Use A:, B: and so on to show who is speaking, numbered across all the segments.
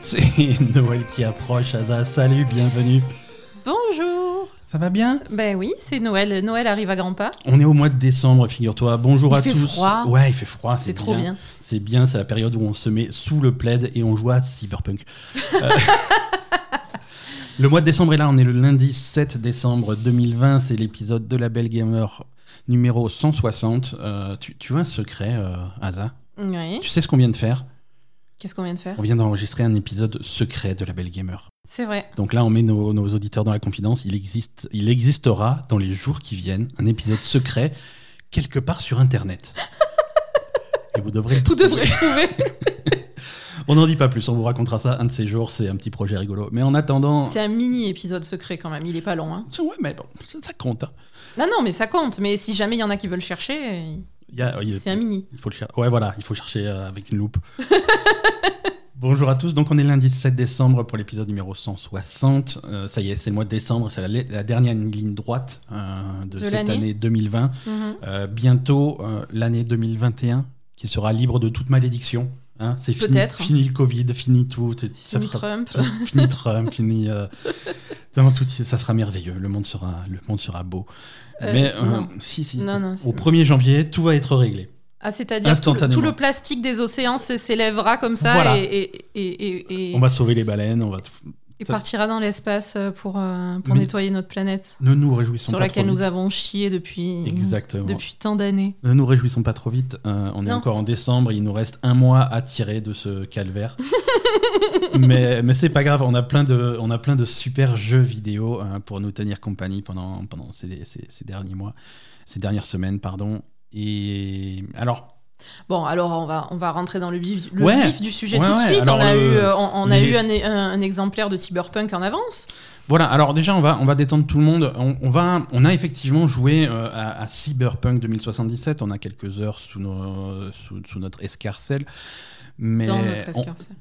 A: C'est Noël qui approche, Asa. Salut, bienvenue.
B: Bonjour
A: Ça va bien
B: Ben oui, c'est Noël. Noël arrive à grands pas.
A: On est au mois de décembre, figure-toi. Bonjour
B: Il
A: à
B: fait
A: tous.
B: froid.
A: Ouais, il fait froid.
B: C'est trop bien.
A: C'est bien, c'est la période où on se met sous le plaid et on joue à Cyberpunk. Euh, le mois de décembre est là, on est le lundi 7 décembre 2020. C'est l'épisode de la Belle Gamer numéro 160. Euh, tu, tu as un secret, euh, Asa
B: Oui.
A: Tu sais ce qu'on vient de faire
B: Qu'est-ce qu'on vient de faire
A: On vient d'enregistrer un épisode secret de la Belle Gamer.
B: C'est vrai.
A: Donc là, on met nos, nos auditeurs dans la confidence. Il, existe, il existera dans les jours qui viennent un épisode secret quelque part sur Internet. Et vous devrez le
B: Tout
A: trouver.
B: devrait trouver.
A: On n'en dit pas plus, on vous racontera ça un de ces jours. C'est un petit projet rigolo. Mais en attendant.
B: C'est un mini épisode secret quand même. Il est pas long. Hein.
A: Ouais, mais bon, ça, ça compte. hein.
B: Non, non, mais ça compte. Mais si jamais il y en a qui veulent chercher,
A: Il y a- il y a-
B: c'est un mini.
A: Il faut le cher- Ouais, voilà, il faut chercher euh, avec une loupe. Bonjour à tous, donc on est lundi 7 décembre pour l'épisode numéro 160. Euh, ça y est, c'est le mois de décembre, c'est la, la dernière ligne droite euh, de,
B: De
A: cette
B: l'année.
A: année 2020.
B: Mhm.
A: Euh, bientôt euh, l'année 2021 qui sera libre de toute malédiction. hein. c'est fini,
B: Peut-être.
A: fini le Covid, fini tout. Fini
B: Trump.
A: Fini Trump, fini. euh, non, tout, ça sera merveilleux. Le monde sera, le monde sera beau.
B: Euh,
A: Mais euh,
B: non.
A: si, si.
B: Non, non,
A: au
B: c'est-
A: 1er janvier, tout va être réglé.
B: Ah, c'est-à-dire tout, le-
A: Instantanément.
B: tout le plastique des océans se- s'élèvera comme ça
A: Voilà.
B: et, et- et- et- et-
A: On va sauver les baleines. On va tout-
B: et partira dans l'espace euh, pour, euh, pour
A: Mais-
B: nettoyer notre planète
A: Ne nous réjouissons
B: sur
A: pas
B: laquelle
A: trop
B: nous
A: vite.
B: avons chié depuis,
A: Exactement.
B: depuis tant d'années.
A: Ne nous réjouissons pas trop vite. Euh, on est
B: Non.
A: encore en décembre. Il nous reste un mois à tirer de ce calvaire. mais mais c'est pas grave. On a plein de, on a plein de super jeux vidéo hein, pour nous tenir compagnie pendant, pendant ces, ces- ces derniers mois, ces dernières semaines, pardon. Et alors,
B: Bon, alors on va, on va rentrer dans le vif, le
A: Ouais.
B: vif du sujet
A: Ouais,
B: tout de
A: ouais.
B: suite.
A: Alors,
B: on a
A: le-
B: eu, euh, on, on a
A: il
B: eu
A: est-
B: un, é- un- un exemplaire de Cyberpunk en avance.
A: voilà. Alors déjà, on va, on va détendre tout le monde. On, on va, on a effectivement joué euh, à, à Cyberpunk 2077. On a quelques heures sous, nos- sous, sous notre escarcelle. Mais
B: dans notre
A: on-
B: escarcelle.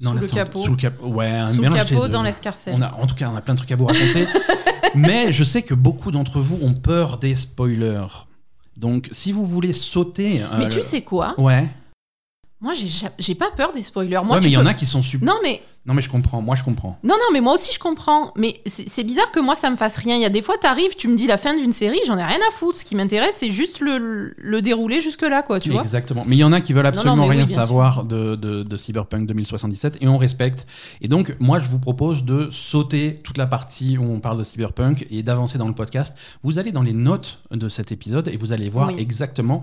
A: non,
B: Sous
A: là,
B: le
A: c'est un-
B: capot.
A: Sous le capot. Ouais, un
B: Sous le
A: mélange des
B: capot,
A: deux.
B: dans
A: On
B: l'escarcelle.
A: a, en tout cas, on a plein de trucs à vous raconter. mais je sais que beaucoup d'entre vous ont peur des spoilers. Donc, si vous voulez sauter. euh,
B: Mais tu
A: le-
B: sais quoi
A: Ouais.
B: Moi, j'ai ja- j'ai pas peur des spoilers. Moi,
A: ouais,
B: tu
A: mais il y en
B: peux-
A: a qui sont super. Non.
B: Non, mais
A: mais je comprends. Moi, je comprends.
B: non, non, mais moi aussi, je comprends. Mais c'est c'est bizarre que moi, ça me fasse rien. Il y a des fois, t'arrives, tu me dis la fin d'une série, j'en ai rien à foutre. Ce qui m'intéresse, c'est juste le, le déroulé jusque-là, quoi, tu vois.
A: Exactement. Mais il y en a qui veulent absolument
B: mais oui,
A: rien
B: bien sûr.
A: savoir de, de- de Cyberpunk 2077 et on respecte. Et donc, moi, je vous propose de sauter toute la partie où on parle de Cyberpunk et d'avancer dans le podcast. Vous allez dans les notes de cet épisode et vous allez voir
B: Oui.
A: exactement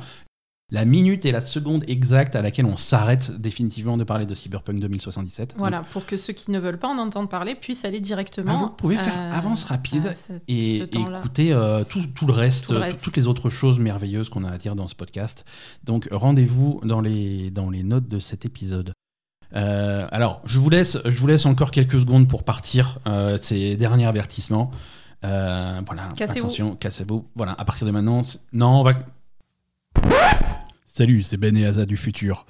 A: la minute et la seconde exacte à laquelle on s'arrête définitivement de parler de Cyberpunk 2077.
B: Voilà, pour que ceux qui ne veulent pas en entendre parler puissent aller
A: Donc,
B: directement.
A: ah, vous pouvez faire
B: euh,
A: avance rapide
B: à ce-
A: et,
B: ce
A: et
B: temps-là.
A: écouter euh, tout, tout le reste,
B: Tout le
A: euh,
B: reste.
A: toutes les autres choses merveilleuses qu'on a à dire dans ce podcast. Donc rendez-vous dans les, dans les notes de cet épisode. Euh, alors, je vous, laisse, je vous laisse encore quelques secondes pour partir. Euh, C'est dernier avertissement. Euh, voilà,
B: Cassez-vous.
A: attention, cassez-vous. Voilà, à partir de maintenant, c'est- non, on va. Salut, c'est Ben et Asa du futur.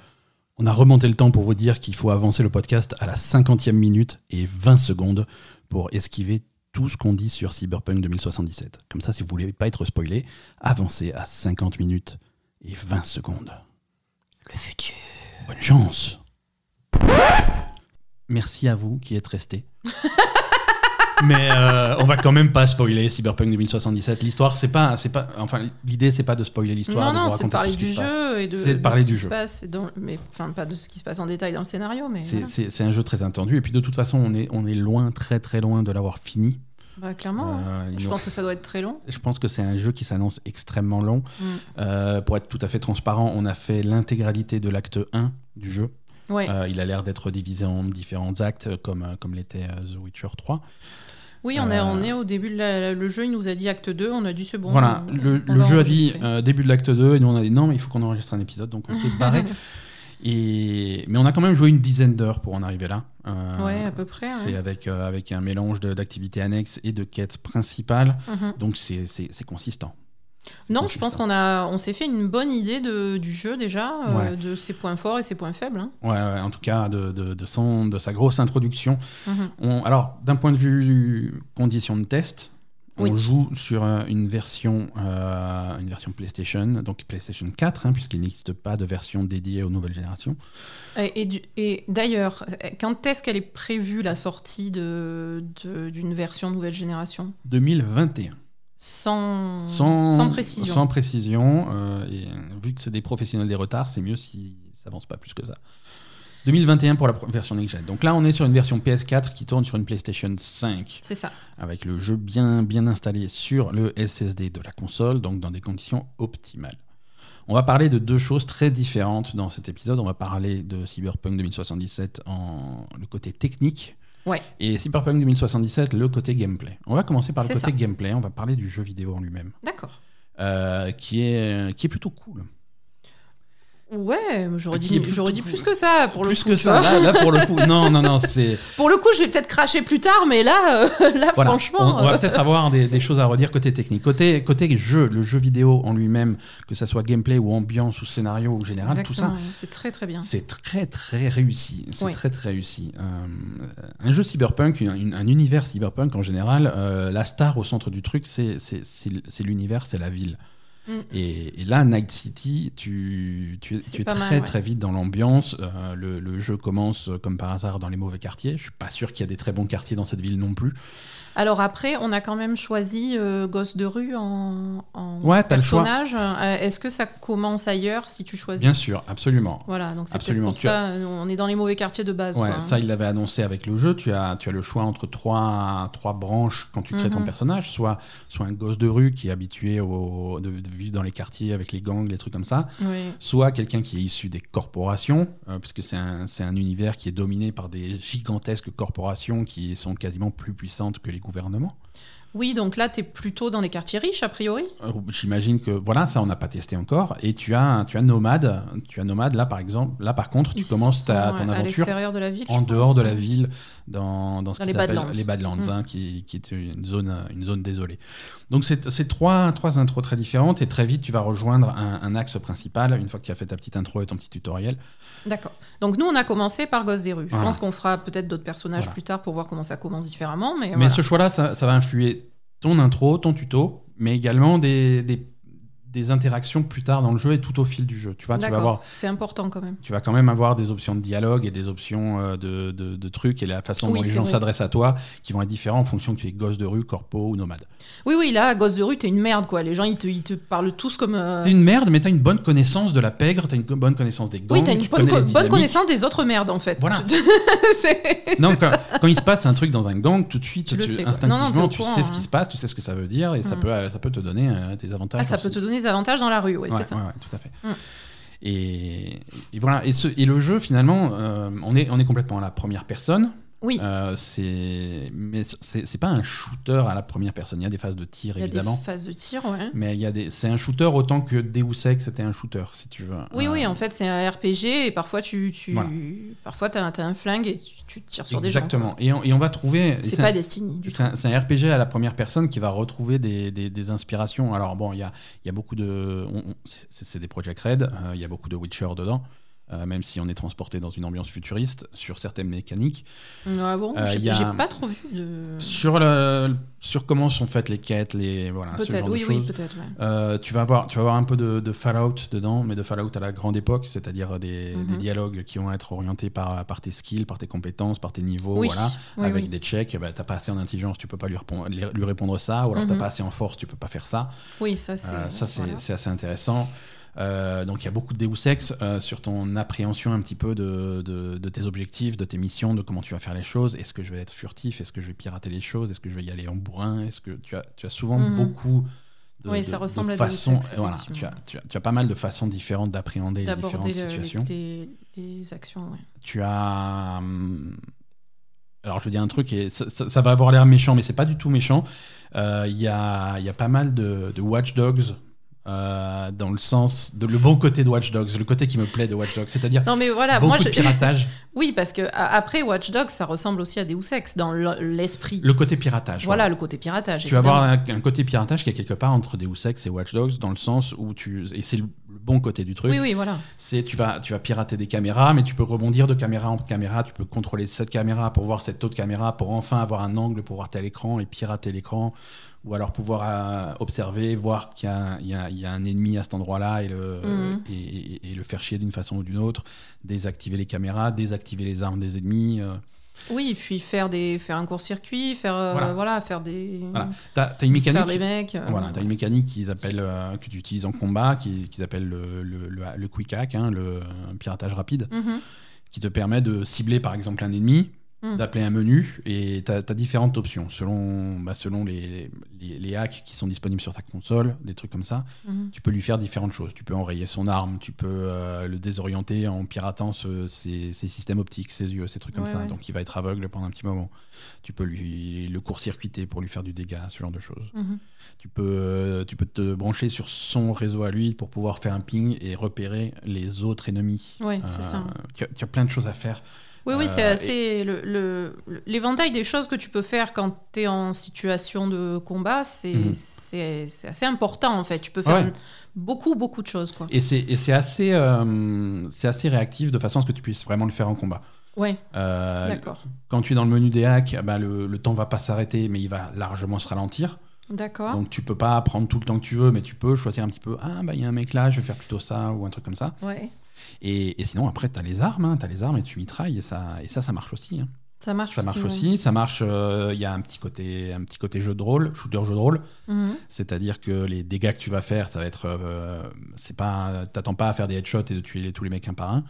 A: On a remonté le temps pour vous dire qu'il faut avancer le podcast à la 50e minute et 20 secondes pour esquiver tout ce qu'on dit sur Cyberpunk 2077. Comme ça, si vous voulez pas être spoilé, avancez à 50 minutes et 20 secondes.
B: Le futur.
A: Bonne chance Merci à vous qui êtes restés. Mais euh, on va quand même pas spoiler Cyberpunk 2077. L'histoire, c'est pas, c'est pas, enfin, l'idée, c'est pas de spoiler l'histoire,
B: Non,
A: de
B: non,
A: vous
B: c'est de
A: raconter
B: parler
A: tout ce qui
B: du
A: se passe.
B: jeu et de,
A: C'est de
B: de
A: parler
B: ce
A: du
B: qui
A: jeu.
B: se passe, et dans- mais enfin pas de ce qui se passe en détail dans le scénario, mais
A: C'est
B: voilà.
A: c'est- c'est un jeu très attendu. Et puis de toute façon, on est, on est loin, très très loin de l'avoir fini.
B: Bah, clairement.
A: Euh, il
B: Je
A: nous-
B: pense que ça doit être très long.
A: je pense que c'est un jeu qui s'annonce extrêmement long.
B: Mm.
A: Euh, pour être tout à fait transparent, on a fait l'intégralité de l'acte 1 du jeu.
B: Ouais.
A: Euh, il a l'air d'être divisé en différents actes, comme, euh, comme l'était euh, The Witcher 3.
B: oui, on, est-
A: euh,
B: on est au début de la- la- le jeu, il nous a dit acte 2, on a dit c'est bon. Euh,
A: voilà,
B: on-
A: le,
B: on
A: le
B: va
A: jeu a dit
B: enregistrer.
A: euh, début de l'acte 2, et nous on a dit non, mais il faut qu'on enregistre un épisode, donc on s'est barré. Et... Mais on a quand même joué une dizaine d'heures pour en arriver là. Euh,
B: Ouais, à peu près,
A: C'est
B: ouais.
A: avec, euh, avec un mélange de- d'activités annexes et de quêtes principales,
B: Mhm.
A: donc c'est- c'est c'est consistant. C'est
B: Non, je
A: consistant.
B: pense qu'on a, on s'est fait une bonne idée de, du jeu déjà, euh,
A: Ouais.
B: de ses points forts et ses points faibles. hein.
A: Ouais, ouais, en tout cas, de, de, de, son, de sa grosse introduction.
B: Mhm.
A: On- alors, d'un point de vue conditions de test, On
B: Oui.
A: joue sur euh, une version, euh, une version PlayStation, donc PlayStation 4, hein, puisqu'il n'existe pas de version dédiée aux nouvelles générations.
B: Et, et du- et d'ailleurs, quand est-ce qu'elle est prévue la sortie de- de- d'une version nouvelle génération
A: 2021.
B: Mmh. sans,
A: Sans,
B: précision.
A: Sans précision. euh, et euh, vu que c'est des professionnels des retards, c'est mieux s'ils s'avancent pas plus que ça. 2021 pour la pro- version Next Gen. Donc là, on est sur une version PS4 qui tourne sur une PlayStation 5,
B: C'est ça.
A: avec le jeu bien, bien installé sur le SSD de la console, donc dans des conditions optimales. On va parler de deux choses très différentes dans cet épisode. On va parler de Cyberpunk 2077 en le côté technique.
B: Ouais.
A: Et Cyberpunk 2077, le côté gameplay. On va commencer par le
B: C'est
A: côté
B: ça.
A: gameplay. On va parler du jeu vidéo en lui-même
B: D'accord.
A: euh, qui est qui est plutôt cool.
B: Ouais, mais j'aurais
A: Qui
B: dit,
A: est plutôt
B: j'aurais dit
A: cool.
B: plus que ça pour le
A: Plus
B: coup.
A: que
B: tu
A: ça,
B: vois.
A: là, là, pour le coup, non non non c'est
B: Pour le coup, je vais peut-être cracher plus tard, mais là, euh, là
A: voilà.
B: franchement,
A: on, on
B: euh,
A: va peut-être avoir des, des choses à redire côté technique, côté côté jeu, le jeu vidéo en lui-même, que ça soit gameplay ou ambiance ou scénario ou général, tout ça.
B: exactement, ouais, c'est très très bien.
A: C'est très très réussi. C'est
B: Oui.
A: très très réussi. Euh, un jeu cyberpunk, une- une- un univers cyberpunk en général, euh, la star au centre du truc, c'est c'est- c'est l- c'est l'univers, c'est la ville.
B: Mm.
A: Et, et là, Night City, tu, tu es,
B: C'est
A: tu es
B: pas
A: très
B: mal, ouais.
A: très vite dans l'ambiance. Euh, le, le jeu commence euh, comme par hasard dans les mauvais quartiers. Je suis pas sûr qu'il y a des très bons quartiers dans cette ville non plus.
B: Mm. Alors après, on a quand même choisi euh, gosse de rue en, en
A: Ouais, t'as le choix.
B: personnage. Euh, Est-ce que ça commence ailleurs si tu choisis
A: Bien sûr, absolument.
B: Voilà, donc c'est peut-être
A: Absolument,
B: pour
A: tu
B: ça. euh, On est dans les mauvais quartiers de base.
A: Ouais,
B: quoi.
A: ça, il l'avait annoncé avec le jeu. Tu as, tu as le choix entre trois, trois branches quand tu crées ton
B: Mhm.
A: personnage. Soit, soit un gosse de rue qui est habitué au, de, de vivre dans les quartiers avec les gangs, les trucs comme ça.
B: hein. Oui.
A: Soit quelqu'un qui est issu des corporations, euh, puisque c'est un, c'est un univers qui est dominé par des gigantesques corporations qui sont quasiment plus puissantes que les gouvernements.
B: Oui, donc là, t'es plutôt dans les quartiers riches, a priori.
A: Euh, J'imagine que voilà, ça on n'a pas testé encore. Et tu as, tu as nomade, tu as nomade là par exemple. Là par contre, tu
B: Ils
A: commences ta,
B: sont,
A: ton
B: euh, à
A: aventure
B: l'extérieur de la ville.
A: en
B: je
A: dehors
B: pense.
A: de la ville, dans, dans ce
B: Dans
A: qu'ils
B: les
A: appellent
B: Badlands.
A: les Badlands,
B: Mm.
A: hein, qui, qui est une zone, une zone désolée. Donc c'est c'est trois, trois intros très différentes et très vite tu vas rejoindre un, un axe principal une fois que tu as fait ta petite intro et ton petit tutoriel.
B: D'accord. Donc nous, on a commencé par Gosse des rues. Je
A: Voilà.
B: pense qu'on fera peut-être d'autres personnages
A: Voilà.
B: plus tard pour voir comment ça commence différemment. Mais,
A: Mais
B: voilà.
A: ce choix-là, ça, ça va influer ton intro, ton tuto, mais également des, des, des interactions plus tard dans le jeu et tout au fil du jeu. Tu vois, tu vas avoir
B: D'accord. C'est important quand même.
A: tu vas quand même avoir des options de dialogue et des options euh, de, de- de trucs et la façon
B: Oui,
A: dont les
B: c'est
A: gens
B: vrai.
A: s'adressent à toi qui vont être différents en fonction que tu es gosse de rue, corpo ou nomade.
B: Oui, oui, là, Gosse de rue, t'es une merde, quoi. Les gens, ils te, ils te parlent tous comme... euh,
A: T'es une merde, mais t'as une bonne connaissance de la pègre, t'as une co- bonne connaissance des gangs.
B: Oui, t'as une
A: tu
B: bonne,
A: connais les
B: co- bonne
A: dynamiques.
B: connaissance des autres merdes, en fait.
A: Voilà.
B: C'est-
A: Non, quand, quand il se passe un truc dans un gang, tout de suite,
B: Tu le
A: tu-
B: sais, quoi.
A: instinctivement,
B: Non, non, t'es au
A: tu
B: courant,
A: sais ce qui
B: hein.
A: se passe, tu sais ce que ça veut dire, et ça,
B: Mm.
A: peut, euh, ça peut te donner euh, des avantages.
B: Ah, ça peut
A: aussi.
B: te donner des avantages dans la rue, oui,
A: Ouais,
B: c'est ça.
A: ouais, ouais, tout à fait.
B: Mm.
A: Et, et voilà. Et, ce- et le jeu, finalement, euh, on, est, on est complètement à la première personne.
B: Oui.
A: Euh, c'est- mais c'est c'est pas un shooter à la première personne. Il y a des phases de tir,
B: Il y a
A: évidemment.
B: des phases de tir, ouais.
A: Mais il y a des- c'est un shooter autant que Deus Ex c'était un shooter, si tu veux.
B: Oui,
A: Euh,
B: oui, en fait, c'est un RPG et parfois, tu, tu...
A: Voilà.
B: parfois t'as t'as un flingue et tu, tu tires sur des gens.
A: Exactement. Et on, et on va trouver.
B: C'est
A: un-
B: pas Destiny, du
A: c'est un, c'est un RPG à la première personne qui va retrouver des, des- des inspirations. Alors bon, il y a, il y a beaucoup de... on- on- c'est- c'est des Project Red, euh, il y a beaucoup de Witcher dedans, euh, même si on est transporté dans une ambiance futuriste sur certaines mécaniques.
B: tout. Ah bon,
A: Euh,
B: j'ai
A: il y a-
B: j'ai pas trop vu de...
A: Sur, le, sur comment sont faites les quêtes, les, voilà, ce
B: Peut-être,
A: genre
B: oui,
A: de
B: oui,
A: choses.
B: peut-être, ouais.
A: Euh, tu, vas avoir, tu vas avoir un peu de, de Fallout dedans, mais de Fallout à la grande époque, c'est-à-dire euh, des,
B: Mhm.
A: des dialogues qui vont être orientés par, par tes skills, par tes compétences, par tes niveaux.
B: oui,
A: Voilà.
B: oui,
A: avec
B: oui.
A: des checks, eh ben, t'as pas assez en intelligence, tu peux pas lui, répondre- lui lui répondre ça, ou alors t'as
B: Mhm.
A: pas assez en force, tu peux pas faire ça.
B: Oui, ça, c'est...
A: Euh, ça, c'est
B: voilà.
A: c'est assez intéressant. Euh, donc il y a beaucoup de Deus Ex euh, sur ton appréhension un petit peu de, de- de tes objectifs, de tes missions, de comment tu vas faire les choses. Est-ce que je vais être furtif Est-ce que je vais pirater les choses Est-ce que je vais y aller en bourrin Est-ce que tu as, tu as souvent
B: Mhm.
A: beaucoup de,
B: Oui,
A: de-
B: ça
A: de
B: ressemble à Deus Ex,
A: façons et voilà,
B: effectivement.
A: tu as, tu as- tu as pas mal de façons différentes d'appréhender les
B: d'aborder
A: différentes
B: le-
A: situations.
B: les, les- les actions. ouais.
A: tu as. hum, Alors, je veux dire un truc, et ça, ça- ça va avoir l'air méchant, mais c'est pas du tout méchant. Euh, Il y, a, il y a pas mal de, de Watch Dogs. euh, dans le sens de le bon côté de Watch Dogs, le côté qui me plaît de Watch Dogs, c'est-à-dire
B: Non mais voilà,
A: beaucoup
B: Ah, moi je...
A: de piratage,
B: oui parce que a- après Watch Dogs ça ressemble aussi à Deus Ex dans l- l'esprit.
A: le côté piratage.
B: Voilà le côté piratage.
A: Tu vas
B: évidemment.
A: avoir un, un côté piratage qui est quelque part entre Deus Ex et Watch Dogs, dans le sens où tu. Et c'est le, le bon côté du truc.
B: Oui, oui, voilà.
A: C'est tu vas, tu vas pirater des caméras, mais tu peux rebondir de caméra en caméra, tu peux contrôler cette caméra pour voir cette autre caméra, pour enfin avoir un angle pour voir tel écran et pirater l'écran, ou alors pouvoir euh, observer, voir qu'il y, a un- il y a- il y a un ennemi à cet endroit-là et, le
B: Mhm.
A: et, et- et le faire chier d'une façon ou d'une autre, désactiver les caméras, désactiver les armes des ennemis. euh.
B: Oui, et puis faire, des, faire un court-circuit, faire, euh,
A: Voilà.
B: voilà. faire des.
A: Voilà. T'as t'as une
B: distraire
A: mécanique.
B: les mecs. euh,
A: Voilà, t'as une mécanique qu'ils appellent, euh, que tu utilises en combat, qui- qu'ils appellent le, le, le- le quick hack, hein, le euh, piratage rapide,
B: Mhm.
A: qui te permet de cibler par exemple un ennemi,
B: Mm.
A: d'appeler un menu, et t'as as différentes options selon, bah, selon les, les, les hacks qui sont disponibles sur ta console, des trucs comme ça.
B: Mhm.
A: Tu peux lui faire différentes choses. Tu peux enrayer son arme, tu peux euh, le désorienter en piratant ce- ses, ses systèmes optiques, ses yeux, ces trucs comme
B: Ouais,
A: ça.
B: ouais.
A: Donc il va être aveugle pendant un petit moment. Tu peux lui le court-circuiter pour lui faire du dégât, ce genre de choses.
B: Mhm.
A: Tu peux, euh, tu peux te brancher sur son réseau à lui pour pouvoir faire un ping et repérer les autres ennemis.
B: Ouais, c'est
A: Euh,
B: ça.
A: Tu as, tu as plein de choses à faire.
B: Oui, oui, c'est
A: Euh,
B: assez. le- le- le- L'éventail des choses que tu peux faire quand tu es en situation de combat, c'est
A: Mhm. Ah
B: c'est- c'est assez important en fait. Tu peux faire
A: Ouais.
B: beaucoup, beaucoup de choses. Quoi.
A: Et c'est et c'est assez, euh, c'est assez réactif de façon à ce que tu puisses vraiment le faire en combat.
B: Ouais,
A: Euh,
B: d'accord.
A: quand tu es dans le menu des hacks, bah, le, le temps va pas s'arrêter, mais il va largement se ralentir.
B: D'accord.
A: Donc tu peux pas prendre tout le temps que tu veux, mais tu peux choisir un petit peu. Ah, bah il y a un mec là, je vais faire plutôt ça ou un truc comme ça.
B: Ouais.
A: Et, et sinon, après, tu as les armes, tu as les armes et tu mitrailles, et ça, et ça, ça marche aussi. hein.
B: Ça marche
A: Ça
B: aussi.
A: marche
B: ouais.
A: aussi, ça marche. euh, Il y a un petit côté, un petit côté jeu de rôle, shooter jeu de rôle.
B: Mhm.
A: C'est-à-dire que les dégâts que tu vas faire, ça va être, euh, c'est pas, t'attends pas à faire des headshots et de tuer les- tous les mecs un par un.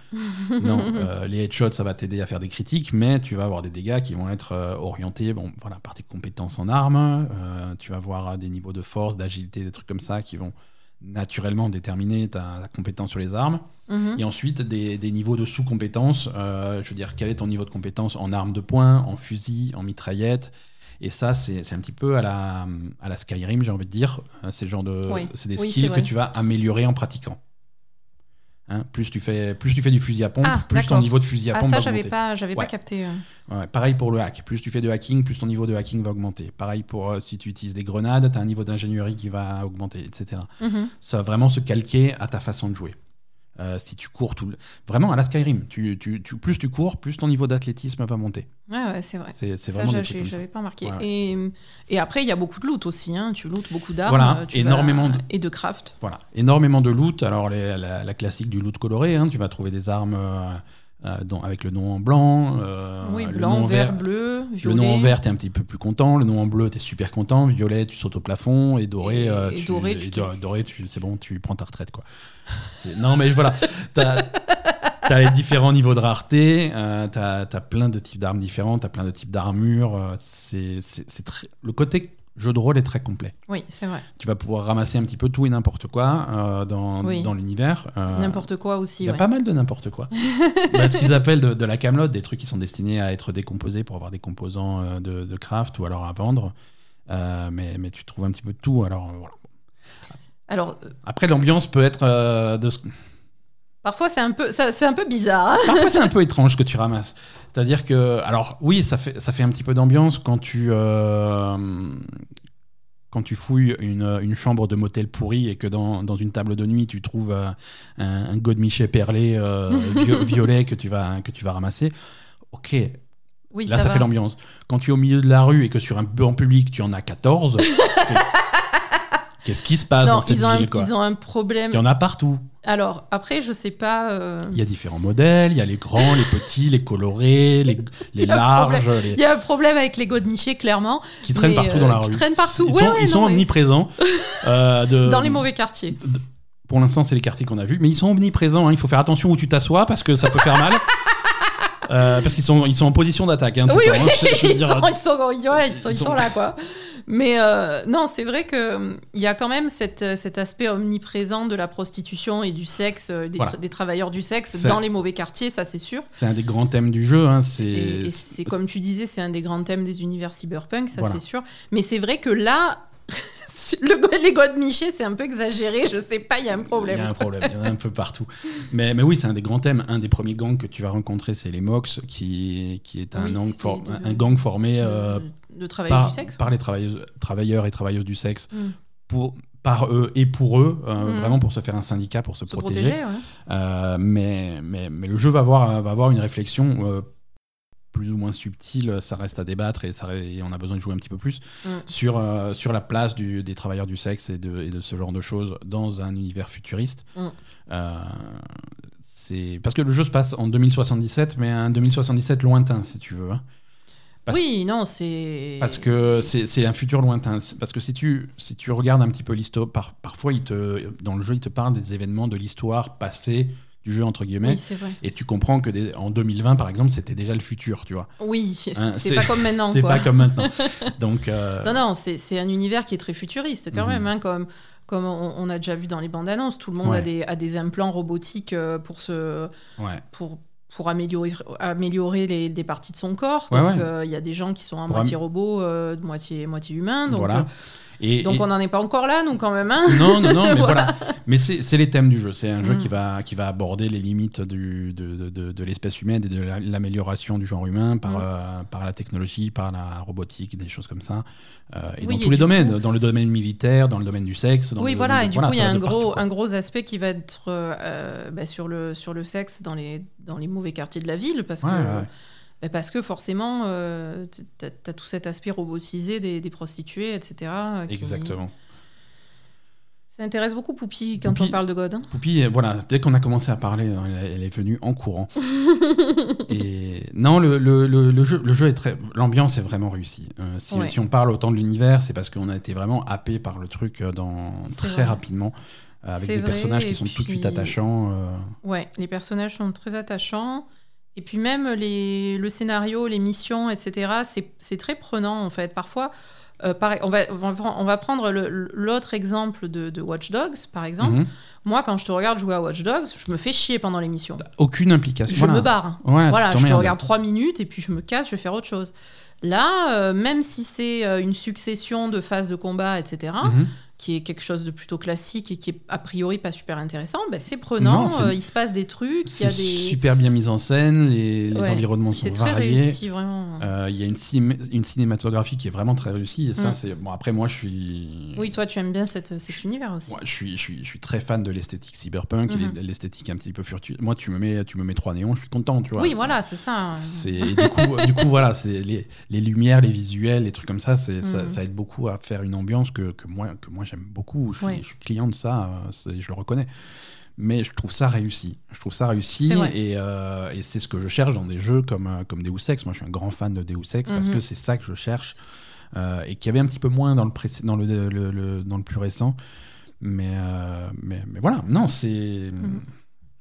A: non, euh, les headshots, ça va t'aider à faire des critiques, mais tu vas avoir des dégâts qui vont être euh, orientés, bon, voilà, par tes compétences en armes. euh, tu vas avoir euh, des niveaux de force, d'agilité, des trucs comme ça qui vont naturellement déterminer ta- ta compétence sur les armes.
B: Mhm.
A: Et ensuite, des, des niveaux de sous-compétences. euh, je veux dire, quel est ton niveau de compétence en armes de poing, en fusil, en mitraillette Et ça, c'est c'est un petit peu à la, à la Skyrim, j'ai envie de dire. Hein, C'est le genre de,
B: Oui.
A: c'est des
B: Oui, c'est
A: skills que
B: vrai.
A: tu vas améliorer en pratiquant. Hein, plus, tu fais, plus tu fais du fusil à pompe,
B: Ah,
A: plus ton
B: d'accord.
A: niveau de fusil à
B: Ah,
A: pompe
B: ça,
A: va
B: j'avais
A: augmenter.
B: pas, j'avais
A: Ouais.
B: pas capté. euh.
A: Ouais, pareil pour le hack. Plus tu fais de hacking, plus ton niveau de hacking va augmenter. Pareil pour euh, si tu utilises des grenades, tu as un niveau d'ingénierie qui va augmenter, etc
B: Mhm.
A: ça va vraiment se calquer à ta façon de jouer. Euh, si tu cours tout le... Vraiment à la Skyrim, tu, tu, tu- plus tu cours, plus ton niveau d'athlétisme va monter.
B: Ouais, ouais, c'est vrai.
A: C'est c'est
B: Ça,
A: vraiment
B: j'a-
A: des trucs
B: j'ai-
A: comme ça.
B: j'avais pas remarqué.
A: Ouais, ouais.
B: Et, euh, et après, il y a beaucoup de loot aussi. hein. Tu lootes beaucoup d'armes.
A: Voilà,
B: euh, tu
A: énormément de-
B: Et de craft.
A: Voilà, énormément de loot. Alors les- la, la classique du loot coloré, hein, tu vas trouver des armes euh, euh, dans- avec le nom en blanc, euh,
B: oui,
A: le
B: blanc,
A: nom en
B: vert, bleu,
A: Le
B: violet.
A: nom en vert, t'es un petit peu plus content. Le nom en bleu, t'es super content. Violet, tu sautes au plafond. Et doré,
B: Et-
A: euh,
B: et
A: tu,
B: doré,
A: et
B: tu
A: do- doré, tu- c'est bon, tu prends ta retraite, quoi. C'est- non, mais voilà, t'as as les différents niveaux de rareté. euh, t'as as plein de types d'armes différentes. T'as plein de types d'armures. euh, c'est c'est- c'est très- le côté jeu de rôle est très complet.
B: Oui, c'est vrai.
A: Tu vas pouvoir ramasser un petit peu tout et n'importe quoi euh, dans,
B: Oui.
A: dans l'univers. euh,
B: N'importe quoi
A: il
B: aussi.
A: y a
B: ouais.
A: pas mal de n'importe quoi. Bah, ce qu'ils appellent de, de la camelote, des trucs qui sont destinés à être décomposés pour avoir des composants euh, de, de craft ou alors à vendre. Euh, mais, mais tu trouves un petit peu de tout. Alors, euh, voilà.
B: Alors, euh,
A: Après, l'ambiance peut être. euh, de... ce-
B: parfois, c'est un peu, ça- c'est un peu bizarre. hein.
A: Parfois, c'est un peu étrange ce que tu ramasses. C'est-à-dire que. Alors, oui, ça fait, ça fait un petit peu d'ambiance quand tu. euh, Quand tu fouilles une, une chambre de motel pourri et que dans, dans une table de nuit tu trouves euh, un, un godemichet perlé euh, vio- violet que tu vas, que tu vas ramasser, ok,
B: Oui,
A: Là, ça,
B: va.
A: fait l'ambiance. Quand tu es au milieu de la rue et que sur un banc public, tu en as 14, t'es- qu'est-ce qui se passe
B: non,
A: dans cette
B: ils ont, un,
A: ville quoi
B: ils ont un problème.
A: Il y en a partout.
B: Alors, après, je sais pas. euh,
A: Il y a différents modèles, il y a les grands, les petits, les colorés, les, les
B: y a un
A: larges, les-
B: Il y a un problème avec les godemichés, clairement.
A: qui traînent
B: mais,
A: partout
B: euh,
A: dans la
B: qui
A: rue.
B: traînent partout.
A: Ils
B: Ouais,
A: sont,
B: ouais,
A: ils sont
B: non, mais-
A: omniprésents. euh, de-
B: Dans les mauvais quartiers.
A: de- Pour l'instant, c'est les quartiers qu'on a vus, mais ils sont omniprésents. hein. Il faut faire attention où tu t'assois parce que ça peut faire mal. Euh, parce qu'ils sont, ils sont en position d'attaque. hein, tout
B: Oui,
A: le temps,
B: oui,
A: hein. Je- je veux
B: ils,
A: dire,
B: sont, ils, sont, ouais, ils, sont,
A: ils
B: ils
A: sont-
B: sont là, quoi. Mais euh, non, c'est vrai qu'il y a quand même cette, euh, cet aspect omniprésent de la prostitution et du sexe, euh, des,
A: Voilà.
B: tra- des travailleurs du sexe
A: C'est-
B: dans les mauvais quartiers, ça c'est sûr.
A: C'est un des grands thèmes du jeu. hein, C'est
B: Et, et c'est comme tu disais, c'est un des grands thèmes des univers cyberpunk, ça
A: Voilà.
B: c'est sûr. Mais c'est vrai que là, c'est- le, go- les godemichés, c'est un peu exagéré, je sais pas, il y a un
A: Il y a
B: problème.
A: un problème, il y en a un peu partout. Mais, mais oui, c'est un des grands thèmes. Un des premiers gangs que tu vas rencontrer, c'est les Mox, qui, qui est un,
B: Oui,
A: gang,
B: c'était
A: for-
B: de-
A: un euh, gang formé euh,
B: de, de travail
A: par,
B: du sexe.
A: par les travailleuses- travailleurs et travailleuses du sexe
B: Mm.
A: pour, par eux et pour eux, euh,
B: Mm.
A: vraiment pour se faire un syndicat, pour se,
B: se
A: protéger.
B: protéger. ouais.
A: Euh, mais, mais, mais le jeu va avoir, euh, va avoir une réflexion euh, plus ou moins subtile, ça reste à débattre et, ça, re- et on a besoin de jouer un petit peu plus,
B: Mm.
A: sur, euh, sur la place du- des travailleurs du sexe et de, et de ce genre de choses dans un univers futuriste.
B: Mm.
A: Euh, c'est parce que le jeu se passe en 2077, mais un 2077 lointain, si tu veux. hein. Parce-
B: Oui, non, c'est.
A: Parce que c'est c'est un futur lointain. C'est- Parce que si tu, si tu regardes un petit peu l'histoire, par- parfois il te, dans le jeu, il te parle des événements de l'histoire passée du jeu, entre guillemets.
B: Oui, c'est vrai.
A: Et tu comprends que des- en 2020, par exemple, c'était déjà le futur, tu vois.
B: Oui, c'est
A: Hein,
B: c'est
A: c'est-
B: pas comme maintenant.
A: C'est
B: quoi.
A: pas comme maintenant. Donc, euh,
B: Non, non, c'est c'est un univers qui est très futuriste quand
A: Mhm.
B: même, hein, comme, comme on, on a déjà vu dans les bandes annonces. Tout le monde
A: Ouais.
B: a, des, a des implants robotiques euh, pour, se,
A: ouais.
B: pour, pour améliorer, améliorer les, des parties de son corps.
A: Ouais,
B: donc, euh,
A: ouais.
B: il y a des gens qui sont à
A: Pour
B: moitié robot, euh, moitié, moitié humain. Donc,
A: voilà. Et,
B: euh, donc
A: et-
B: on n'en est pas encore là, nous, quand même. hein.
A: Non, non, non, mais voilà. Mais c'est c'est les thèmes du jeu. C'est un jeu
B: Mm.
A: qui va, qui va aborder les limites du, de, de- de- de l'espèce humaine et de la- l'amélioration du genre humain par,
B: Mm.
A: euh, par la technologie, par la robotique, des choses comme ça. Euh, et
B: Oui,
A: dans
B: et
A: tous les
B: du
A: domaines. Dans le domaine militaire, dans le domaine du sexe. Dans
B: Oui,
A: le
B: voilà,
A: domaine-
B: et du coup, il y a
A: ça
B: un
A: va de partout,
B: gros,
A: quoi.
B: un gros aspect qui va être euh, euh, bah, sur, le, sur le sexe dans les, dans les mauvais quartiers de la ville, parce
A: Ouais,
B: que
A: ouais.
B: Ben, parce que forcément, euh, t- t'as t'as tout cet aspect robotisé des, des prostituées, etc. euh, qui-
A: Exactement.
B: Ça intéresse beaucoup Poupi quand
A: Poupie.
B: on parle de God. hein.
A: Poupie, euh, voilà, dès qu'on a commencé à parler, euh, elle est- elle est venue en courant. et non, le, le- le- le jeu, le jeu est très, l'ambiance est vraiment réussie. Euh, si,
B: Ouais.
A: si on parle autant de l'univers, c'est parce qu'on a été vraiment happé par le truc euh, dans,
B: C'est
A: très
B: vrai.
A: rapidement, euh, avec
B: C'est
A: des
B: vrai,
A: personnages qui
B: et
A: sont tout de suite
B: puis-
A: attachants. euh,
B: Ouais, les personnages sont très attachants. Et puis même les, le scénario, les missions, etc., c'est- c'est très prenant en fait. Parfois, euh, pareil, on, va, on va pre- on va prendre le- l'autre exemple de, de Watch Dogs, par exemple.
A: mhm.
B: Moi, quand je te regarde jouer à Watch Dogs, je me fais chier pendant les missions.
A: Aucune implication.
B: Je
A: voilà.
B: me barre.
A: Voilà,
B: voilà,
A: Ah, tu
B: je te
A: t'emmerdes.
B: regarde trois minutes et puis je me casse, je vais faire autre chose. Là, euh, même si c'est euh, une succession de phases de combat, etc.,
A: Mhm.
B: qui est quelque chose de plutôt classique et qui est a priori pas super intéressant, ben, c'est prenant,
A: Non, c'est-
B: euh, il se passe des trucs, il y a
A: C'est
B: des...
A: super bien mis en scène, les, les
B: Ouais,
A: environnements sont
B: C'est très
A: variés.
B: réussi, vraiment.
A: Euh, Il y a une, cim- une cinématographie qui est vraiment très réussie. Et ça,
B: Mm.
A: c'est bon. Après, moi, je suis.
B: Oui, toi, tu aimes bien cette, euh, cet univers aussi.
A: Moi, je suis, je suis, je suis très fan de l'esthétique cyberpunk, et
B: Mhm.
A: l'esthétique un petit peu furtive. Moi, tu me mets, tu me mets trois néons, je suis content, tu vois.
B: oui, voilà, c'est ça. hein.
A: C'est et du coup, du coup, voilà, c'est les, les lumières, les visuels, les trucs comme ça, c'est ça,
B: Mhm.
A: ça aide beaucoup à faire une ambiance que, que moi, que moi j'aime beaucoup. Je suis,
B: Ouais.
A: je suis client de ça, euh, c'est- je le reconnais. Mais je trouve ça réussi. Je trouve ça réussi
B: C'est vrai.
A: et, euh, et c'est ce que je cherche dans des jeux comme, euh, comme Deus Ex. Moi, je suis un grand fan de Deus Ex parce
B: Mhm.
A: que c'est ça que je cherche euh, et qu'il y avait un petit peu moins dans le, pré- dans le, le- le- dans le plus récent. Mais, euh, mais, mais voilà, non, c'est.
B: Mhm.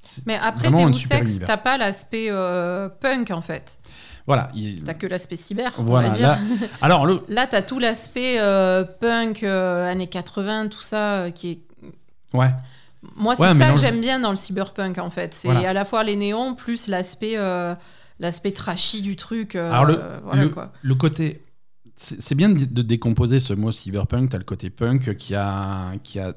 A: c'est
B: Mais après,
A: vraiment un
B: Deus
A: super
B: Ex,
A: univers.
B: t'as pas l'aspect euh, punk, en fait.
A: Voilà. il-
B: T'as que l'aspect cyber, on
A: Voilà,
B: va dire.
A: là- alors, le,
B: Là, t'as tout l'aspect euh, punk, euh, années 80, tout ça, euh, qui est...
A: Ouais,
B: Moi, c'est
A: Ouais, un
B: ça
A: mélange.
B: que j'aime bien dans le cyberpunk, en fait. C'est
A: Voilà.
B: à la fois les néons, plus l'aspect euh, l'aspect trashy du truc. euh,
A: Alors, le-
B: euh, voilà,
A: le-
B: quoi.
A: le côté. C'est c'est bien de, de décomposer ce mot cyberpunk. T'as le côté punk qui a, qui a,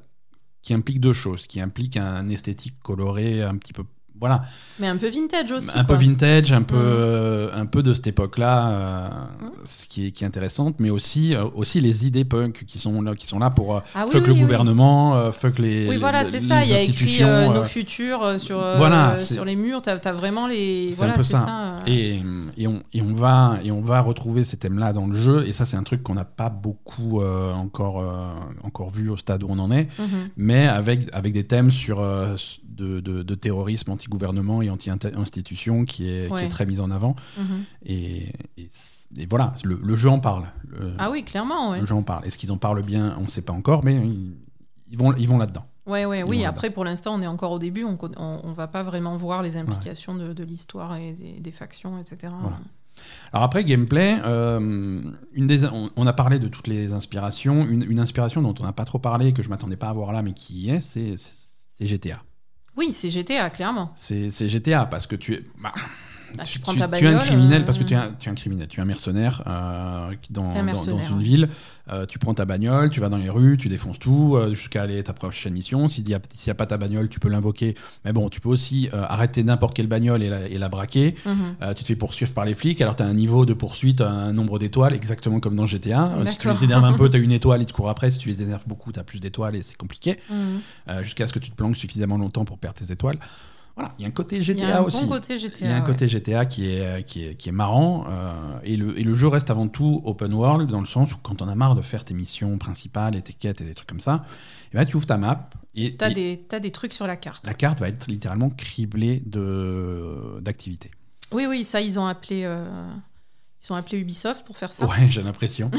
A: qui implique deux choses, qui implique un esthétique coloré, un petit peu, voilà,
B: Mais un peu vintage aussi.
A: un peu
B: quoi.
A: vintage, un peu,
B: Mhm.
A: euh, un peu de cette époque-là, euh,
B: Mhm.
A: ce qui est, qui est intéressante, mais aussi, euh, aussi les idées punk qui sont là, qui sont là pour euh,
B: Ah oui,
A: fuck
B: oui,
A: le
B: oui.
A: gouvernement, euh, fuck les,
B: Oui,
A: les-
B: voilà,
A: les-
B: c'est ça.
A: les
B: Il y a écrit
A: institutions,
B: euh,
A: euh,
B: nos futurs euh, sur, euh,
A: voilà, c'est-
B: sur les murs. T'as as vraiment les.
A: C'est
B: Voilà,
A: un peu
B: c'est
A: ça.
B: ça. euh.
A: Et, et on, et on va, et on va retrouver ces thèmes-là dans le jeu. Et ça, c'est un truc qu'on n'a pas beaucoup euh, encore, euh, encore vu au stade où on en est.
B: Mhm.
A: Mais avec, avec des thèmes sur, euh, de, de- de terrorisme anti-gouvernement et anti-institution qui, est qui
B: Ouais.
A: est très mise en avant.
B: Mhm.
A: Et, et c- et voilà, le, le jeu en parle. Le,
B: Ah oui, clairement, ouais.
A: le jeu en parle. Est-ce qu'ils en parlent bien On ne sait pas encore, mais ils, ils vont, ils vont là-dedans.
B: Ouais, ouais,
A: Ils
B: oui.
A: vont
B: Après, pour l'instant, on est encore au début. On, conna- on, on va pas vraiment voir les implications de, de l'histoire et des, des factions, etc.
A: Voilà. Alors après, gameplay, euh, une des, on, on a parlé de toutes les inspirations. Une, une inspiration dont on n'a pas trop parlé et que je m'attendais pas à voir là, mais qui y est, c'est c'est GTA.
B: Oui, c'est GTA, clairement.
A: C'est c'est GTA parce que tu es... bah,
B: Ah, tu,
A: Tu-
B: prends
A: tu-
B: ta
A: tu es
B: bagnole.
A: un criminel parce que
B: euh,
A: tu es un, tu es un criminel, tu es un mercenaire, euh, qui- dans,
B: T'es un
A: dans- dans
B: mercenaire,
A: une
B: ouais.
A: ville. Euh, tu prends ta bagnole, tu vas dans les rues, tu défonces tout euh, jusqu'à aller à ta prochaine mission. S'il n'y a, s'il y a pas ta bagnole, tu peux l'invoquer. Mais bon, tu peux aussi euh, arrêter n'importe quelle bagnole et la, et la braquer.
B: mhm.
A: Euh, tu te fais poursuivre par les flics, alors tu as un niveau de poursuite, un nombre d'étoiles, exactement comme dans GTA. Euh, si tu
B: D'accord.
A: les énerves un peu, tu as une étoile, ils te courent après. Si tu les énerves beaucoup, tu as plus d'étoiles et c'est compliqué.
B: Mhm.
A: Euh, Jusqu'à ce que tu te planques suffisamment longtemps pour perdre tes étoiles. Voilà, il y a un côté
B: Il y
A: GTA
B: a un
A: aussi.
B: bon côté GTA.
A: Il y a un
B: ouais.
A: côté GTA qui est, euh, qui est, qui est marrant. euh, et, le, et le jeu reste avant tout open world, dans le sens où quand on a marre de faire tes missions principales et tes quêtes et des trucs comme ça, eh ben, tu ouvres ta map et,
B: T'as
A: et
B: des, t'as des trucs sur la carte.
A: la carte va être littéralement criblée de- d'activités.
B: Oui, oui, ça, ils ont appelé, euh, ils ont appelé Ubisoft pour faire ça.
A: Ouais, j'ai l'impression.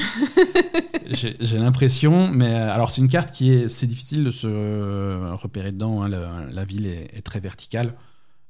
A: j'ai j'ai l'impression, mais euh, alors c'est une carte qui est. C'est difficile de se euh, repérer dedans. hein, le- la ville est, est très verticale.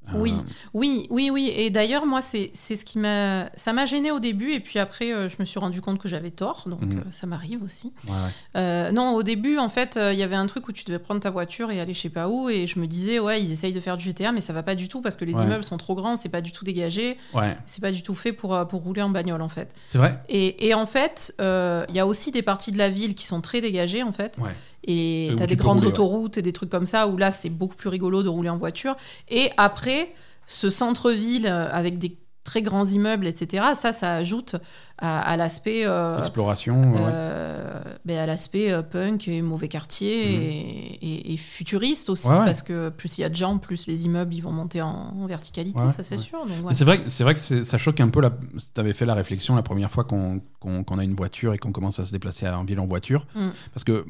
A: Euh,
B: Oui. Oui, oui, oui. Et d'ailleurs, moi, c'est c'est ce qui m'a. Ça m'a gêné au début, et puis après, euh, je me suis rendu compte que j'avais tort, donc
A: Mhm.
B: euh, ça m'arrive aussi.
A: ouais, ouais.
B: Euh, non, au début, en fait, euh, il y avait un truc où tu devais prendre ta voiture et aller je sais pas où, et je me disais, ouais, ils essayent de faire du GTA, mais ça va pas du tout parce que les
A: Ouais.
B: immeubles sont trop grands, c'est pas du tout dégagé,
A: Ouais.
B: c'est pas du tout fait pour, euh, pour rouler en bagnole, en fait.
A: C'est vrai
B: Et, et en fait, euh, il y a aussi des parties de la ville qui sont très dégagées, en fait.
A: Ouais. Et
B: Et
A: où
B: t'as
A: tu
B: des
A: peux
B: grandes
A: rouler, ouais.
B: autoroutes et des trucs comme ça où là, c'est beaucoup plus rigolo de rouler en voiture. Et après, ce centre-ville euh, avec des très grands immeubles, etc., ça, ça ajoute à, à l'aspect. euh,
A: Exploration. ouais.
B: euh, ben, à l'aspect euh, punk et mauvais quartier
A: Mhm.
B: et, et- et futuriste aussi
A: Ouais, ouais.
B: parce que plus il y a de gens plus les immeubles ils vont monter en, en verticalité
A: Ouais,
B: ça c'est
A: ouais.
B: sûr donc,
A: Mais
B: ouais.
A: C'est vrai, que- c'est vrai que c'est- ça choque un peu. La... Tu avais fait la réflexion la première fois qu'on qu'on- qu'on a une voiture et qu'on commence à se déplacer en ville en voiture.
B: Mm.
A: Parce que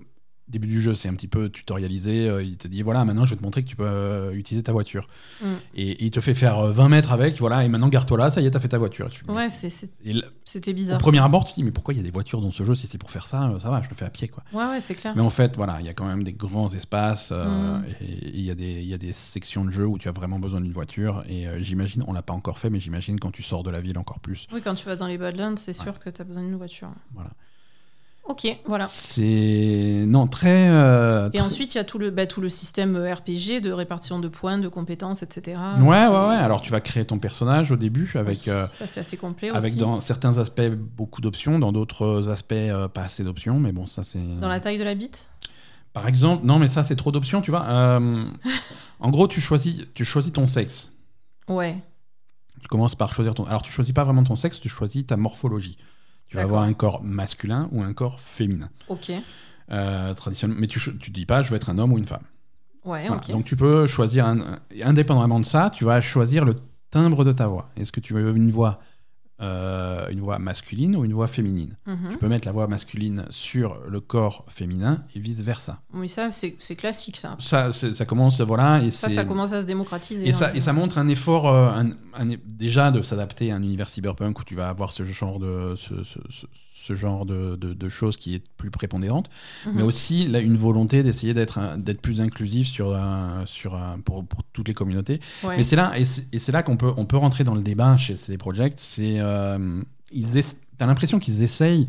A: début du jeu, c'est un petit peu tutorialisé. euh, Il te dit voilà, maintenant je vais te montrer que tu peux euh, utiliser ta voiture.
B: Mm.
A: Et, et il te fait faire euh, 20 mètres avec, voilà, et maintenant garde-toi là, ça y est, t'as fait ta voiture. Tu-
B: Ouais, c'est- c'est-
A: Et l-
B: c'était
A: au
B: bizarre
A: premier abord, tu te dis mais pourquoi il y a des voitures dans ce jeu Si c'est pour faire ça, euh, ça va, je le fais à pied. quoi.
B: ouais ouais c'est clair
A: Mais en fait, voilà, il y a quand même des grands espaces euh,
B: Ah. Mm.
A: et et il y, a des- il y a des sections de jeu où tu as vraiment besoin d'une voiture. Et euh, j'imagine, on l'a pas encore fait, mais j'imagine quand tu sors de la ville encore plus.
B: oui quand tu vas dans les Badlands c'est sûr que t'as besoin d'une voiture
A: Voilà.
B: ok voilà
A: C'est. Non, très. euh,
B: et
A: très-
B: ensuite il y a tout le bah, tout le système euh, RPG de répartition de points de compétences etc
A: Ouais, ouais, ouais. Alors, tu vas créer ton personnage au début avec. euh,
B: euh, ça c'est assez complet
A: avec
B: aussi
A: dans certains aspects beaucoup d'options, dans d'autres aspects euh, pas assez d'options, mais bon, ça c'est.
B: dans la taille de la bite
A: Par exemple, non, mais ça c'est trop d'options, tu vois. Euh, en gros, tu choisis, tu choisis ton sexe.
B: ouais
A: Tu commences par choisir ton. Alors, tu choisis pas vraiment ton sexe, tu choisis ta morphologie. Tu vas
B: D'accord.
A: avoir un corps masculin ou un corps féminin.
B: ok
A: Euh, traditionnel- Mais tu, cho- tu dis pas, je veux être un homme ou une femme.
B: ouais
A: Voilà.
B: Eh, ok
A: Donc tu peux choisir, un- indépendamment de ça, tu vas choisir le timbre de ta voix. Est-ce que tu veux une voix, euh, une voix masculine ou une voix féminine
B: Mhm.
A: Tu peux mettre la voix masculine sur le corps féminin et vice-versa.
B: oui ça c'est c'est classique ça
A: Ça, c'est- ça commence, voilà, et
B: Ça,
A: c'est-
B: ça commence à se démocratiser.
A: Et
B: hein.
A: ça, et ça montre un effort euh, un- un- déjà de s'adapter à un univers cyberpunk où tu vas avoir ce genre de, ce, ce- ce- ce genre de, de- de choses qui est plus prépondérante,
B: Mhm.
A: mais aussi là, une volonté d'essayer d'être un- d'être plus inclusif sur, un- sur, un- pour, pour toutes les communautés.
B: Ouais.
A: Mais c'est là, et c'est et c'est là qu'on peut, on peut rentrer dans le débat chez ces projets. C'est, euh, ils es- t'as l'impression qu'ils essayent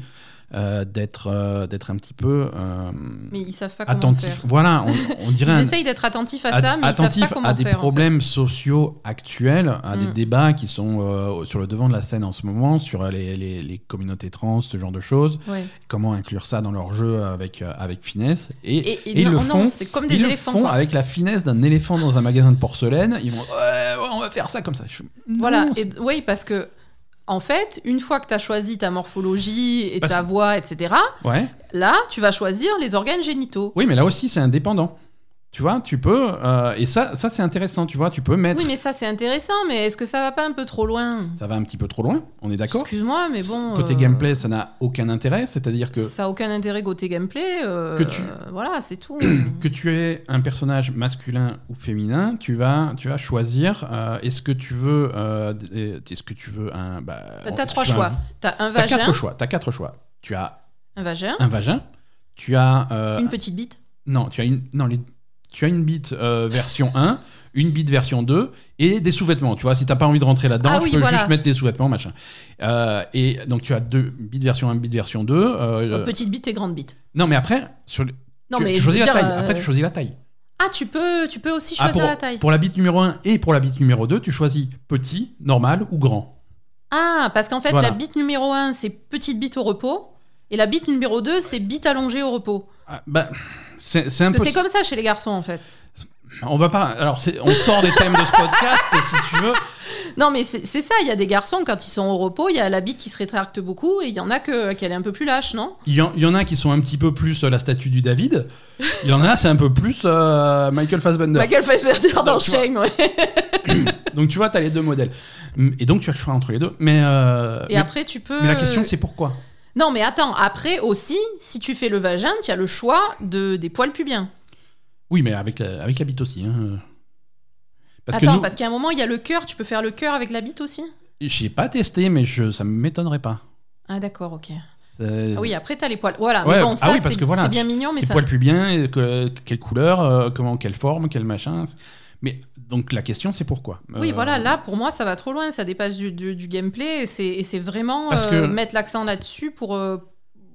A: euh, d'être, euh, d'être un petit peu euh,
B: Mais ils savent pas comment
A: attentifs.
B: faire.
A: Voilà, on, on
B: Ils
A: dirait un-
B: essayent d'être attentifs à
A: at-
B: ça, mais ils savent
A: attentifs
B: pas comment
A: à des
B: faire. en fait.
A: problèmes sociaux actuels, à des
B: Mm.
A: débats qui sont euh, sur le devant de la scène en ce moment, sur les, les- les communautés trans, ce genre de choses.
B: Ouais.
A: Comment inclure ça dans leur jeu avec, euh, avec finesse Et,
B: Et, et
A: et ils
B: non, oh
A: le
B: non,
A: font.
B: c'est comme des
A: Ils le
B: éléphants.
A: font
B: quoi.
A: avec la finesse d'un éléphant dans un magasin de porcelaine. Ils vont, ouais, ouais, on va faire ça comme ça. Je fais, Non,
B: Voilà.
A: c'est-
B: Et, oui, parce que, en fait, une fois que tu as choisi ta morphologie et
A: Parce
B: ta
A: que-
B: voix, etc.,
A: Ouais.
B: là, tu vas choisir les organes génitaux.
A: Oui, mais là aussi, c'est indépendant. Tu vois, tu peux. euh, et ça, ça c'est intéressant, tu vois, tu peux mettre.
B: Oui, mais ça, c'est intéressant, mais est-ce que ça va pas un peu trop loin
A: Ça va un petit peu trop loin, on est d'accord
B: Excuse-moi, mais bon.
A: Côté
B: euh,
A: gameplay, ça n'a aucun intérêt, c'est-à-dire que.
B: Ça a aucun intérêt côté gameplay. euh,
A: Que tu-
B: Voilà, c'est tout.
A: Que tu aies un personnage masculin ou féminin, tu vas, tu vas choisir. euh, est-ce que tu veux, euh, d- est-ce que tu veux un. Bah, est-ce
B: T'as
A: que
B: trois
A: tu veux
B: choix.
A: un-
B: T'as un
A: T'as quatre
B: vagin,
A: choix. T'as quatre choix. Tu as
B: un vagin,
A: un vagin. Tu as euh,
B: une petite bite.
A: non, tu as une non les- tu as une bite euh, version 1, une bite version 2 et des sous-vêtements. Tu vois, si t'as pas envie de rentrer là-dedans,
B: Ah
A: tu
B: oui,
A: peux
B: voilà.
A: juste mettre des sous-vêtements machin. Euh, et donc tu as deux bite version 1, bite version 2. euh,
B: Petite bite et grande bite.
A: Non, mais après sur le-
B: Non,
A: tu,
B: mais
A: tu
B: je
A: choisis
B: veux
A: la
B: dire,
A: taille.
B: euh,
A: Après tu choisis la taille.
B: Ah, tu peux, tu peux aussi
A: Ah,
B: choisir
A: pour,
B: la taille.
A: pour la bite numéro 1 et pour la bite numéro 2, tu choisis petit, normal ou grand.
B: Ah, parce qu'en fait,
A: Voilà.
B: la bite numéro 1, c'est petite bite au repos. Et la bite numéro 2, c'est bite allongée au repos.
A: Ah, bah, c'est c'est
B: Parce que c'est
A: impossible.
B: comme ça chez les garçons, en fait.
A: On va pas. Alors, c'est- on sort des thèmes de ce podcast, si tu veux.
B: Non, mais c'est c'est ça, il y a des garçons, quand ils sont au repos, il y a la bite qui se rétracte beaucoup et il y en a que- qu'elle est un peu plus lâche, non
A: Il y, en, il y en a qui sont un petit peu plus euh, la statue du David. Il y en a, c'est un peu plus euh, Michael Fassbender.
B: Michael Fassbender dans
A: tu vois.
B: Shame, ouais.
A: Donc, tu vois, tu as les deux modèles. Et donc, tu as le choix entre les deux. Mais, euh,
B: Et
A: mais-
B: après, tu peux.
A: mais la question, c'est pourquoi
B: Non, mais attends, après aussi, si tu fais le vagin, tu as le choix de, des poils pubiens.
A: Oui, mais avec la, avec la bite aussi. hein. Parce
B: attends,
A: que nous,
B: parce qu'à un moment, il y a le cœur, tu peux faire le cœur avec la bite aussi
A: j'ai pas testé, mais je, ça m'étonnerait pas.
B: Ah, d'accord, ok.
A: C'est-
B: Ah oui, après, t'as les poils. Voilà,
A: Ouais,
B: mais bon,
A: ah
B: ça,
A: oui, parce
B: c'est
A: que voilà,
B: c'est bien mignon, mais
A: Quel
B: ça.
A: poil pubien, et que, quelle couleur, euh, comment, quelle forme, quel machin. Mais donc la question, c'est pourquoi
B: Oui,
A: Euh,
B: voilà, là, pour moi, ça va trop loin, ça dépasse du, du- du gameplay, et c'est- et c'est vraiment
A: Parce que-
B: euh, mettre l'accent là-dessus pour. euh,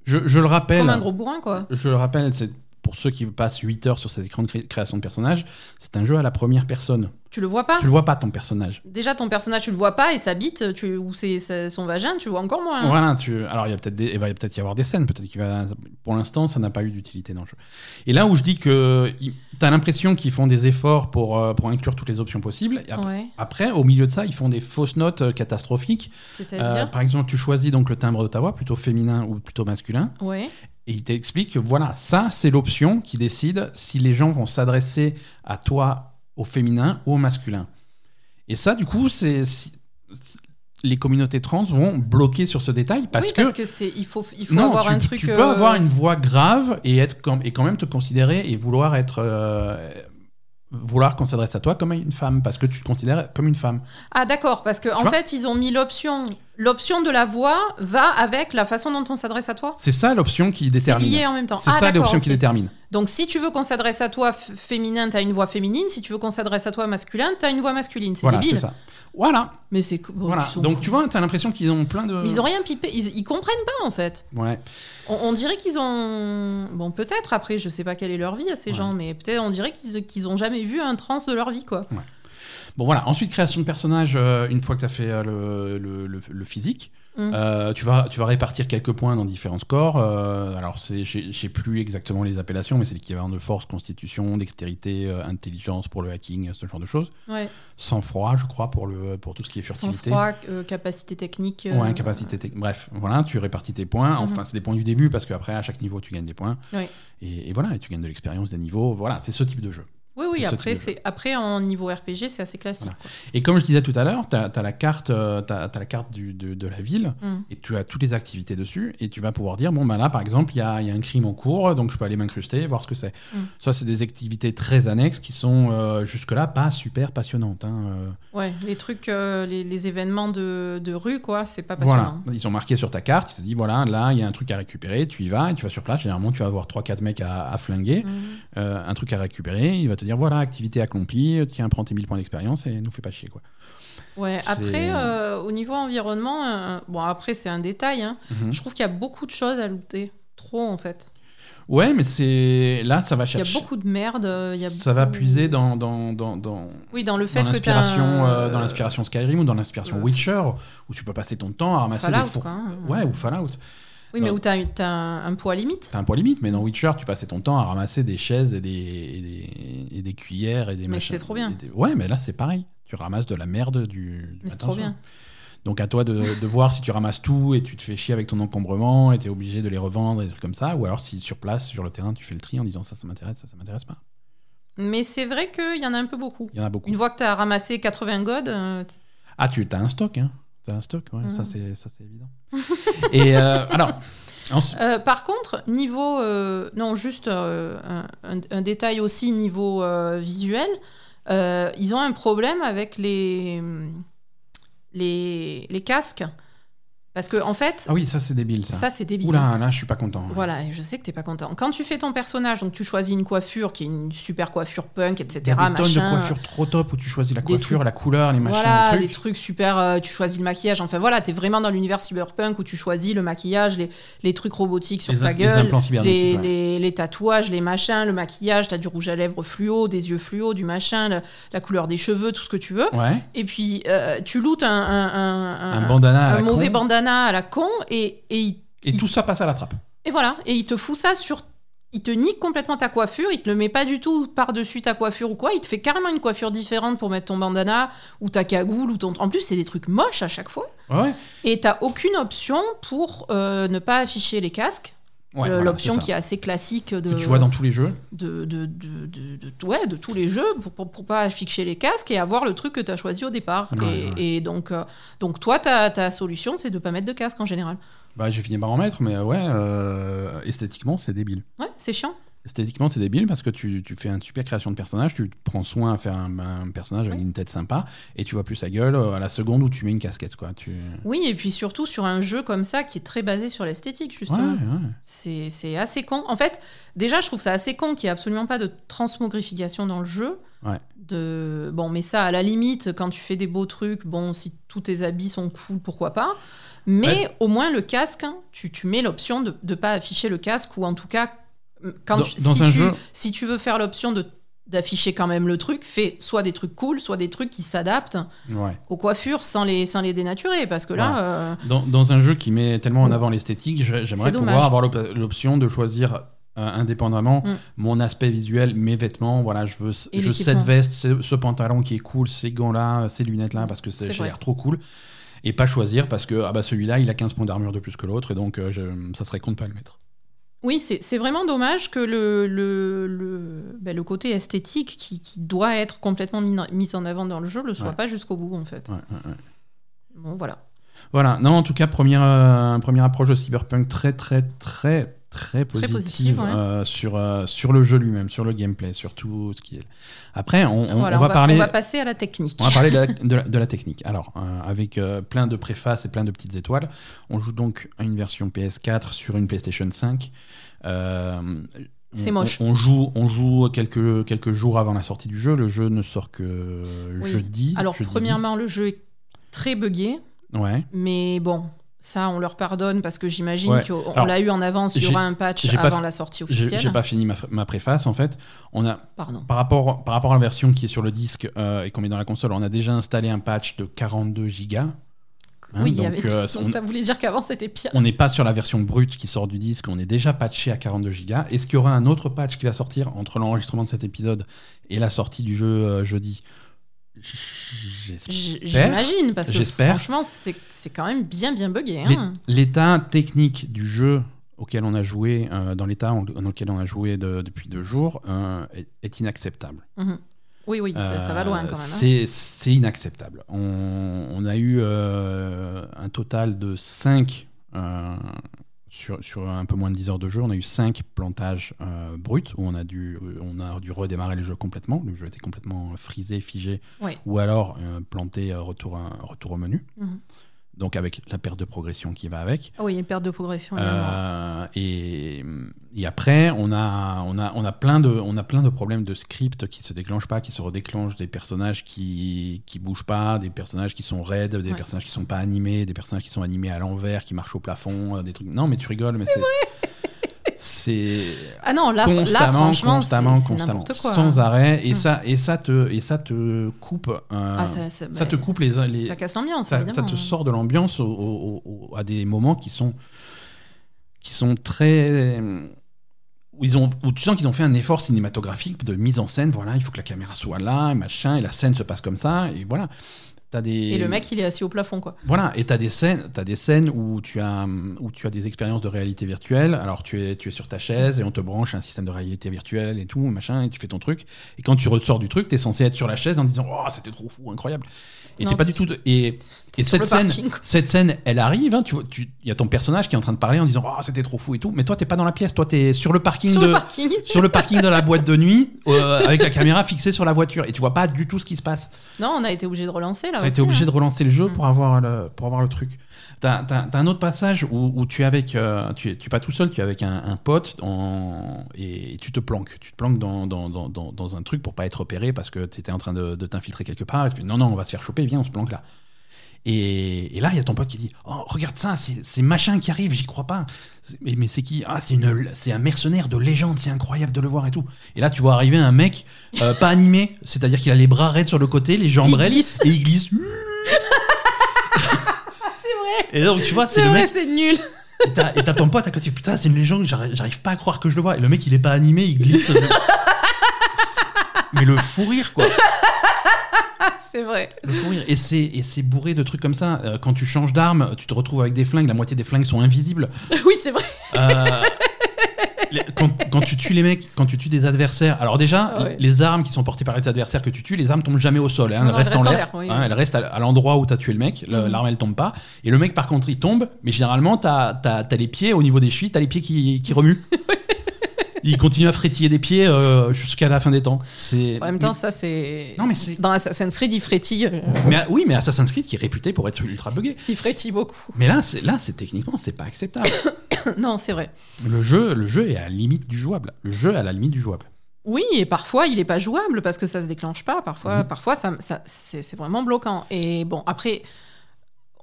A: Je, je le rappelle.
B: comme un gros bourrin, quoi.
A: Je le rappelle, c'est pour ceux qui passent 8 heures sur ces écrans de cré- création de personnages, c'est un jeu à la première personne.
B: Tu le vois pas
A: Tu le vois pas ton personnage.
B: Déjà, ton personnage, tu le vois pas, et sa bite, tu, ou c'est- c'est- son vagin, tu le vois encore moins.
A: Voilà, tu... alors il y a peut-être des... il va peut-être y avoir des scènes, peut-être qu'il va. Pour l'instant, ça n'a pas eu d'utilité dans le jeu. Et là où je dis que il- t'as l'impression qu'ils font des efforts pour, euh, pour inclure toutes les options possibles. et ap-
B: Ouais,
A: Après, au milieu de ça, ils font des fausses notes euh, catastrophiques. Euh,
B: c'est-à-dire
A: par exemple, tu choisis donc le timbre de ta voix, plutôt féminin ou plutôt masculin,
B: Ouais.
A: et il t'explique que voilà, ça c'est l'option qui décide si les gens vont s'adresser à toi au féminin ou au masculin. Et ça, du coup, c'est si- si- les communautés trans vont bloquer sur ce détail parce
B: oui,
A: que
B: parce que c'est il faut il faut
A: non,
B: avoir
A: tu,
B: un
A: tu-
B: truc
A: tu
B: euh,
A: peux avoir une voix grave et être quand, et quand même te considérer et vouloir être euh, vouloir qu'on s'adresse à toi comme à une femme parce que tu te considères comme une femme.
B: Ah d'accord parce que en
A: vois
B: fait ils ont mis l'option l'option de la voix va avec la façon dont on s'adresse à toi.
A: C'est ça l'option qui
B: C'est
A: détermine.
B: lié en même temps.
A: C'est
B: Ah,
A: ça
B: d'accord,
A: l'option qui
B: ok.
A: détermine.
B: Donc si tu veux qu'on s'adresse à toi f- féminin, t'as une voix féminine. Si tu veux qu'on s'adresse à toi masculin, t'as une voix masculine. C'est
A: Voilà, c'est
B: débile.
A: ça. Voilà.
B: Mais c'est co- bon,
A: Voilà.
B: ils sont
A: Donc
B: cons.
A: tu vois, euh, t'as l'impression qu'ils ont plein de.
B: Mais ils ont rien pipé. Ils, ils comprennent pas en fait.
A: Ouais.
B: On, on dirait qu'ils ont bon peut-être après je sais pas quelle est leur vie à ces
A: Ouais.
B: gens, mais peut-être on dirait qu'ils qu'ils ont jamais vu un trans de leur vie quoi.
A: Bon voilà. Ensuite, création de personnage. euh, une fois que t'as fait euh, le, le- le- le physique,
B: Mm.
A: euh, tu vas tu vas répartir quelques points dans différents scores. Euh, alors c'est j'ai j'ai plus exactement les appellations, mais c'est l'équivalent de force, constitution, dextérité, euh, intelligence pour le hacking, ce genre de choses.
B: Ouais.
A: Sang froid, je crois pour le pour tout ce qui est
B: Sans
A: furtivité.
B: froid, euh, capacité technique. euh,
A: Ou incapacité technique. Bref, voilà, tu répartis tes points.
B: Mhm.
A: Enfin, c'est des points du début parce qu'après, à chaque niveau, tu gagnes des points.
B: Ouais.
A: Et, et voilà, et tu gagnes de l'expérience des niveaux. Voilà, c'est ce type de jeu.
B: Oui,
A: C'est
B: oui,
A: ce
B: après,
A: type de
B: c'est après en niveau RPG, c'est assez classique.
A: Voilà. Et comme je disais tout à l'heure, tu as, la carte, euh, t'as- t'as la carte du- de, de la ville
B: quoi. Mm.
A: et tu as toutes les activités dessus et tu vas pouvoir dire bon, bah là, par exemple, il y a, il y a un crime en cours, donc je peux aller m'incruster, voir ce que c'est.
B: Mm.
A: Ça, c'est des activités très annexes qui sont euh, jusque-là pas super passionnantes. hein, euh.
B: Ouais, les trucs, euh, les, les événements de, de rue, quoi, c'est pas
A: Voilà,
B: passionnant.
A: ils sont marqués sur ta carte, ils se disent voilà, là, il y a un truc à récupérer, tu y vas, et tu vas sur place, généralement, tu vas avoir 3-4 mecs à, à flinguer,
B: Mm.
A: euh, un truc à récupérer, il va te dire voilà, activité accomplie, tiens, prends tes 1000 points d'expérience et nous fais pas chier, quoi.
B: Ouais,
A: C'est-
B: après, euh, au niveau environnement, euh, bon, après, c'est un détail. hein.
A: Mhm.
B: Je trouve qu'il y a beaucoup de choses à looter. Trop, en fait.
A: Ouais, mais c'est là, ça va
B: Il y a
A: chercher.
B: beaucoup de merde. euh, il y a
A: Ça va
B: beaucoup-
A: puiser dans, dans, dans, dans,
B: Oui, dans le fait
A: dans
B: que t'as
A: l'inspiration
B: un-
A: euh, dans l'inspiration Skyrim ou dans l'inspiration
B: euh,
A: Witcher, où tu peux passer ton temps à ramasser
B: Fallout,
A: Ah, des four-
B: quoi, hein.
A: Ouais, ou Fallout.
B: Oui, mais
A: Non.
B: où t'as as un, un poids limite.
A: C'est un point limite, mais dans Witcher, tu passais ton temps à ramasser des chaises et des, et des, et des cuillères et des
B: Mais
A: machins.
B: c'était trop bien.
A: et des- Ouais, mais là, c'est pareil. Tu ramasses de la merde du. du
B: Mais c'est
A: matin
B: trop
A: au soir.
B: bien.
A: Donc à toi de, de voir si tu ramasses tout et tu te fais chier avec ton encombrement et t'es obligé de les revendre et des trucs comme ça, ou alors si sur place, sur le terrain, tu fais le tri en disant ça, ça m'intéresse, ça, ça m'intéresse pas.
B: Mais c'est vrai qu'il y en a un peu beaucoup.
A: Il y en a beaucoup.
B: Une fois que t'as ramassé 80 godes, euh, t-
A: Ah, tu as un stock, hein T'as un stock, ouais,
B: Mhm.
A: ça c'est ça c'est évident. et euh, alors, ensuite-
B: Euh, par contre, niveau. euh, non, juste euh, un, un- un détail aussi niveau euh, visuel. euh, ils ont un problème avec les, les, les casques. Parce que en fait,
A: Ah oui, ça c'est débile ça.
B: ça c'est débile.
A: Oula, là je suis pas content.
B: Voilà, et je sais que t'es pas content. Quand tu fais ton personnage, donc tu choisis une coiffure qui est une super coiffure punk, etc.
A: Il y a des tonnes de
B: Ah, machin.
A: coiffures trop top où tu choisis la
B: Des
A: coiffure,
B: trucs-
A: la couleur, les machins,
B: Voilà,
A: les
B: des
A: trucs.
B: trucs super. euh, tu choisis le maquillage. Enfin voilà, t'es vraiment dans l'univers cyberpunk où tu choisis le maquillage, les, les trucs robotiques sur
A: Les-
B: ta
A: les
B: gueule,
A: implants cybernétiques,
B: les,
A: ouais.
B: les- les tatouages, les machins, le maquillage. T'as du rouge à lèvres fluo, des yeux fluo, du machin, le- la couleur des cheveux, tout ce que tu veux.
A: Ouais.
B: Et puis euh, tu lootes un, un- un-
A: Un
B: un-
A: bandana. à
B: un
A: la
B: mauvais
A: con.
B: bandana à la con et, et il
A: Et tout ça passe à la trappe.
B: et voilà, et il te fout ça sur. Il te nique complètement ta coiffure, il te le met pas du tout par-dessus ta coiffure ou quoi, il te fait carrément une coiffure différente pour mettre ton bandana ou ta cagoule ou ton. En plus, c'est des trucs moches à chaque fois.
A: Ouais, ouais.
B: Et t'as aucune option pour euh, ne pas afficher les casques.
A: Ouais,
B: Le-
A: voilà,
B: L'option
A: c'est ça.
B: qui est assez classique de.
A: que tu vois dans tous les jeux.
B: de, de, de, de- de- ouais, de tous les jeux pour, pour, pour pas afficher les casques et avoir le truc que tu as choisi au départ.
A: Ouais,
B: et,
A: ouais.
B: et donc, euh, donc toi, ta, ta solution, c'est de pas mettre de casque en général.
A: Bah j'ai fini par en mettre, mais euh, ouais, euh, esthétiquement c'est débile.
B: Ouais, c'est chiant.
A: Esthétiquement, c'est débile parce que tu, tu fais une super création de personnage, tu prends soin à faire un, un personnage avec une tête sympa et tu vois plus sa gueule euh, à la seconde où tu mets une casquette. Quoi. Tu...
B: Oui, et puis surtout sur un jeu comme ça qui est très basé sur l'esthétique,
A: Ouais,
B: justement.
A: ouais.
B: C'est c'est assez con. En fait, déjà, je trouve ça assez con qu'il n'y ait absolument pas de transmogrification dans le jeu.
A: Ouais.
B: De... Bon, mais ça, à la limite, quand tu fais des beaux trucs, bon, si tous tes habits sont cool, pourquoi pas. Mais au moins, le casque, hein, tu, tu mets l'option de ne pas afficher le casque, ou en tout cas, quand
A: Dans-
B: tu-
A: dans
B: si,
A: un
B: tu,
A: jeu-
B: si tu veux faire l'option de d'afficher quand même le truc, fais soit des trucs cool, soit des trucs qui s'adaptent
A: Ouais.
B: aux coiffures sans les, sans les dénaturer, parce que là...
A: Ouais.
B: euh,
A: Dans, dans un jeu qui met tellement en avant l'esthétique, je- j'aimerais
B: Mm. C'est dommage.
A: pouvoir avoir l'op- l'option de choisir euh, indépendamment
B: Mm.
A: mon aspect visuel, mes vêtements. Voilà, je veux, c-
B: Et
A: je veux cette
B: l'équipement.
A: veste, ce, ce pantalon qui est cool, ces gants-là, ces lunettes-là parce que c'est-
B: C'est
A: j'ai
B: vrai.
A: l'air trop cool. Et pas choisir parce que ah bah celui-là, il a 15 points d'armure de plus que l'autre et donc euh, je- ça serait con de pas le mettre.
B: Oui, c'est c'est vraiment dommage que le, le, le, ben, le côté esthétique qui, qui doit être complètement mis, en- mis en avant dans le jeu ne le soit
A: Ouais.
B: pas jusqu'au bout, en fait.
A: Ouais, ouais, ouais.
B: Bon, voilà.
A: Voilà, non, en tout cas, première, euh, première approche de Cyberpunk très, très, très, très positive,
B: positive, ouais.
A: euh, sur, euh, sur le jeu lui-même, sur le gameplay, sur tout ce qui est. Après, on, on-
B: Voilà,
A: on va, parler.
B: on va passer à la technique.
A: on va parler de la, de la- de la technique. Alors, euh, avec euh, plein de préfaces et plein de petites étoiles, on joue donc à une version PS4 sur une PlayStation 5. Euh,
B: C'est
A: on-
B: moche.
A: On, on joue, on joue quelques, quelques jours avant la sortie du jeu. Le jeu ne sort que
B: Oui.
A: jeudi.
B: Alors,
A: jeudi
B: premièrement, le jeu est très buggé,
A: 10. Ouais.
B: mais bon, ça, on leur pardonne parce que j'imagine
A: Ouais.
B: qu'on on
A: Alors,
B: l'a eu en avance, il y
A: j'ai-
B: aura un patch
A: j'ai pas
B: avant
A: f-
B: la sortie
A: J'ai
B: officielle.
A: j'ai pas fini ma, fr- ma préface en fait. On a,
B: Pardon.
A: Par rapport, par rapport à la version qui est sur le disque euh, et qu'on met dans la console, on a déjà installé un patch de 42 gigas. Hein,
B: oui, il y
A: donc,
B: avait-
A: euh,
B: donc
A: on-
B: ça voulait dire qu'avant, c'était pire.
A: On n'est pas sur la version brute qui sort du disque, on est déjà patché à 42 gigas. Est-ce qu'il y aura un autre patch qui va sortir entre l'enregistrement de cet épisode et la sortie du jeu euh, jeudi J'espère.
B: J- J'imagine, parce que
A: j'espère.
B: franchement, c'est c'est quand même bien, bien buggé.
A: L'é-
B: hein.
A: L'état technique du jeu auquel on a joué, euh, dans l'état en- dans lequel on a joué de- depuis deux jours, euh, est- est inacceptable.
B: Mhm. Oui, oui, ça, ça va loin quand même. hein.
A: Euh, C'est c'est inacceptable. On, on a eu euh, un total de 5, sur, sur un peu moins de 10 heures de jeu, on a eu 5 plantages euh, bruts où on a, dû, on a dû redémarrer le jeu complètement. Le jeu était complètement frisé, figé,
B: Ouais.
A: ou alors euh, planté euh, retour, à- retour au menu.
B: Mhm.
A: Donc avec la perte de progression qui va avec.
B: Ah Oui, il y a une perte de progression. également.
A: Euh, et, et après, on a, on, a, on, a plein de, on a plein de problèmes de script qui se déclenchent pas, qui se redéclenchent, des personnages qui, qui bougent pas, des personnages qui sont raides, des
B: Ouais.
A: personnages qui sont pas animés, des personnages qui sont animés à l'envers, qui marchent au plafond, euh, des trucs. Non, mais tu rigoles, mais c'est. C'est
B: Ah non, là, là,
A: constamment,
B: franchement, c'est
A: constamment,
B: c'est
A: constamment,
B: n'importe quoi.
A: sans arrêt, et
B: Mm.
A: ça, et ça te, et ça te coupe, euh,
B: Ah,
A: ça,
B: ça, ça-
A: te
B: bah,
A: coupe les, les,
B: ça casse l'ambiance,
A: ça, ça
B: évidemment. hein.
A: te sort de l'ambiance au- au- au- au- à des moments qui sont qui sont très où, ils ont, où tu sens qu'ils ont fait un effort cinématographique de mise en scène voilà il faut que la caméra soit là et machin et la scène se passe comme ça et voilà t'as des
B: Et le mec, il est assis au plafond, quoi.
A: voilà et t'as des scènes t'as des scènes où tu as hum, où tu as des expériences de réalité virtuelle alors tu es tu es sur ta chaise et on te branche un système de réalité virtuelle et tout machin et tu fais ton truc et quand tu ressors du truc t'es censé être sur la chaise en disant oh c'était trop fou incroyable Et
B: Non,
A: t'es pas
B: t'es
A: du tout.
B: sur-
A: Et,
B: T'es
A: et
B: sur
A: cette
B: le
A: scène,
B: parking, quoi.
A: cette scène, elle arrive. hein, tu vois, tu, il y a ton personnage qui est en train de parler en disant, oh, c'était trop fou et tout. Mais toi, t'es pas dans la pièce. Toi, t'es sur le parking
B: Sur
A: de.
B: le parking.
A: sur le parking de la boîte de nuit euh, avec la caméra fixée sur la voiture et tu vois pas du tout ce qui se passe.
B: Non, on a été obligé de relancer là
A: T'as été
B: aussi,
A: obligé
B: hein.
A: de relancer le jeu
B: Mm.
A: pour avoir le, pour avoir le truc. T'as t'as- t'as un autre passage où, où tu es avec euh, tu, es, tu es pas tout seul, tu es avec un, un pote en- et, tu te planques. Tu te planques dans, dans, dans, dans- dans un truc pour pas être repéré parce que t'étais en train de, de t'infiltrer quelque part. Et tu fais, non non on va se faire choper, viens on se planque là. Et, et là, il y a ton pote qui dit Oh, regarde ça, c'est c'est machin qui arrive, j'y crois pas. C'est- Mais, mais c'est qui Ah, c'est une- c'est un mercenaire de légende, c'est incroyable de le voir et tout. Et là, tu vois arriver un mec euh, pas animé, c'est-à-dire qu'il a les bras raides sur le côté, les jambes
B: Il
A: raides,
B: glisse.
A: et il glisse.
B: C'est vrai.
A: Et donc, tu vois, c'est
B: C'est
A: le
B: vrai,
A: mec.
B: c'est nul.
A: Et t'as- et t'as ton pote à côté, putain, c'est une légende, j'arrive j'arrive pas à croire que je le vois. Et le mec, il est pas animé, il glisse. mais le fou rire, quoi.
B: C'est vrai.
A: Le fou rire. Et c'est et c'est bourré de trucs comme ça. Euh, Quand tu changes d'arme, tu te retrouves avec des flingues, la moitié des flingues sont invisibles.
B: Oui, c'est vrai.
A: Euh, les- quand, quand tu tues les mecs, quand tu tues des adversaires, alors déjà,
B: Ah ouais.
A: les armes qui sont portées par les adversaires que tu tues, les armes tombent jamais au sol, hein,
B: Non,
A: elles restent en l'air,
B: oui,
A: hein,
B: oui.
A: elles restent à, à l'endroit où tu as tué le mec, le-
B: Mhm.
A: l'arme elle tombe pas, et le mec par contre il tombe, mais généralement tu as, les pieds au niveau des chevilles, tu as les pieds qui, qui remuent. il continue à frétiller des pieds euh, jusqu'à la fin des temps. C'est-
B: En même temps, ça, c'est.
A: Non, mais c'est-
B: Dans Assassin's Creed, il frétille. euh,
A: mais, mais- oui, mais Assassin's Creed qui est réputé pour être ultra buggé.
B: Il frétille beaucoup.
A: Mais là, c'est- là, c'est techniquement, c'est pas acceptable.
B: Non, c'est vrai.
A: le jeu, le jeu est à la limite du jouable. Le jeu est à la limite du jouable.
B: Oui, et parfois, il est pas jouable parce que ça se déclenche pas. Parfois,
A: Mhm.
B: parfois ça, ça- c'est c'est vraiment bloquant. Et bon, après.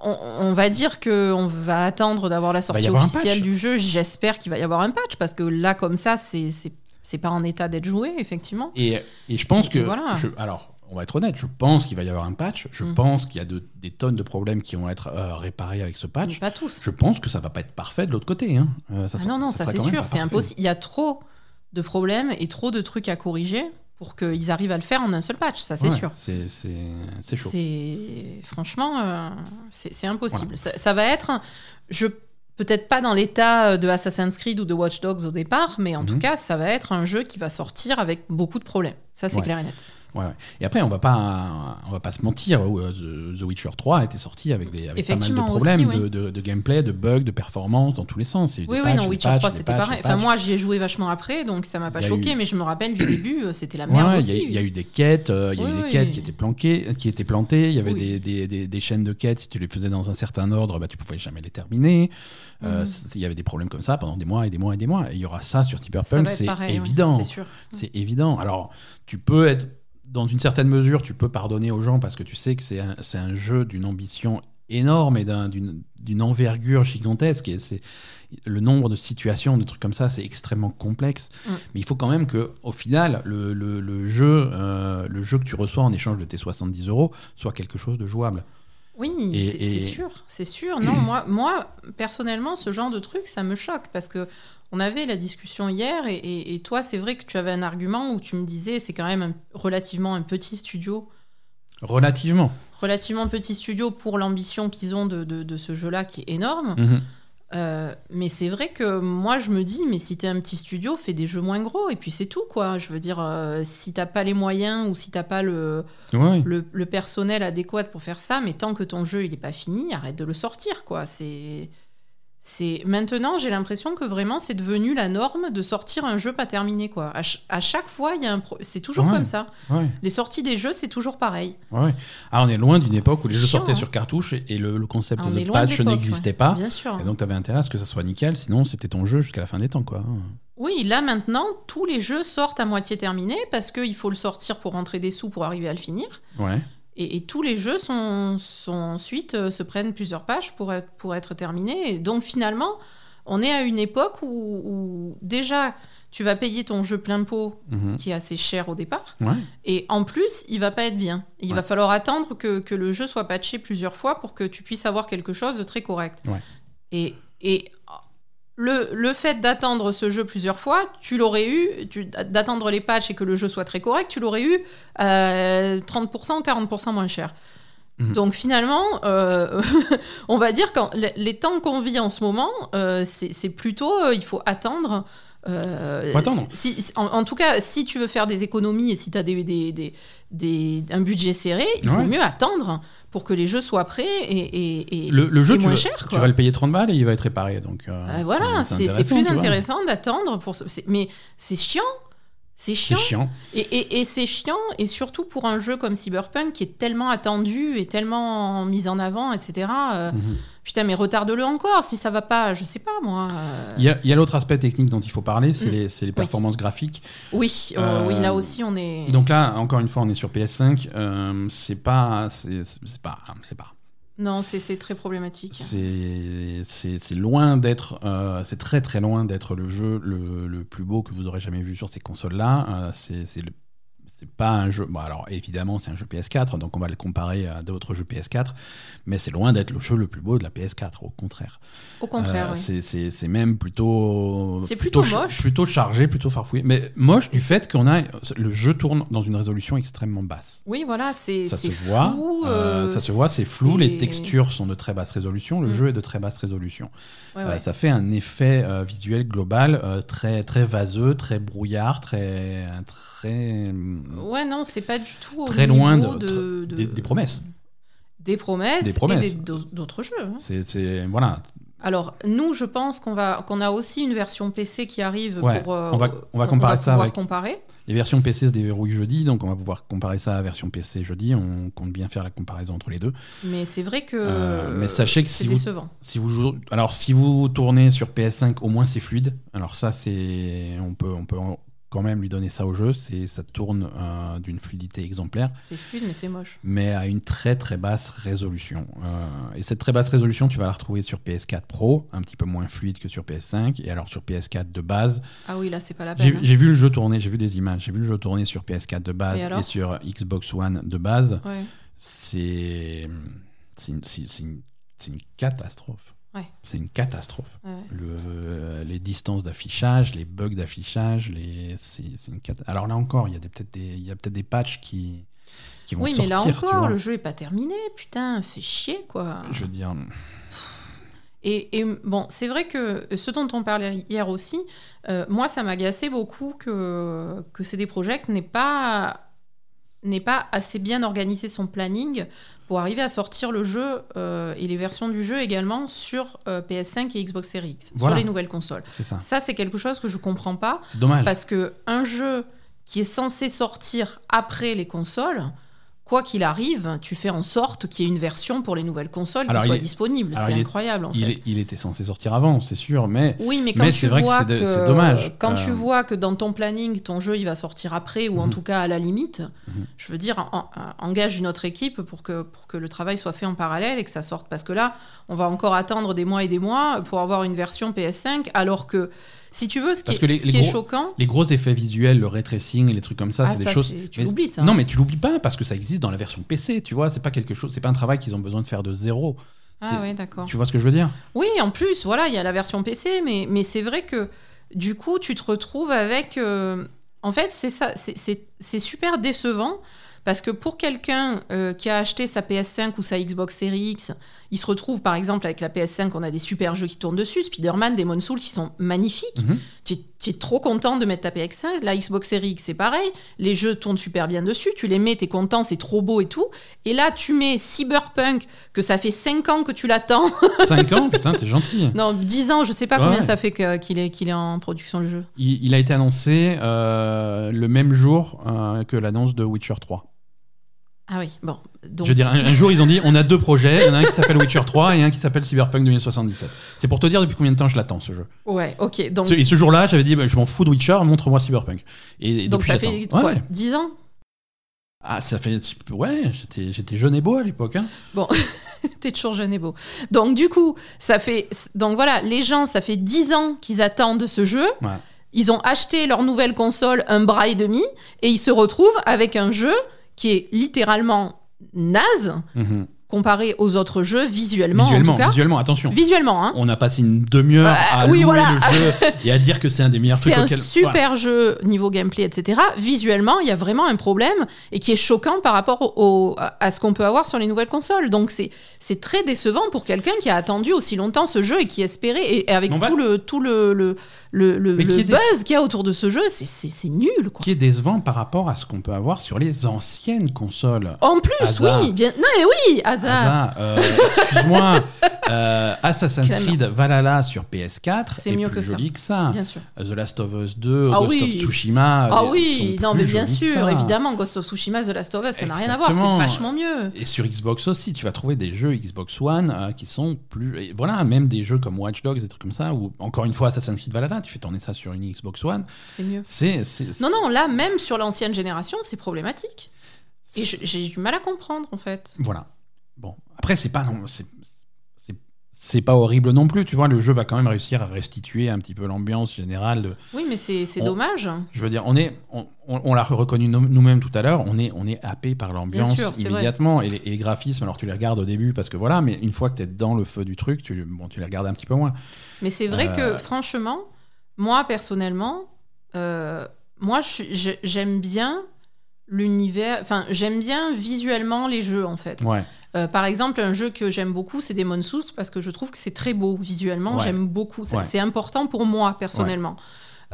B: On, on va dire que on va attendre d'avoir la
A: y
B: sortie
A: avoir un
B: officielle
A: patch.
B: du jeu. J'espère qu'il va y avoir un patch parce que là, comme ça, c'est c'est- c'est pas en état d'être joué, effectivement.
A: Et, et je pense
B: Et
A: que.
B: voilà.
A: je- alors, on va être honnête, je pense qu'il va y avoir un patch. Je
B: Mm.
A: pense qu'il y a de- des tonnes de problèmes qui vont être euh, réparés avec ce
B: Mais
A: patch.
B: pas tous.
A: Je pense que ça va pas être parfait de l'autre côté. hein. Euh, ça
B: Mm. Ah
A: sera-
B: non, non, ça,
A: sera
B: c'est
A: quand même
B: sûr,
A: pas
B: c'est
A: parfait.
B: impossible. Il y a trop de problèmes et trop de trucs à corriger pour qu'ils arrivent à le faire en un seul patch, ça c'est
A: Ouais,
B: sûr.
A: C'est c'est- c'est chaud.
B: C'est franchement, euh, c'est c'est impossible. Ça, ça va être, je peut-être pas dans l'état de Assassin's Creed ou de Watch Dogs au départ, mais en
A: Mhm.
B: tout cas, ça va être un jeu qui va sortir avec beaucoup de problèmes. Ça c'est
A: Ouais.
B: clair et net.
A: Ouais, ouais. Et après, on va pas, on va pas se mentir. euh, The, The Witcher 3 était sorti avec, des, avec pas mal de
B: Effectivement,
A: problèmes
B: aussi,
A: de, de- de gameplay, de bugs, de performance dans tous les sens. Il y a eu
B: Oui,
A: des
B: oui,
A: patchs,
B: non,
A: des
B: Witcher
A: patchs,
B: 3
A: des
B: c'était
A: patchs,
B: pareil.
A: des
B: Enfin,
A: patchs.
B: moi, j'y ai joué vachement après, donc ça m'a pas
A: Il y a
B: choqué,
A: eu-
B: mais je me rappelle du début, euh, c'était la
A: Ouais,
B: merde
A: ouais, il y a-
B: aussi.
A: Il y, a eu des quêtes, euh, il y a
B: Oui,
A: eu des
B: oui.
A: quêtes qui étaient planquées, euh, qui étaient plantées. Il y avait
B: Oui.
A: des, des- des- des chaînes de quêtes. Si tu les faisais dans un certain ordre, bah, tu pouvais jamais les terminer. Euh,
B: Mhm.
A: c- Il y avait des problèmes comme ça pendant des mois et des mois et des mois. Et il y aura ça sur
B: Ça
A: Cyberpunk,
B: va être
A: c'est
B: pareil, ouais,
A: évident.
B: c'est sûr.
A: c'est évident. Alors, tu peux être dans une certaine mesure, tu peux pardonner aux gens parce que tu sais que c'est un, c'est un jeu d'une ambition énorme et d'un- d'une d'une envergure gigantesque. Et c'est le nombre de situations, de trucs comme ça, c'est extrêmement complexe.
B: Mm.
A: Mais il faut quand même que, au final, le, le- le jeu, euh, le jeu que tu reçois en échange de tes 70 euros soit quelque chose de jouable.
B: Oui,
A: Et-
B: c'est
A: et-
B: c'est sûr, c'est sûr. Non, moi, moi, personnellement, ce genre de truc, ça me choque parce que on avait la discussion hier et, et- et toi, c'est vrai que tu avais un argument où tu me disais, c'est quand même un- relativement un petit studio,
A: Relativement.
B: relativement petit studio pour l'ambition qu'ils ont de, de- de ce jeu-là qui est énorme.
A: Mhm.
B: Euh, mais c'est vrai que moi, je me dis, mais si t'es un petit studio, fais des jeux moins gros et puis c'est tout, quoi. Je veux dire, euh, si t'as pas les moyens ou si t'as pas le
A: Mhm. Ouais.
B: le, le personnel adéquat pour faire ça, mais tant que ton jeu il n'est pas fini, arrête de le sortir, quoi. C'est c'est maintenant j'ai l'impression que vraiment c'est devenu la norme de sortir un jeu pas terminé, quoi. À, ch- à chaque fois, il y a un pro- c'est toujours
A: Ouais.
B: comme ça.
A: ouais.
B: Les sorties des jeux, c'est toujours pareil.
A: Ouais. Ah, on est loin d'une époque où
B: C'est
A: les jeux
B: chiant,
A: sortaient
B: hein.
A: sur cartouche et, et le, le concept
B: Ah, on est
A: de
B: loin de
A: patch
B: l'époque,
A: n'existait pas.
B: Bien sûr.
A: Ah. Et donc, t'avais intérêt à ce que ça soit nickel, sinon c'était ton jeu jusqu'à la fin des temps, quoi.
B: Oui, là maintenant, tous les jeux sortent à moitié terminés parce qu'il faut le sortir pour rentrer des sous pour arriver à le finir.
A: Ouais.
B: Et, et tous les jeux sont, sont ensuite euh, se prennent plusieurs pages pour être, pour être terminés. Et donc finalement, on est à une époque où, où déjà tu vas payer ton jeu plein pot
A: Mhm.
B: qui est assez cher au départ.
A: Ouais.
B: Et en plus, il va pas être bien. Il
A: Ouais.
B: va falloir attendre que, que le jeu soit patché plusieurs fois pour que tu puisses avoir quelque chose de très correct.
A: Ouais.
B: Et, et le, le fait d'attendre ce jeu plusieurs fois, tu l'aurais eu, tu- d'attendre les patchs et que le jeu soit très correct, tu l'aurais eu euh, 30% ou 40% moins cher.
A: Mhm.
B: Donc finalement, euh, on va dire que les temps qu'on vit en ce moment, euh, c'est c'est plutôt, euh, il faut attendre Euh,
A: Faut attendre.
B: si- si- en, en tout cas, si tu veux faire des économies et si tu as des, des- des- des- un budget serré, il vaut
A: Ouais.
B: mieux attendre pour que les jeux soient prêts et, et- et-
A: Le, le jeu,
B: et
A: tu,
B: moins
A: vas,
B: cher,
A: tu
B: quoi.
A: vas le payer 30 balles et il va être réparé. Donc, euh,
B: Euh, voilà, c'est c'est
A: tu
B: plus
A: vois.
B: intéressant d'attendre. pour ce- c'est- Mais c'est chiant. C'est
A: C'est
B: chiant.
A: chiant.
B: Et, et- et c'est chiant, et surtout pour un jeu comme Cyberpunk qui est tellement attendu et tellement mis en avant, etc. euh,
A: Mhm.
B: Putain, mais retarde-le encore si ça va pas, je sais pas moi. euh,
A: Il y a, il y a l'autre aspect technique dont il faut parler, c'est
B: Mm.
A: les, c'est les performances graphiques.
B: Oui, euh,
A: Euh,
B: oui, là aussi on est.
A: Donc là, encore une fois, on est sur PS5. euh, c'est pas, c'est c'est pas, c'est pas.
B: Non, c'est c'est très problématique.
A: C'est c'est- c'est loin d'être, euh, c'est très très loin d'être le jeu le, le plus beau que vous aurez jamais vu sur ces consoles-là. Euh, c'est c'est le- c'est pas un jeu. Bon, alors évidemment, c'est un jeu PS4, donc on va le comparer à d'autres jeux PS4, mais c'est loin d'être le jeu le plus beau de la PS4, au contraire.
B: Au contraire,
A: Euh,
B: oui.
A: c'est- c'est c'est même plutôt.
B: C'est plutôt
A: cha-
B: moche.
A: Plutôt chargé, plutôt farfouillé. Mais moche
B: Et
A: du fait qu'on a. Le jeu tourne dans une résolution extrêmement basse.
B: Oui, voilà, c'est.
A: Ça se,
B: c'est
A: voit,
B: flou,
A: euh,
B: euh,
A: ça se voit, c'est flou, les
B: c'est-
A: textures sont de très basse résolution, le
B: Mm.
A: jeu est de très basse résolution.
B: Ouais,
A: Euh,
B: ouais.
A: ça fait un effet euh, visuel global euh, très, très vaseux, très brouillard, très, très,
B: Ouais, non, c'est pas du tout. Au
A: très loin de,
B: niveau de, Mm. de-
A: des, des promesses.
B: Des promesses.
A: Des promesses.
B: Et des- d'au- d'autres jeux. hein.
A: C'est, c'est- voilà,
B: Alors, nous, je pense qu'on va qu'on a aussi une version PC qui arrive
A: Ouais,
B: pour. euh,
A: on va- on va comparer ça
B: pouvoir
A: avec-
B: comparer.
A: les versions PC se déverrouillent jeudi, donc on va pouvoir comparer ça à la version PC jeudi. On compte bien faire la comparaison entre les deux.
B: Mais c'est vrai que.
A: Euh, mais sachez que
B: c'est
A: si vous-
B: décevant.
A: Si vous, jou- alors, si vous tournez sur PS5, au moins c'est fluide. Alors, ça, c'est. On peut, on peut en- quand même lui donner ça au jeu. C'est, ça tourne euh, d'une fluidité exemplaire,
B: C'est fluide, mais c'est moche.
A: mais à une très très basse résolution. Euh, et cette très basse résolution, tu vas la retrouver sur PS4 Pro, un petit peu moins fluide que sur PS5. Et alors, sur PS4 de base,
B: Ah oui, là, c'est pas la
A: j'ai,
B: peine.
A: j'ai vu le jeu tourner, j'ai vu des images, j'ai vu le jeu tourner sur PS4 de base
B: Et
A: et,
B: alors
A: sur Xbox One de base.
B: hein. Ouais.
A: C'est. C'est une, c'est- c'est une- c'est une catastrophe.
B: Ouais.
A: C'est une catastrophe
B: Ouais, ouais.
A: le- euh, les distances d'affichage, les bugs d'affichage, les, c'est, c'est une cata- Alors là encore, il y a des- peut-être des, il y a peut-être des patchs qui, qui vont
B: Oui, mais
A: sortir.
B: là
A: tu vois.
B: encore, le jeu est pas terminé. Putain, fait chier, quoi.
A: Je veux dire,
B: Et, et, bon, c'est vrai que euh, ce dont on parlait hier aussi, euh, moi, ça m'agaçait beaucoup que, que CD Projekt n'ait pas, n'ait pas assez bien organisé son planning pour arriver à sortir le jeu euh, et les versions du jeu également sur euh, PS5 et Xbox Series X,
A: Voilà.
B: sur les nouvelles consoles.
A: c'est ça.
B: Ça, c'est quelque chose que je comprends pas.
A: C'est dommage.
B: Parce que un jeu qui est censé sortir après les consoles, quoi qu'il arrive, tu fais en sorte qu'il y ait une version pour les nouvelles consoles
A: Alors,
B: qui soit
A: il est-
B: disponible.
A: alors,
B: C'est
A: il est-
B: incroyable en
A: il,
B: fait.
A: est- il était censé sortir avant, c'est sûr, mais
B: Oui, mais quand
A: Mais
B: tu
A: c'est vrai que
B: vois
A: c'est de- c'est dommage.
B: quand
A: Euh,
B: tu vois que dans ton planning, ton jeu il va sortir après ou en
A: Mhm.
B: tout cas à la limite,
A: Mhm.
B: je veux dire, en- en- engage une autre équipe pour que pour que le travail soit fait en parallèle et que ça sorte. Parce que là, on va encore attendre des mois et des mois pour avoir une version PS5, alors que si tu veux, ce qui,
A: Parce
B: est,
A: que les-
B: ce
A: les
B: qui est
A: gros-
B: choquant,
A: les gros effets visuels, le ray tracing, les trucs comme ça,
B: Ah,
A: c'est des
B: ça,
A: choses.
B: c'est- tu
A: mais-
B: l'oublies, ça.
A: Non, mais tu l'oublies pas parce que ça existe dans la version PC, tu vois. C'est pas quelque chose, c'est pas un travail qu'ils ont besoin de faire de zéro.
B: ah
A: c'est-
B: ouais, d'accord.
A: Tu vois ce que je veux dire
B: Oui, en plus, voilà, il y a la version PC, mais, mais c'est vrai que du coup, tu te retrouves avec. euh, En fait, c'est ça, c'est- c'est c'est super décevant. Parce que pour quelqu'un euh, qui a acheté sa PS5 ou sa Xbox Series X, il se retrouve par exemple avec la PS5, on a des super jeux qui tournent dessus, Spider-Man, Demon Souls qui sont magnifiques.
A: Mhm.
B: Tu, tu es trop content de mettre ta PS5, la Xbox Series X c'est pareil, les jeux tournent super bien dessus, tu les mets, t'es content, c'est trop beau et tout. Et là, tu mets Cyberpunk, que ça fait 5 ans que tu l'attends,
A: 5 ans, putain, t'es gentil.
B: non, 10 ans, je sais pas
A: Ouais,
B: combien
A: ouais.
B: ça fait que- qu'il est, qu'il est en production le jeu.
A: Il, il a été annoncé euh, le même jour euh, que l'annonce de Witcher 3.
B: Ah oui, bon. Donc,
A: Je veux dire, un, un jour, ils ont dit on a deux projets, il y en a un qui s'appelle Witcher 3 et un qui s'appelle Cyberpunk 2077. C'est pour te dire depuis combien de temps je l'attends ce jeu.
B: Ouais, ok. Donc,
A: Ce- et ce jour-là, j'avais dit bah, je m'en fous de Witcher, montre-moi Cyberpunk. Et, et
B: donc
A: depuis,
B: ça
A: j'attends.
B: fait quoi
A: ouais.
B: 10 ans
A: Ah, ça fait. Ouais, j'étais, j'étais jeune et beau à l'époque. hein.
B: T'es toujours jeune et beau. Donc, du coup, ça fait. Donc voilà, les gens, ça fait 10 ans qu'ils attendent ce jeu.
A: Ouais.
B: Ils ont acheté leur nouvelle console, un bras et demi, et ils se retrouvent avec un jeu qui est littéralement naze
A: Mhm.
B: comparé aux autres jeux, visuellement,
A: Visuellement,
B: en tout cas.
A: visuellement, attention.
B: Visuellement, hein.
A: On a passé une demi-heure à
B: Euh, oui,
A: louer
B: voilà.
A: le jeu et à dire que c'est un des meilleurs
B: C'est
A: trucs
B: un
A: auxquels-
B: super
A: Voilà.
B: jeu niveau gameplay, etc. Visuellement, il y a vraiment un problème et qui est choquant par rapport au, au- à ce qu'on peut avoir sur les nouvelles consoles. Donc c'est c'est très décevant pour quelqu'un qui a attendu aussi longtemps ce jeu et qui espérait et, et avec
A: Non, bah-
B: tout le tout le, le, le, le-
A: Mais qui
B: le
A: est des-
B: buzz qu'il y a autour de ce jeu, c'est- c'est c'est nul. Quoi.
A: Qui est décevant par rapport à ce qu'on peut avoir sur les anciennes consoles.
B: En plus,
A: Hasard.
B: oui, bien... non, mais oui, hasard.
A: Hasard, euh, excuse-moi, euh, Assassin's
B: Clément.
A: Creed Valhalla sur PS4,
B: C'est
A: c'est
B: mieux
A: mieux
B: que
A: plus
B: ça.
A: joli que ça.
B: Bien sûr.
A: The Last of Us 2,
B: Ah
A: Ghost
B: oui.
A: of Tsushima.
B: Ah
A: euh,
B: oui,
A: sont
B: non,
A: plus
B: mais bien
A: jolis que
B: sûr,
A: ça.
B: évidemment, Ghost of Tsushima, The Last of Us, ça n'a rien à voir,
A: Exactement.
B: c'est vachement mieux.
A: Et sur Xbox aussi, tu vas trouver des jeux Xbox One euh, qui sont plus. et voilà, même des jeux comme Watch Dogs, des trucs comme ça, ou encore une fois Assassin's Creed Valhalla, tu fais tourner ça sur une Xbox One.
B: C'est mieux.
A: C'est. c'est-
B: Non, non, là, même sur l'ancienne génération, c'est problématique.
A: c'est-
B: Et je- j'ai du mal à comprendre, en fait.
A: Voilà. Bon, après, c'est pas. non, c'est- c'est- C'est pas horrible non plus, tu vois. Le jeu va quand même réussir à restituer un petit peu l'ambiance générale de,
B: Oui, mais c'est c'est
A: On-
B: dommage.
A: Je veux dire, on est, on, on- on l'a reconnu nous- nous-mêmes tout à l'heure, on est, on est happé par l'ambiance
B: Bien sûr, c'est vrai.
A: immédiatement et les, et les graphismes. Alors tu les regardes au début parce que voilà, mais une fois que t'es dans le feu du truc, tu, bon, tu les regardes un petit peu moins.
B: Mais c'est vrai
A: Euh,
B: que, franchement, moi, personnellement, euh, moi, je suis- je- j'aime bien l'univers. Enfin, j'aime bien visuellement les jeux, en fait.
A: Ouais.
B: Euh, par exemple, un jeu que j'aime beaucoup, c'est Demon's Souls, parce que je trouve que c'est très beau visuellement.
A: Ouais.
B: J'aime beaucoup. Ça-
A: Ouais.
B: C'est important pour moi, personnellement.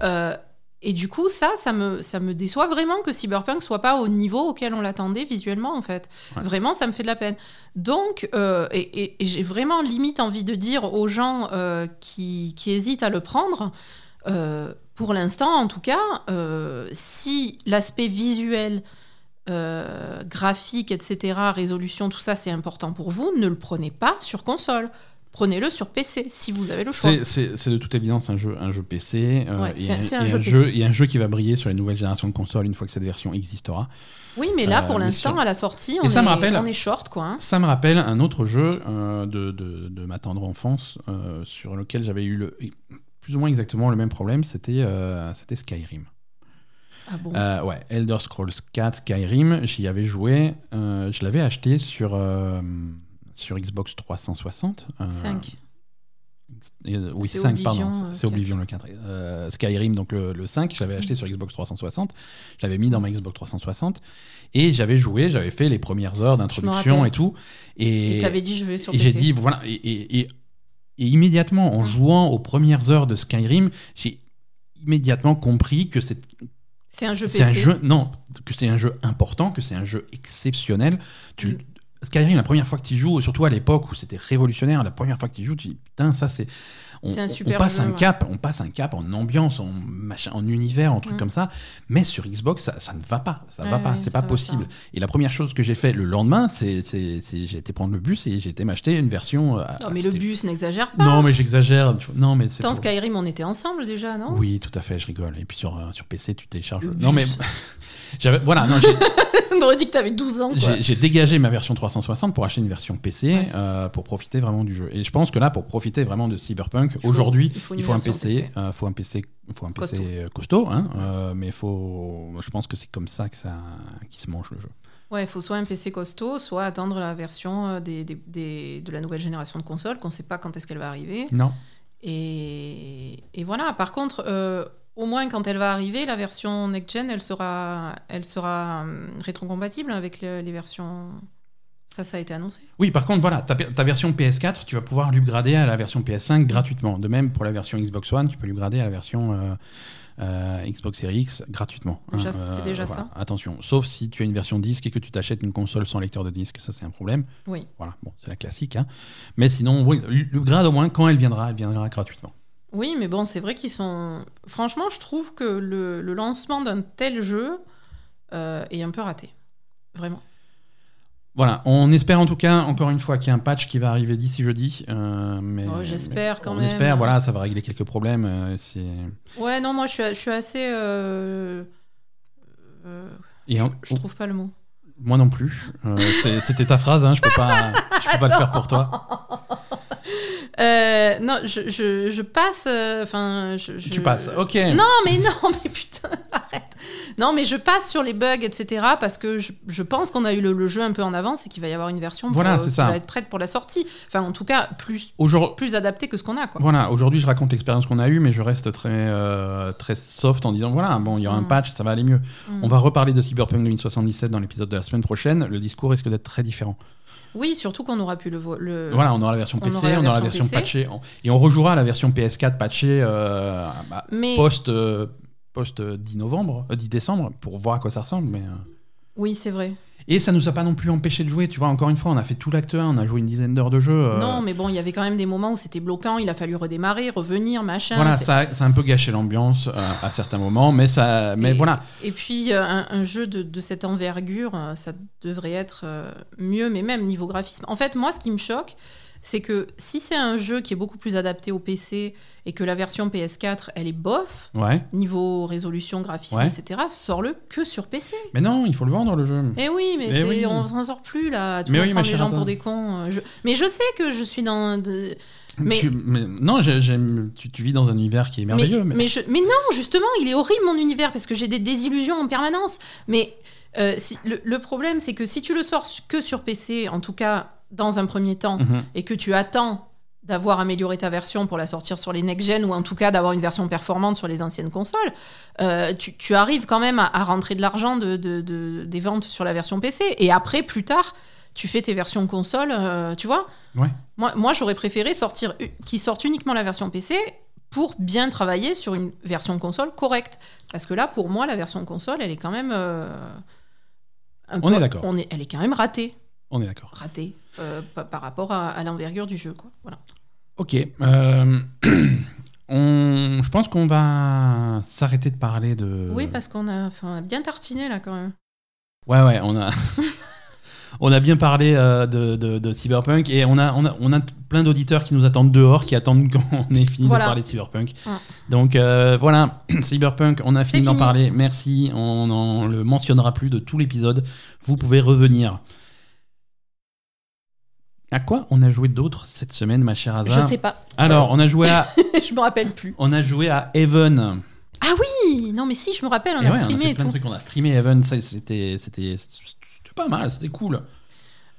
B: Euh, et du coup, ça, ça me, ça me déçoit vraiment que Cyberpunk soit pas au niveau auquel on l'attendait visuellement, en fait.
A: Ouais.
B: Vraiment, ça me fait de la peine. Donc, euh, et, et- et j'ai vraiment limite envie de dire aux gens euh, qui, qui hésitent à le prendre, euh, pour l'instant, en tout cas, euh, si l'aspect visuel, euh, graphique, etc., résolution, tout ça, c'est important pour vous, ne le prenez pas sur console. Prenez-le sur PC si vous avez le choix.
A: C'est- C'est c'est de toute évidence un jeu, un jeu PC euh,
B: Ouais,
A: et,
B: c'est-
A: un,
B: c'est un
A: et
B: jeu
A: un
B: PC.
A: jeu, et un jeu qui va briller sur les nouvelles générations de consoles une fois que cette version existera.
B: Oui, mais là,
A: Euh,
B: pour
A: mais
B: l'instant,
A: sur-
B: à la sortie,
A: Et
B: on,
A: ça
B: est,
A: me rappelle-
B: on est short, quoi. hein.
A: Ça me rappelle un autre jeu euh, de, de- de ma tendre enfance euh, sur lequel j'avais eu le, plus ou moins exactement le même problème, c'était euh, c'était Skyrim.
B: Ah bon
A: Euh, ouais, Elder Scrolls 4 Skyrim, j'y avais joué, euh, je l'avais acheté sur, euh, sur Xbox 360. euh,
B: 5.
A: et, euh, oui,
B: C'est
A: 5,
B: Oblivion,
A: pardon,
B: euh,
A: c'est Oblivion le 4. Euh, Skyrim, donc le, le 5, je l'avais acheté sur Xbox 360, je l'avais mis dans ma Xbox 360, et j'avais joué, j'avais fait les premières heures d'introduction
B: rappelle.
A: et tout.
B: Et
A: Et,
B: t'avais dit, je vais sur Mmh.
A: et
B: PC.
A: j'ai dit, voilà, et, et- et- et immédiatement, en jouant aux premières heures de Skyrim, j'ai immédiatement compris que cette
B: C'est un jeu
A: c'est
B: PC.
A: un jeu, non, que c'est un jeu important, que c'est un jeu exceptionnel.
B: Mm.
A: Tu, Skyrim, la première fois que tu y joues, surtout à l'époque où c'était révolutionnaire, la première fois que tu y joues, tu dis putain, ça c'est. On,
B: C'est un
A: on-
B: super
A: on passe
B: jeu,
A: un
B: ouais.
A: cap, on passe un cap en ambiance, en machin, en univers, en truc
B: Mm.
A: comme ça. Mais sur Xbox, ça, ça ne va pas, ça
B: Ouais,
A: va pas,
B: ouais,
A: c'est pas
B: ça va
A: possible. Et la première chose que j'ai fait le lendemain, c'est c'est- c'est- j'ai été prendre le bus et j'ai été m'acheter une version. euh,
B: Non, mais le
A: c'était-
B: bus n'exagère pas.
A: Non mais j'exagère. Non mais c'est.
B: Dans
A: pour-
B: Skyrim, on était ensemble déjà, non
A: oui, tout à fait, je rigole. Et puis sur, euh, sur PC, tu télécharges.
B: Le
A: Non, mais.
B: bus.
A: J'avais, voilà, non, j'ai-
B: On aurait dit que t'avais 12 ans, quoi.
A: j'ai, j'ai dégagé ma version 360 pour acheter une version PC
B: Ouais, c'est
A: euh, pour profiter vraiment du jeu. Et je pense que là, pour profiter vraiment de Cyberpunk, aujourd'hui,
B: il faut une
A: il faut un
B: version
A: PC,
B: PC.
A: euh, faut un PC, faut un PC
B: Costaud.
A: costaud, hein, euh, mais faut, je pense que c'est comme ça que ça, qui se mange le jeu.
B: Ouais, il faut soit un PC costaud, soit attendre la version euh, des, des- des- de la nouvelle génération de consoles, qu'on ne sait pas quand est-ce qu'elle va arriver.
A: Non.
B: Et, et voilà, par contre, euh, au moins quand elle va arriver, la version next-gen, elle sera, elle sera hum, rétrocompatible avec le- les versions... Ça, ça a été annoncé.
A: Oui, par contre, voilà, ta, ta version PS4, tu vas pouvoir l'upgrader à la version PS5 gratuitement. De même, pour la version Xbox One, tu peux l'upgrader à la version euh, euh, Xbox Series X gratuitement.
B: Déjà,
A: Hein,
B: c'est déjà ça.
A: Attention, sauf si tu as une version disque et que tu t'achètes une console sans lecteur de disque, ça c'est un problème.
B: Oui.
A: Voilà, bon, c'est la classique. hein. Mais sinon, oui, l'upgrade au moins, quand elle viendra, elle viendra gratuitement.
B: Oui, mais bon, c'est vrai qu'ils sont... Franchement, je trouve que le, le lancement d'un tel jeu euh, est un peu raté. Vraiment.
A: Voilà, on espère en tout cas, encore une fois, qu'il y a un patch qui va arriver d'ici jeudi. euh, mais,
B: Oh, j'espère
A: mais
B: quand
A: on
B: même.
A: espère, voilà, ça va régler quelques problèmes. euh, c'est...
B: Ouais, non, moi, je suis, je suis assez... euh, euh,
A: Et en-
B: Je trouve pas le mot.
A: Moi non plus. Euh, c'est- C'était ta phrase, hein, je peux pas, je peux pas le faire pour toi.
B: Euh, non, je, je, je passe. euh, Enfin, je, je-
A: Tu passes. Ok.
B: Non, mais non, mais putain, arrête. Non, mais je passe sur les bugs, etc. Parce que je, je pense qu'on a eu le, le jeu un peu en avance et qu'il va y avoir une version pour- euh,
A: Voilà, c'est
B: qui
A: ça.
B: va être prête pour la sortie. Enfin, en tout cas, plus,
A: Aujourd'hui,
B: plus adaptée que ce qu'on a. Quoi.
A: Voilà, aujourd'hui je raconte l'expérience qu'on a eue, mais je reste très, euh, très soft en disant voilà, bon, il y aura un
B: Mm.
A: patch, ça va aller mieux.
B: Mm.
A: On va reparler de Cyberpunk 2077 dans l'épisode de la semaine prochaine. Le discours risque d'être très différent.
B: Oui, surtout qu'on aura pu le. vo- le...
A: Voilà, on aura la version
B: Euh, On
A: PC,
B: aura la
A: on aura la
B: version
A: version
B: PC.
A: patchée, on- et on rejouera la version PS4 patchée euh, bah,
B: Mais
A: post, euh, post euh, 10 novembre, euh, 10 décembre, pour voir à quoi ça ressemble. Mais, euh.
B: oui, c'est vrai.
A: Et ça nous a pas non plus empêché de jouer, tu vois, encore une fois, on a fait tout l'acte 1, on a joué une dizaine d'heures de jeu. euh,
B: Non, mais bon, il y avait quand même des moments où c'était bloquant. Il a fallu redémarrer, revenir, machin.
A: Voilà,
B: C'est-
A: ça, a- ça a un peu gâché l'ambiance euh, à certains moments, mais ça, mais
B: Et-
A: voilà,
B: Et puis, euh, un, un jeu de, de cette envergure, euh, ça devrait être euh, mieux, mais même niveau graphisme. En fait, moi, ce qui me choque, c'est que si c'est un jeu qui est beaucoup plus adapté au PC et que la version PS4, elle est bof,
A: ouais.
B: niveau résolution, graphisme,
A: Ouais.
B: etc., sors-le que sur PC.
A: Mais non, il faut le vendre le jeu.
B: Eh oui, mais,
A: Mais
B: c'est-
A: oui.
B: on s'en sort plus, là. Tout
A: Mais
B: le monde
A: oui,
B: prend
A: ma
B: les
A: chère
B: gens
A: Antoine.
B: pour des cons. euh, je- Mais je sais que je suis dans... de- Mais-
A: Tu- mais- non, j'ai- j'aime- tu, tu vis dans un univers qui est
B: Mais,
A: merveilleux. Mais,
B: mais je- mais non, justement, il est horrible mon univers parce que j'ai des désillusions en permanence. Mais euh, si- le, le problème, c'est que si tu le sors que sur PC, en tout cas dans un premier temps,
A: Mhm.
B: et que tu attends d'avoir amélioré ta version pour la sortir sur les next-gen ou en tout cas d'avoir une version performante sur les anciennes consoles, euh, tu, tu arrives quand même à, à rentrer de l'argent de, de- de- des ventes sur la version PC. Et après, plus tard, tu fais tes versions console, euh, tu vois
A: Ouais.
B: Moi, moi j'aurais préféré sortir u- qu'ils sortent uniquement la version PC pour bien travailler sur une version console correcte. Parce que là, pour moi, la version console, elle est quand même... euh, un
A: On est d'accord.
B: on est- Elle est quand même ratée
A: On est d'accord.
B: raté euh, pa- par rapport à, à l'envergure du jeu. Quoi. Voilà.
A: Ok. euh, on, je pense qu'on va s'arrêter de parler de.
B: Oui, parce qu'on a, enfin, on a bien tartiné là quand même.
A: Ouais, ouais, on a. On a bien parlé euh, de, de- de Cyberpunk et on a, on a, on a t- plein d'auditeurs qui nous attendent dehors, qui attendent qu'on ait fini
B: Voilà.
A: de parler de Cyberpunk.
B: Mm.
A: Donc euh, voilà, Cyberpunk, on a
B: C'est
A: fini d'en
B: fini.
A: parler. Merci, on n'en le mentionnera plus de tout l'épisode. Vous pouvez revenir. À quoi on a joué d'autre cette semaine, ma chère Aza
B: Je sais pas,
A: Alors, on a joué à,
B: je me rappelle plus.
A: on a joué à Heaven.
B: Hi, non mais si, je me rappelle, on
A: Et
B: a
A: ouais,
B: streamé
A: Eh on a fait
B: et
A: plein de
B: tout.
A: trucs. On a streamé Heaven, ça, c'était, c'était, c'était pas mal, c'était cool.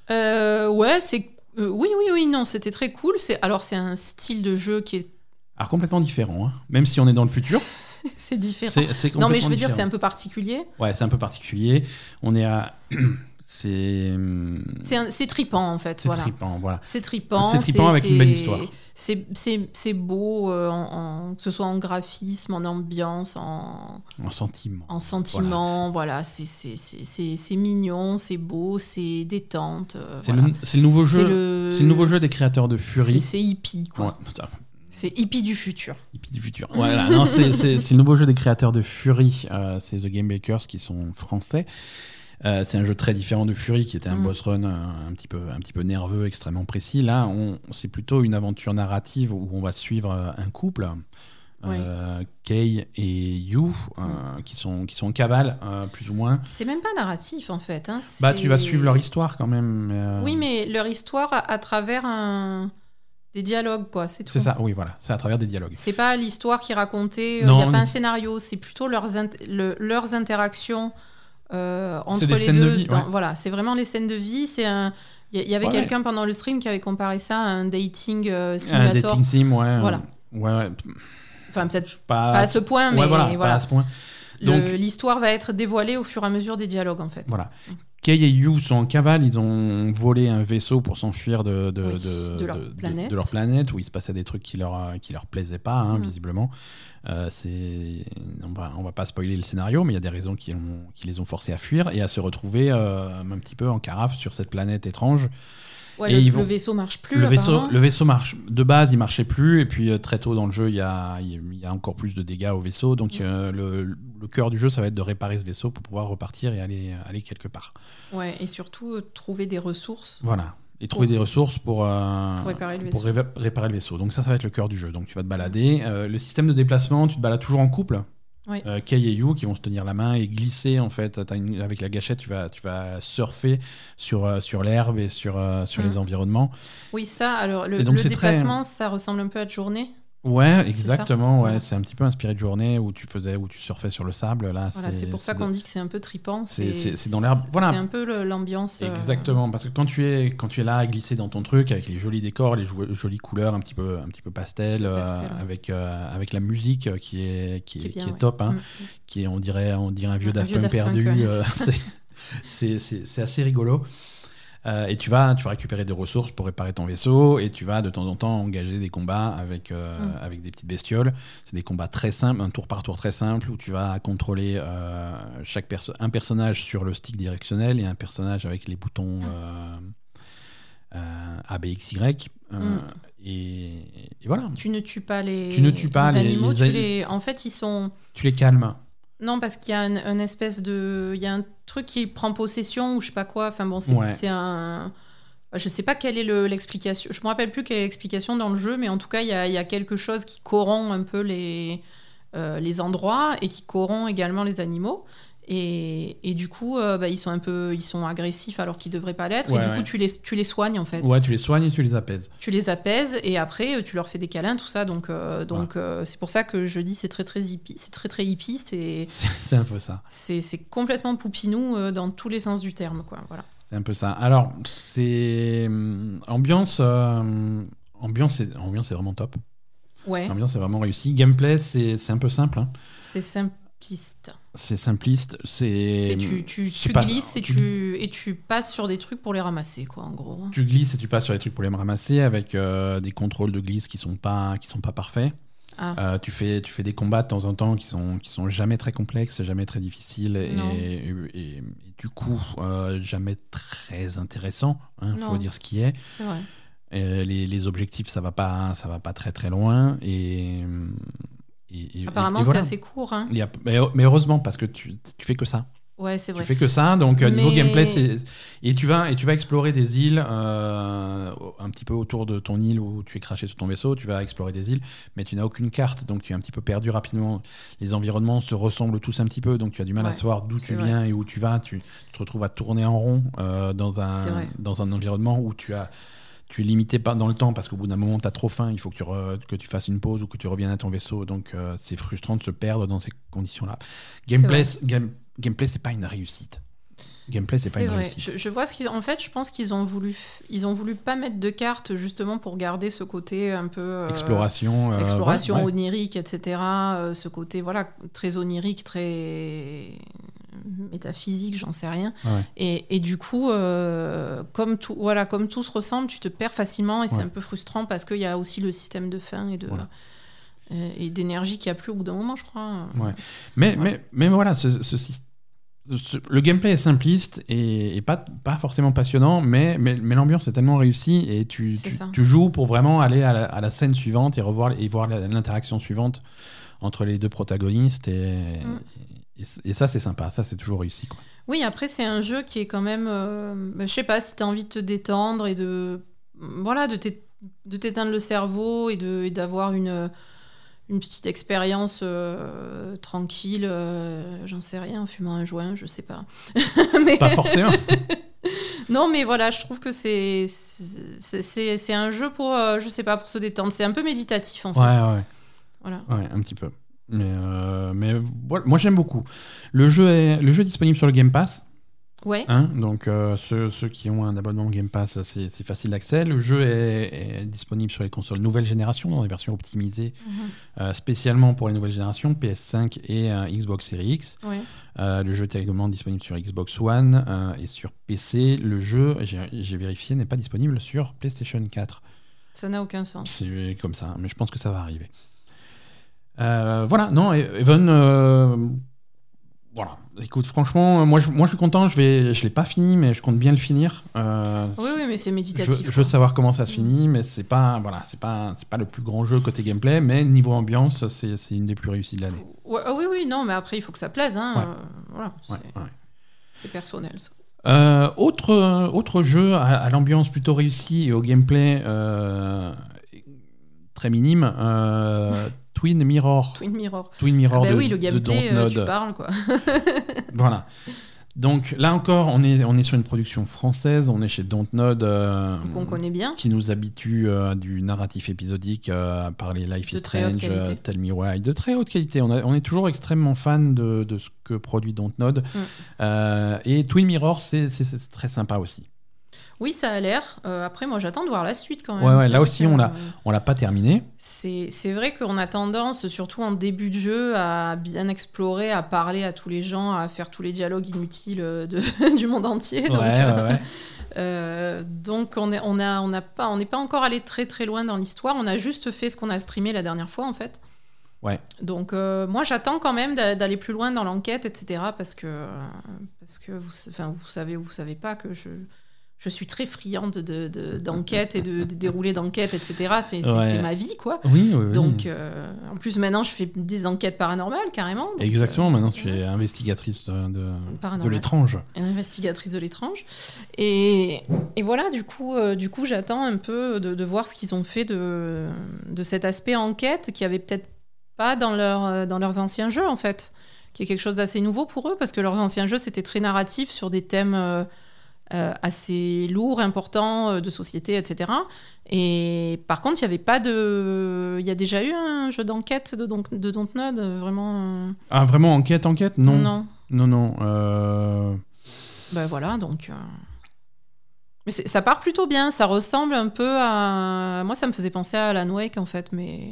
B: Euh, ouais, c'est euh, oui, oui, oui, non, c'était très cool. C'est alors c'est un style de jeu qui est
A: Alors Ah, complètement différent, hein. même si on est dans le futur.
B: c'est différent.
A: C'est, c'est
B: Non mais
A: complètement
B: je veux dire, c'est
A: différent.
B: un peu particulier.
A: Ouais, c'est un peu particulier. On est à. c'est. hum,
B: C'est un- c'est tripant en fait.
A: C'est
B: voilà.
A: trippant, voilà.
B: C'est tripant.
A: C'est tripant avec une belle histoire.
B: C'est c'est- c'est beau, euh, en- en- que ce soit en graphisme, en ambiance, en,
A: En sentiment.
B: en sentiment, voilà, c'est- c'est- c'est c'est- c'est mignon, c'est beau, c'est détente. euh,
A: C'est,
B: voilà.
A: le, c'est le nouveau jeu.
B: le...
A: C'est le nouveau jeu des créateurs de
B: c'est-
A: Fury.
B: C'est hippie, quoi.
A: Ouais, putain,
B: C'est hippie du futur.
A: hippie du futur. Voilà, non, c'est, c'est- c'est le nouveau jeu des créateurs de Fury. Euh, c'est The Game Bakers qui sont français. Euh, c'est un jeu très différent de Fury, qui était un
B: Mm.
A: boss run euh, un petit, peu, un petit peu nerveux, extrêmement précis. Là, on, c'est plutôt une aventure narrative où on va suivre euh, un couple, euh, Kay et You, euh,
B: Mm.
A: qui, sont, qui sont en cavale, euh, plus ou moins.
B: C'est même pas narratif, en fait. hein,
A: Bah,
B: c'est-
A: tu vas suivre leur histoire quand même. mais, euh,
B: Oui, mais leur histoire à, à travers un... des dialogues, quoi, c'est tout.
A: C'est ça, oui, voilà, c'est à travers des dialogues.
B: C'est pas l'histoire qui racontait, il n'y
A: Non,
B: a pas
A: mais-
B: un scénario, c'est plutôt leurs, int- le- leurs interactions euh, entre
A: C'est des
B: les
A: scènes de
B: deux.
A: vie,
B: dans-
A: ouais.
B: Voilà, c'est vraiment les scènes de vie. C'est un. Il y, a- il y avait
A: Ouais,
B: quelqu'un pendant le stream qui avait comparé ça à un dating euh,
A: Un
B: simulator.
A: dating sim, ouais.
B: Voilà.
A: euh, Ouais, ouais,
B: Enfin, peut-être
A: pas,
B: pas à ce point,
A: Ah. ouais,
B: mais
A: voilà,
B: voilà.
A: pas à ce point.
B: Le-
A: Donc-
B: L'histoire va être dévoilée au fur et à mesure des dialogues, en fait.
A: Voilà. Kay et Yu sont en cavale, ils ont volé un vaisseau pour s'enfuir de, de,
B: Oui, de leur planète.
A: de leur planète, où il se passait des trucs qui leur, euh, qui leur plaisaient pas, hein,
B: Mm.
A: visiblement. Euh, c'est- on va, on va pas spoiler le scénario, mais il y a des raisons qui, ont- qui les ont forcés à fuir et à se retrouver euh, un petit peu en carafe sur cette planète étrange.
B: Ouais,
A: Et
B: le,
A: ils
B: le
A: vont-
B: vaisseau marche plus.
A: Le vaisseau,
B: apparemment.
A: le vaisseau marche. De base, il marchait plus, et puis euh, très tôt dans le jeu, il y a, il y a encore plus de dégâts au vaisseau. Donc
B: Mm.
A: euh, le, le cœur du jeu, ça va être de réparer ce vaisseau pour pouvoir repartir et aller, aller quelque part.
B: Ouais, et surtout, euh, trouver des ressources.
A: Voilà. Et trouver
B: Pour-
A: des ressources pour, euh,
B: Pour réparer le
A: pour
B: vaisseau.
A: réva- réparer le vaisseau. Donc ça, ça va être le cœur du jeu. Donc tu vas te balader. Euh, le système de déplacement, tu te balades toujours en couple.
B: Oui.
A: Euh, Kay et You qui vont se tenir la main et glisser en fait. T'as une- avec la gâchette, tu vas, tu vas surfer sur, euh, sur l'herbe et sur, euh, sur
B: Mhm.
A: les environnements.
B: Oui, ça, alors, le,
A: Et donc,
B: le
A: c'est très-
B: déplacement, ça Mm. ressemble un peu à de journée.
A: Ouais, exactement. Ouais, c'est un petit peu inspiré de journée où tu faisais, où tu surfais sur le sable. Là,
B: Voilà, c'est pour ça qu'on dit que c'est un peu tripant.
A: C'est- c'est- c'est dans l'herbe. Voilà.
B: C'est un peu le- l'ambiance. euh,
A: Exactement, parce que quand tu es quand tu es là à glisser dans ton truc avec les jolis décors, les jou- jolies couleurs un petit peu un petit peu pastel, euh,
B: pastel, ouais.
A: avec euh, avec la musique euh, qui est qui,
B: Qui
A: est,
B: est bien,
A: qui est
B: ouais.
A: top, hein,
B: Mm, mm.
A: qui est on dirait on dirait un vieux
B: Un
A: Daft
B: vieux
A: Punk
B: Daft Punk,
A: perdu,
B: ouais,
A: euh,
B: c'est ça.
A: c'est- c'est c'est assez rigolo. Euh, et tu vas tu vas récupérer des ressources pour réparer ton vaisseau et tu vas de temps en temps engager des combats avec euh,
B: Mm.
A: avec des petites bestioles. C'est des combats très simples, un tour par tour très simple où tu vas contrôler euh, chaque perso un personnage sur le stick directionnel et un personnage avec les boutons
B: Mm.
A: euh, euh, ABXY. euh,
B: Mm.
A: et, et voilà,
B: Tu ne tues pas les,
A: Tu ne tues pas les-
B: animaux.
A: les
B: tu
A: ani-
B: les... En fait, ils sont.
A: tu les calmes.
B: Non, parce qu'il y a une, une espèce de. Il y a un truc qui prend possession ou je sais pas quoi. Enfin bon, c'est
A: Ouais.
B: c'est un. Je sais pas quelle est le- l'explication. je me rappelle plus quelle est l'explication dans le jeu, mais en tout cas, il y a, il y a quelque chose qui corrompt un peu les, euh, les endroits et qui corrompt également les animaux. Et, et du coup, euh, bah, ils sont un peu, ils sont agressifs alors qu'ils devraient pas l'être.
A: Ouais,
B: et du
A: ouais.
B: coup, tu les, tu les soignes en fait.
A: Ouais, tu les soignes et tu les apaises.
B: Tu les apaises et après, euh, tu leur fais des câlins, tout ça. Donc, euh, donc, euh, c'est pour ça que je dis c'est très très hippie, c'est très très hippie, c'est
A: C'est c'est un peu ça.
B: c'est c'est complètement poupinou euh, dans tous les sens du terme, quoi. Voilà.
A: C'est un peu ça. Alors, c'est hum, ambiance, euh, ambiance, c'est ambiance, c'est vraiment top.
B: Ouais,
A: Ambiance, c'est vraiment réussi. Gameplay, c'est c'est un peu simple. hein.
B: c'est simpliste.
A: C'est simpliste. C'est hum,
B: C'est tu, tu,
A: c'est
B: tu
A: pas-
B: glisses et tu, et tu passes sur des trucs pour les ramasser, quoi, en gros.
A: tu glisses et tu passes sur les trucs pour les ramasser avec euh, des contrôles de glisse qui sont pas qui sont pas parfaits.
B: Ah.
A: Euh, tu fais tu fais des combats de temps en temps qui sont qui sont jamais très complexes, jamais très difficiles et,
B: Non.
A: et- et- et du coup euh, jamais très intéressants. Il faut
B: Non.
A: dire ce qui est.
B: C'est vrai.
A: Euh, les, les objectifs, ça va pas, ça va pas très très loin. Et, et- et-
B: Apparemment,
A: et
B: c'est
A: voilà.
B: assez court. hein.
A: Il y a- mais, mais heureusement parce que tu, tu fais que ça.
B: Ouais, c'est
A: Tu
B: vrai.
A: fais que ça, donc euh, niveau
B: Mais-
A: gameplay, c'est et tu vas et tu vas explorer des îles euh, un petit peu autour de ton île où tu es craché sur ton vaisseau. Tu vas explorer des îles, mais tu n'as aucune carte, donc tu es un petit peu perdu rapidement. Les environnements se ressemblent tous un petit peu, donc tu as du mal à
B: Ouais,
A: savoir d'où tu
B: c'est vrai.
A: viens et où tu vas. Tu, tu te retrouves à tourner en rond euh, dans un
B: C'est vrai.
A: dans un environnement où tu as tu es limité pas dans le temps parce qu'au bout d'un moment tu as trop faim, il faut que tu, re- que tu fasses une pause ou que tu reviennes à ton vaisseau. Donc euh, c'est frustrant de se perdre dans ces conditions-là. Gameplay, game- gameplay c'est pas une réussite. Gameplay c'est pas une
B: vrai.
A: réussite.
B: Je, euh, je vois ce qu'ils. En fait, je pense qu'ils ont voulu. Ils ont voulu pas mettre de cartes justement pour garder ce côté un peu. euh,
A: Exploration, euh,
B: exploration
A: ouais, ouais.
B: onirique, etc. euh, ce côté, voilà, très onirique, très métaphysique, j'en sais rien.
A: Ouais.
B: Et, et du coup, euh, comme, tout, voilà, comme tout se ressemble, tu te perds facilement et c'est
A: Ouais.
B: un peu frustrant parce qu'il y a aussi le système de faim et de
A: Voilà.
B: euh, et d'énergie qui a plus au bout d'un moment, je crois.
A: Ouais. Mais,
B: Ouais.
A: mais, mais voilà, ce, ce syst- ce- le gameplay est simpliste et, et pas, pas forcément passionnant, mais, mais, mais l'ambiance est tellement réussie et tu,
B: C'est
A: tu-
B: ça.
A: tu joues pour vraiment aller à la, à la scène suivante et revoir et voir la- l'interaction suivante entre les deux protagonistes. Et,
B: Mm.
A: et, et ça, c'est sympa, ça, c'est toujours réussi. quoi.
B: Oui, après, c'est un jeu qui est quand même. euh, je sais pas, si t'as envie de te détendre et de. Voilà, de t'é- de t'éteindre le cerveau et de- et d'avoir une, une petite expérience euh, tranquille, euh, j'en sais rien, en fumant un joint, je sais pas. mais,
A: Pas forcément.
B: non, mais voilà, je trouve que c'est c'est- c'est c'est un jeu pour, euh, je sais pas, pour se détendre. C'est un peu méditatif, en fait.
A: ouais, ouais.
B: Voilà.
A: Ouais, un petit peu. Mais, euh, mais voilà, moi j'aime beaucoup. Le jeu, est, le jeu est disponible sur le Game Pass.
B: Ouais,
A: Hein, donc euh, ceux, ceux qui ont un abonnement Game Pass, c'est c'est facile d'accès. Le jeu est, est disponible sur les consoles nouvelle génération, dans les versions optimisées euh, spécialement pour les nouvelles générations, PS5 et euh, Xbox Series X.
B: ouais.
A: Euh, le jeu est également disponible sur Xbox One euh, et sur PC. Le jeu, j'ai j'ai vérifié, n'est pas disponible sur PlayStation 4.
B: Ça n'a aucun sens.
A: C'est comme ça, mais je pense que ça va arriver. Euh, voilà, non, E- Even. euh, voilà, écoute, franchement, euh, moi je, moi, je suis content, je vais, je l'ai pas fini, mais je compte bien le finir. Euh,
B: Oui, oui, mais c'est
A: je,
B: méditatif.
A: veux- je veux
B: quoi.
A: savoir comment ça se finit, mais c'est pas, voilà, c'est pas, c'est pas le plus grand jeu côté gameplay, mais niveau ambiance, c'est c'est une des plus réussies de l'année.
B: Ouais, ah oui, oui, non, mais après, il faut que ça plaise. Hein,
A: Ouais.
B: euh, voilà,
A: Ouais,
B: c'est-
A: ouais.
B: c'est personnel, ça.
A: Euh, autre, euh, autre jeu à, à l'ambiance plutôt réussie et au gameplay euh, très minime, euh, Twin Mirror.
B: Twin Mirror.
A: Twin
B: Ah
A: Mirror
B: bah
A: de,
B: oui, le
A: de
B: gameplay, euh,
A: Dontnod.
B: tu parles, quoi.
A: Voilà. Donc là encore, on est, on est sur une production française, on est chez Dontnod, euh,
B: qu'on connaît bien.
A: qui nous habitue euh, à du narratif épisodique euh, à parler Life
B: De
A: is
B: très haute
A: Strange,
B: qualité.
A: euh, Tell Me Why, de très haute qualité. On, a- on est toujours extrêmement fan de, de ce que produit Dontnod.
B: Mm.
A: Euh, et Twin Mirror, c'est c'est- c'est très sympa aussi.
B: Oui, ça a l'air. Euh, après, moi, j'attends de voir la suite quand même.
A: Ouais, ouais,
B: C'est
A: là
B: vrai
A: aussi,
B: que,
A: on l'a.
B: euh,
A: On l'a pas terminé.
B: C'est c'est vrai qu'on a tendance, surtout en début de jeu, à bien explorer, à parler à tous les gens, à faire tous les dialogues inutiles euh, de- du monde entier.
A: Ouais,
B: Donc,
A: ouais, ouais.
B: euh, donc on n'est on a, on a pas, on n'est pas encore allé très très loin dans l'histoire. On a juste fait ce qu'on a streamé la dernière fois, en fait.
A: Ouais.
B: Donc euh, moi, j'attends quand même d'a- d'aller plus loin dans l'enquête, etc. Parce que, parce que vous, enfin, vous savez ou vous savez pas que je... Je suis très friande de- de- d'enquête et de, de déroulé d'enquête, etc. C'est c'est-
A: Ouais.
B: c'est ma vie, quoi.
A: Oui, oui, oui.
B: Donc, euh, en plus, maintenant, je fais des enquêtes paranormales, carrément. Donc,
A: Exactement,
B: euh, Ah
A: maintenant tu es investigatrice de, de- de
B: Paranormal.
A: l'étrange.
B: Investigatrice de l'étrange. Et, et voilà, du coup, euh, du coup j'attends un peu de, de voir ce qu'ils ont fait de, de cet aspect enquête qui avait peut-être pas dans, leur, euh, dans leurs anciens jeux, en fait, qui est quelque chose d'assez nouveau pour eux, parce que leurs anciens jeux, c'était très narratif sur des thèmes euh, euh, assez lourds, importants, euh, de société, etc. Et par contre, il y avait pas de... Il y a déjà eu un jeu d'enquête de, Don- de Dontnod, euh, vraiment... euh,
A: Ah, vraiment, enquête, enquête Non.
B: non.
A: non. non, euh,
B: Bah voilà, donc. euh, mais c'est- ça part plutôt bien, ça ressemble un peu à. Moi, ça me faisait penser à Alan Wake en fait, mais.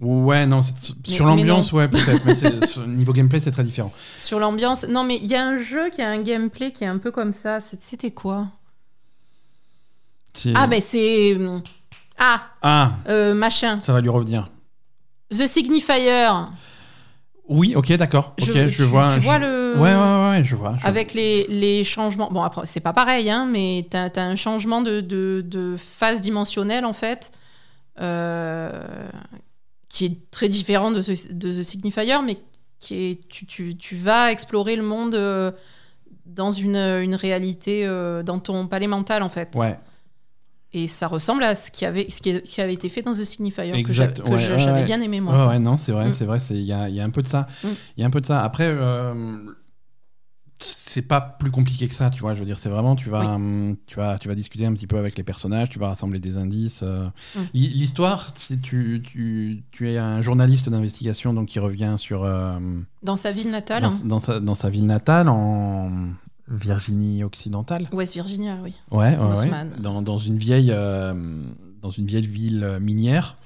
A: Ouais, non, c'est-
B: Mais-
A: sur
B: mais
A: l'ambiance, ouais, peut-être. mais c'est- sur- niveau gameplay, c'est très différent.
B: Sur l'ambiance. Non, mais il y a un jeu qui a un gameplay qui est un peu comme ça. C'est- C'était quoi
A: C'est-
B: Ah, mais c'est. euh, Ah,
A: Ah,
B: euh, machin.
A: ça va lui revenir.
B: The Signifier.
A: Oui, ok, d'accord. Ok, je,
B: tu-
A: vois.
B: Tu
A: je-
B: vois le.
A: Ouais, ouais, ouais, ouais, je vois. je-
B: Avec les, les changements. Bon, après, c'est pas pareil, hein, mais t'as as un changement de, de, de phase dimensionnelle, en fait, euh, qui est très différent de, ce- de The Signifier, mais qui est, tu, tu, tu vas explorer le monde euh, dans une, une réalité, euh, dans ton palais mental, en fait.
A: Ouais,
B: Et ça ressemble à ce qui avait, ce qui, est- qui avait été fait dans The Signifier, que
A: Exact,
B: j'avais que
A: ouais,
B: j'a-
A: ouais,
B: j'avais
A: ouais.
B: bien aimé, moi.
A: ouais,
B: ça.
A: ouais, non, c'est vrai,
B: Mm.
A: c'est vrai. c'est- Il y a, il y a un peu de ça.
B: Mm.
A: Il y a un peu de ça. Après, euh, c'est pas plus compliqué que ça, tu vois. Je veux dire, c'est vraiment, tu vas,
B: Oui.
A: hum, tu, vas, tu vas discuter un petit peu avec les personnages, tu vas rassembler des indices. euh.
B: Mm.
A: L- L'histoire, c'est tu, tu, tu es un journaliste d'investigation donc qui revient sur. euh,
B: Dans sa ville natale,
A: dans,
B: hein.
A: dans sa, dans sa ville natale, en Virginie occidentale.
B: West Virginia, oui.
A: Ouais, ouais, ouais.
B: Northman.
A: Dans, dans une vieille, euh, dans une vieille ville euh, minière.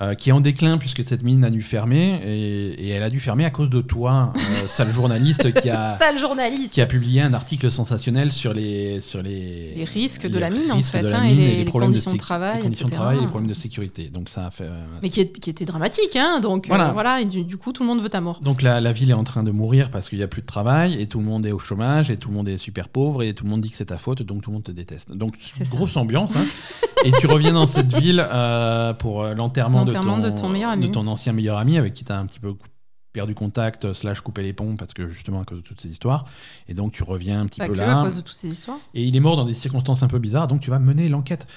A: euh, qui est en déclin puisque cette mine a dû fermer et, et elle a dû fermer à cause de toi, euh, sale journaliste qui a,
B: Sale journaliste
A: qui a publié un article sensationnel sur les sur les,
B: Les risques de
A: les
B: la mine, en
A: risques
B: fait,
A: de la
B: hein, et
A: mine
B: les- les
A: problèmes
B: conditions de
A: sécu-
B: travail,
A: les conditions de
B: etc.
A: travail et les problèmes de sécurité. Donc ça a fait. euh,
B: Mais qui, est- qui était dramatique, hein, donc euh,
A: Voilà.
B: voilà. et du, du coup tout le monde veut ta mort.
A: Donc la, la ville est en train de mourir parce qu'il n'y a plus de travail et tout le monde est au chômage et tout le monde est super pauvre et tout le monde dit que c'est ta faute donc tout le monde te déteste. Donc
B: C'est ça.
A: grosse ambiance. hein. et tu reviens dans cette ville euh, pour euh, l'enterrement de,
B: L'enterrement de ton meilleur ami.
A: de ton ancien meilleur ami avec qui tu as un petit peu cou- perdu contact euh, slash coupé les ponts parce que justement à cause de toutes ces histoires. Et donc tu reviens un petit
B: Pas
A: peu
B: que
A: là.
B: à cause de toutes ces histoires.
A: Et il est mort dans des circonstances un peu bizarres donc tu vas mener l'enquête.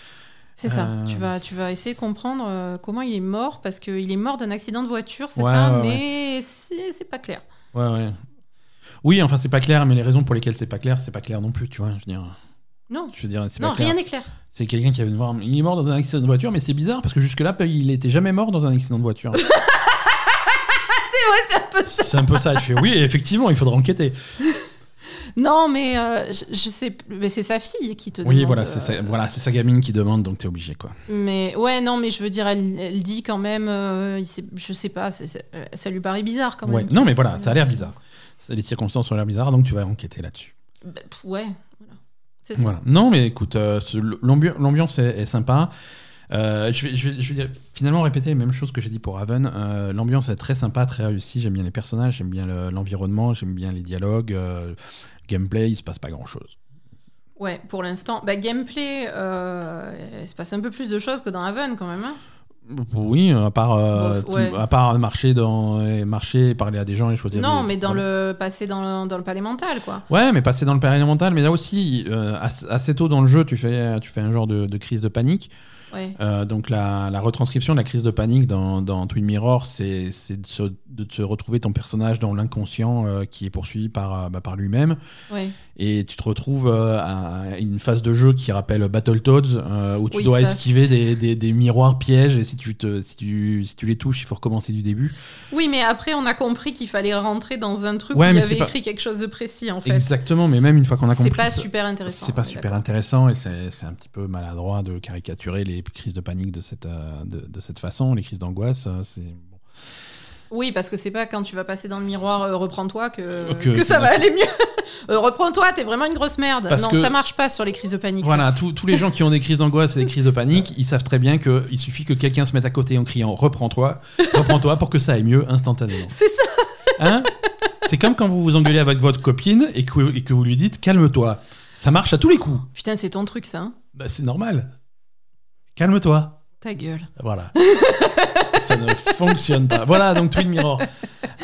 B: C'est ça.
A: Euh.
B: Tu vas, tu vas essayer de comprendre euh, comment il est mort parce qu'il est mort d'un accident de voiture, c'est
A: Ouais,
B: ça,
A: ouais, ouais.
B: mais c'est c'est pas clair.
A: Ouais ouais. Oui enfin c'est pas clair mais les raisons pour lesquelles c'est pas clair c'est pas clair non plus tu vois je veux dire.
B: Non,
A: Je veux dire c'est
B: non,
A: pas clair.
B: rien n'est clair.
A: C'est quelqu'un qui vient de voir. Il est mort dans un accident de voiture, mais c'est bizarre parce que jusque-là, il n'était jamais mort dans un accident de voiture.
B: C'est vrai, c'est un peu ça.
A: c'est un peu ça. Je fais oui, effectivement, il faudra enquêter.
B: Non, mais euh, je, je sais, plus. mais c'est sa fille qui te.
A: Oui,
B: demande,
A: voilà,
B: euh,
A: c'est sa, voilà, c'est sa gamine qui demande, donc t'es obligé quoi.
B: Mais ouais, non, mais je veux dire, elle, elle dit quand même, euh, il sait- je sais pas, c'est- c'est- euh, ça lui paraît bizarre quand même.
A: Ouais. Non, mais voilà, ça a l'air bizarre. C'est- Les circonstances ont l'air bizarres, donc tu vas enquêter là-dessus.
B: Bah, pff, ouais, voilà. c'est ça.
A: Voilà. Non, mais écoute, euh, ce- l'ambi- l'ambiance est, est sympa. Euh, je, vais, je, vais, je vais finalement répéter les mêmes choses que j'ai dit pour Haven. Euh, l'ambiance est très sympa, très réussie. J'aime bien les personnages, j'aime bien le- l'environnement, j'aime bien les dialogues. euh, gameplay, il se passe pas grand-chose.
B: Ouais, pour l'instant. Bah, gameplay, euh, il se passe un peu plus de choses que dans Haven quand même. hein.
A: Oui, à part, euh,
B: Bof, ouais.
A: tout- à part marcher, dans, et marcher, et parler à des gens et choisir.
B: Non,
A: des-
B: mais dans le passé, dans le, dans le palais mental, quoi.
A: Ouais, mais passer dans le périmental. Mais là aussi, euh, as- assez tôt dans le jeu, tu fais, tu fais un genre de, de crise de panique.
B: Ouais.
A: Euh, donc la, la retranscription de la crise de panique dans, dans Twin Mirror, c'est c'est de se, de se retrouver ton personnage dans l'inconscient euh, qui est poursuivi par, euh, bah, par lui-même.
B: ouais.
A: Et tu te retrouves euh, à une phase de jeu qui rappelle Battletoads, euh, où tu
B: Oui,
A: dois
B: ça,
A: esquiver
B: c'est-
A: des, des- des miroirs pièges, et si tu, te, si, tu, si tu les touches, il faut recommencer du début.
B: Oui, mais après, on a compris qu'il fallait rentrer dans un truc
A: Ouais,
B: où il
A: mais
B: y
A: c'est
B: avait
A: pas-
B: écrit quelque chose de précis, en fait.
A: Exactement, mais même une fois qu'on a compris...
B: C'est pas
A: ça-
B: super intéressant.
A: C'est pas
B: ouais,
A: super
B: d'accord.
A: intéressant et c'est c'est un petit peu maladroit de caricaturer les crises de panique de cette, euh, de, de cette façon, les crises d'angoisse. euh, c'est bon.
B: Oui, parce que c'est pas quand tu vas passer dans le miroir, euh, reprends-toi, que,
A: que-
B: que, ça
A: que-
B: va aller mieux. Euh, reprends-toi, t'es vraiment une grosse merde.
A: Parce
B: non,
A: que-
B: ça marche pas sur les crises de panique. ça.
A: Voilà, tous- tous les gens qui ont des crises d'angoisse et des crises de panique, ils savent très bien qu'il suffit que quelqu'un se mette à côté en criant Reprends-toi, reprends-toi pour que ça aille mieux instantanément.
B: C'est ça.
A: Hein C'est comme quand vous vous engueulez avec votre copine et que, et que vous lui dites Calme-toi. Ça marche à tous les coups.
B: Putain, c'est ton truc, ça. hein.
A: Bah, c'est normal. Calme-toi.
B: Ta gueule.
A: Voilà. ça ne fonctionne pas. Voilà, donc Twin Mirror.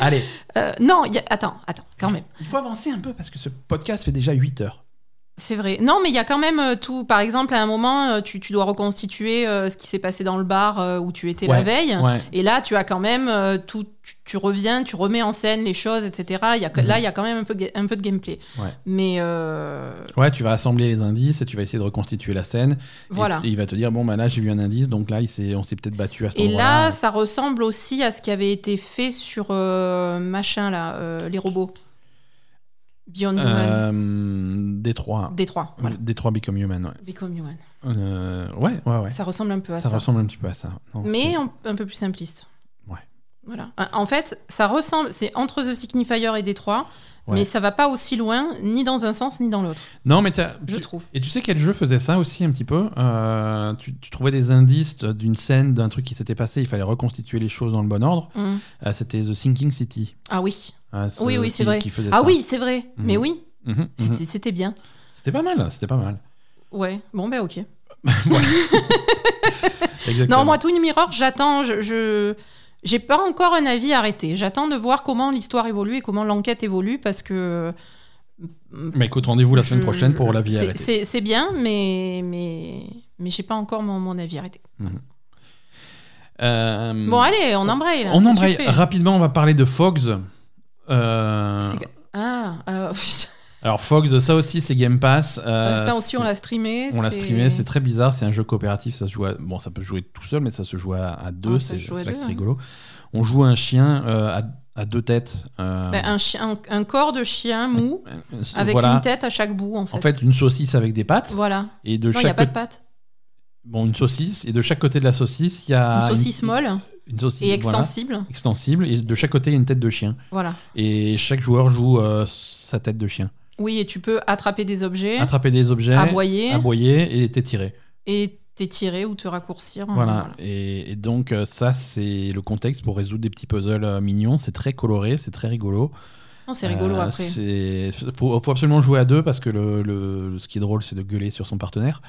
A: Allez,
B: Euh, non, il y a- attends, attends, quand même.
A: il faut avancer un peu parce que ce podcast fait déjà 8 heures.
B: C'est vrai. Non, mais il y a quand même euh, tout. Par exemple, à un moment, euh, tu, tu dois reconstituer euh, ce qui s'est passé dans le bar euh, où tu étais la
A: Ouais,
B: veille.
A: Ouais.
B: Et là, tu as quand même euh, tout. Tu, tu reviens, tu remets en scène les choses, etc. Il Y a, que-
A: Mhm.
B: Là, il y a quand même un peu, ga- un peu de gameplay.
A: Ouais.
B: Mais euh,
A: ouais, tu vas assembler les indices et tu vas essayer de reconstituer la scène. Et-
B: voilà.
A: Et, il va te dire, bon, bah là, j'ai vu un indice, donc là, il s'est- on s'est peut-être battu à ce
B: Et
A: moment-là. euh,
B: là, ça ressemble aussi à ce qui avait été fait sur euh, machin là, euh, les robots. Beyond Human,
A: Euh, Détroit.
B: Détroit, voilà.
A: Détroit Become Human, ouais.
B: Become Human.
A: Euh, ouais, ouais, ouais.
B: Ça ressemble un peu à
A: Ça
B: ça.
A: ressemble un petit peu à ça. Non,
B: mais
A: c'est-
B: un, un peu plus simpliste.
A: Ouais.
B: Voilà. Euh, En fait, ça ressemble, c'est entre The Signifier et Détroit,
A: Ouais.
B: mais ça va pas aussi loin, ni dans un sens, ni dans l'autre,
A: Non, mais t'as-
B: je
A: tu-
B: trouve.
A: Et tu sais quel jeu faisait ça aussi un petit peu Euh, tu, tu trouvais des indices d'une scène, d'un truc qui s'était passé, il fallait reconstituer les choses dans le bon ordre.
B: Mm.
A: Euh, C'était The Sinking City.
B: Ah oui.
A: euh, ce-
B: Oui, oui, c'est
A: qui-
B: vrai.
A: qui faisait
B: Ah
A: ça.
B: oui, c'est vrai.
A: Mhm.
B: Mais oui,
A: Mhm, mhm.
B: c'était c'était bien.
A: C'était pas mal, c'était pas mal.
B: Ouais, bon ben ok.
A: Exactement.
B: Non, moi, Twin Mirror, j'attends, je... je- J'ai pas encore un avis arrêté. J'attends de voir comment l'histoire évolue et comment l'enquête évolue parce que.
A: Mais écoute, rendez-vous la semaine
B: je-
A: prochaine
B: je-
A: pour la vie
B: c'est-
A: arrêtée.
B: C'est c'est bien, mais mais mais j'ai pas encore mon, mon avis arrêté.
A: Euh,
B: Bon allez, on embraye là.
A: on
B: Qu'est-ce que
A: embraye.
B: tu fais
A: Rapidement, on va parler de Fogs. Euh,
B: C'est que- Ah, euh, ça
A: Alors, Fogs, ça aussi, c'est Game Pass. Euh,
B: aussi on
A: c'est-
B: l'a streamé.
A: On l'a
B: c'est-
A: streamé, c'est très bizarre, c'est un jeu coopératif, ça se joue à- bon ça peut se jouer tout seul mais ça se joue à, à deux,
B: ça
A: c'est
B: se joue à
A: c'est là que
B: deux,
A: c'est
B: hein.
A: rigolo. On joue à un chien euh, à, à deux têtes. euh,
B: Bah, un, chien, un, un corps de chien mou
A: euh, ce-
B: avec
A: voilà.
B: une tête à chaque bout en fait.
A: En fait, une saucisse avec des pattes
B: voilà.
A: et de
B: Non, il n'y a
A: chaque
B: pas de
A: côté-
B: pattes.
A: bon une saucisse et de chaque côté de la saucisse, Ah, il y a
B: Une saucisse molle
A: une saucisse
B: et
A: voilà,
B: extensible.
A: extensible et de chaque côté il y a une tête de chien
B: Voilà.
A: et chaque joueur joue euh, sa tête de chien.
B: Oui, et tu peux attraper des objets,
A: Attraper des objets,
B: aboyer
A: aboyer et t'étirer.
B: et t'étirer ou te raccourcir.
A: Voilà, Et, et donc euh, ça c'est le contexte pour résoudre des petits puzzles euh, mignons, c'est très coloré, c'est très rigolo.
B: Non, c'est rigolo
A: Euh,
B: après.
A: c'est- Faut, faut absolument jouer à deux parce que le, le- ce qui est drôle c'est de gueuler sur son partenaire.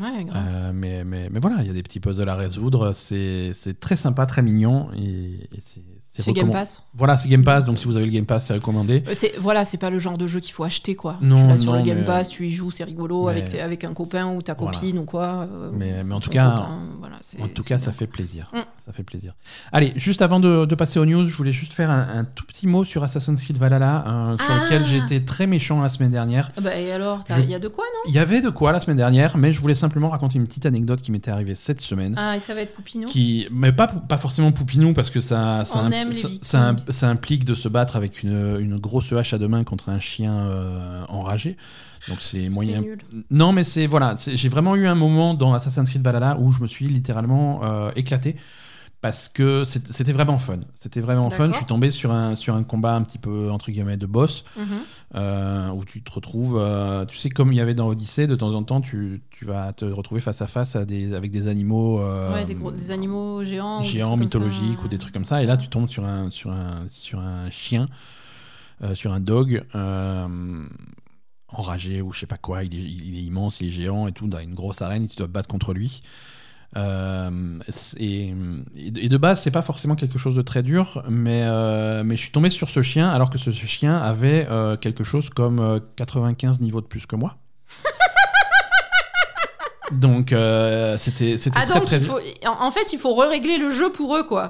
B: Ouais, grave.
A: Euh, mais, mais, mais voilà, il y a des petits puzzles à résoudre, c'est c'est très sympa, très mignon et, et c'est-
B: c'est Game
A: recommand-
B: Pass.
A: Voilà, c'est Game Pass, donc si vous avez le Game Pass c'est recommandé.
B: Euh, C'est voilà, c'est pas le genre de jeu qu'il faut acheter quoi.
A: Non,
B: tu l'as sur
A: non,
B: le Game
A: mais-
B: Pass, tu y joues, c'est rigolo
A: mais-
B: avec tes- avec un copain ou ta
A: Voilà.
B: copine ou quoi. euh,
A: Mais- mais en
B: ou
A: tout
B: ton
A: cas-
B: voilà, c'est-
A: En tout
B: c'est
A: cas,
B: bien.
A: ça fait plaisir.
B: Mm.
A: Ça fait plaisir. Allez, juste avant de, de passer aux news, je voulais juste faire un, un tout petit mot sur Assassin's Creed Valhalla, euh, sur
B: Ah.
A: lequel j'étais très méchant la semaine dernière.
B: Ah Bah, et alors,
A: Je-
B: il y a de quoi non
A: Il y avait de quoi la semaine dernière, mais je voulais simplement raconter une petite anecdote qui m'était arrivée cette semaine.
B: Ah, et ça va être Poupinou
A: Qui, mais pas, pas forcément Poupinou, parce que ça, ça,
B: On
A: imp-
B: aime les
A: ça-
B: Vikings.
A: ça imp- ça implique de se battre avec une, une grosse hache à deux mains contre un chien euh, enragé. Donc c'est
B: C'est
A: moyen.
B: nul.
A: Non, mais c'est voilà, c'est- j'ai vraiment eu un moment dans Assassin's Creed Valhalla où je me suis littéralement euh, éclaté parce que c'est- c'était vraiment fun. C'était vraiment fun.
B: D'accord.
A: Je suis tombé sur un sur un combat un petit peu entre guillemets de boss
B: Mhm.
A: euh, où tu te retrouves, euh, tu sais comme il y avait dans Odyssey, de temps en temps tu, tu vas te retrouver face à face à des avec des animaux. euh,
B: Ouais, des, gros- des animaux géants. ou des
A: géants
B: trucs comme ça.
A: mythologiques ou des trucs comme ça. Et là, tu tombes sur un, sur un, sur un chien, euh, sur un dog euh, enragé ou je sais pas quoi. Il est, il est immense, il est géant et tout, dans une grosse arène et tu dois te battre contre lui. Euh, c'est- et, et de base, c'est pas forcément quelque chose de très dur, mais, euh, mais je suis tombé sur ce chien alors que ce chien avait euh, quelque chose comme euh, 95 niveaux de plus que moi. Donc euh, c'était c'était
B: Ah
A: très
B: donc,
A: très
B: il faut- en en fait, il faut régler le jeu pour eux, quoi.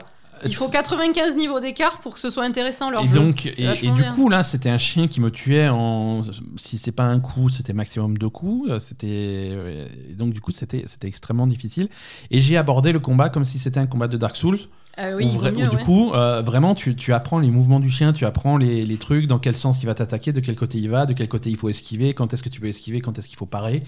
B: Il faut 95 niveaux d'écart pour que ce soit intéressant leur
A: et
B: jeu.
A: donc,
B: C'est
A: et, et
B: vachement
A: du
B: bien.
A: coup, là, c'était un chien qui me tuait en. Si c'est pas un coup, c'était maximum deux coups. euh, C'était. euh, et Donc, du coup, c'était c'était extrêmement difficile. Et j'ai abordé le combat comme si c'était un combat de Dark Souls.
B: Ah oui,
A: où
B: il vaut
A: vra-
B: mieux,
A: où du
B: ouais.
A: coup, euh, vraiment, tu, tu apprends les mouvements du chien, tu apprends les, les trucs, dans quel sens il va t'attaquer, de quel côté il va, de quel côté il faut esquiver, quand est-ce que tu peux esquiver, quand est-ce qu'il faut parer.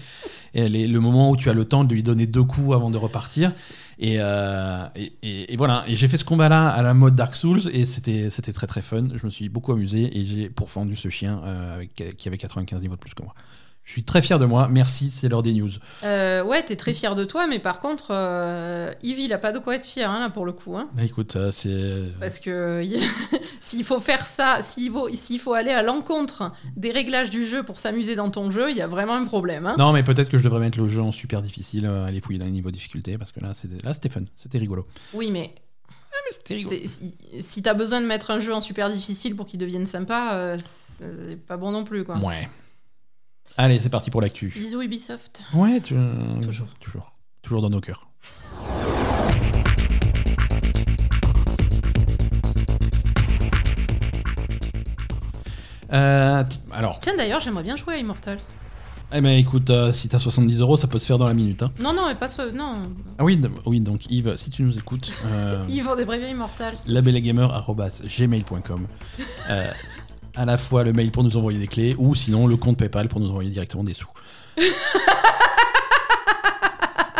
A: Et les- le moment où tu as le temps de lui donner deux coups avant de repartir. Et, euh, et, et- et voilà, et j'ai fait ce combat-là à la mode Dark Souls et c'était c'était très très fun. Je me suis beaucoup amusé et j'ai pourfendu ce chien euh, avec- qui avait 95 niveaux de plus que moi. Je suis très fier de moi, merci, c'est l'heure des news.
B: Euh, ouais, t'es très fier de toi, mais par contre, euh, Yves, il a pas de quoi être fier, hein, là, pour le coup. hein.
A: Bah, écoute, euh, c'est.
B: Parce que s'il faut faire ça, s'il faut, s'il faut aller à l'encontre des réglages du jeu pour s'amuser dans ton jeu, il y a vraiment un problème. hein.
A: Non, mais peut-être que je devrais mettre le jeu en super difficile, euh, aller fouiller dans les niveaux de difficulté, parce que là, c'était, là, c'était fun, c'était rigolo.
B: Oui, mais
A: c'était
B: c'est- si, si t'as besoin de mettre un jeu en super difficile pour qu'il devienne sympa, euh, c'est pas bon non plus, quoi.
A: Ouais. Allez, c'est parti pour l'actu.
B: Bisous Ubisoft.
A: Ouais, tu-
B: Toujours.
A: toujours. Toujours dans nos cœurs. Euh, t- alors,
B: Tiens, d'ailleurs, j'aimerais bien jouer à Immortals.
A: eh ben écoute, euh, si t'as 70 euros, ça peut se faire dans la minute. hein.
B: Non, non, mais pas ce. Non.
A: Ah oui, d- oui, donc Yves, si tu nous écoutes, euh,
B: Ils vont débréver Immortals.
A: labellagamer.gmail.com euh, c'est à la fois le mail pour nous envoyer des clés ou sinon le compte Paypal pour nous envoyer directement des sous.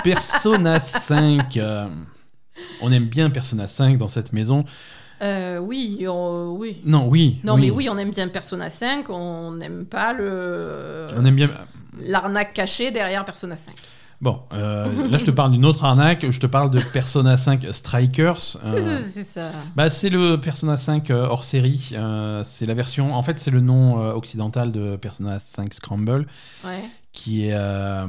A: Persona 5. euh, on aime bien Persona 5 dans cette maison.
B: Euh, oui, on- oui.
A: Non, oui.
B: Non, mais oui, on aime bien Persona 5, on n'aime pas le
A: On aime bien.
B: l'arnaque cachée derrière Persona 5.
A: Bon, euh, là je te parle d'une autre arnaque. Je te parle de Persona 5 Strikers.
B: C'est-
A: euh,
B: C'est c'est ça.
A: Bah, c'est le Persona 5 euh, hors série. euh, c'est la version. En fait, c'est le nom euh, occidental de Persona 5 Scramble.
B: Ouais.
A: qui est, euh,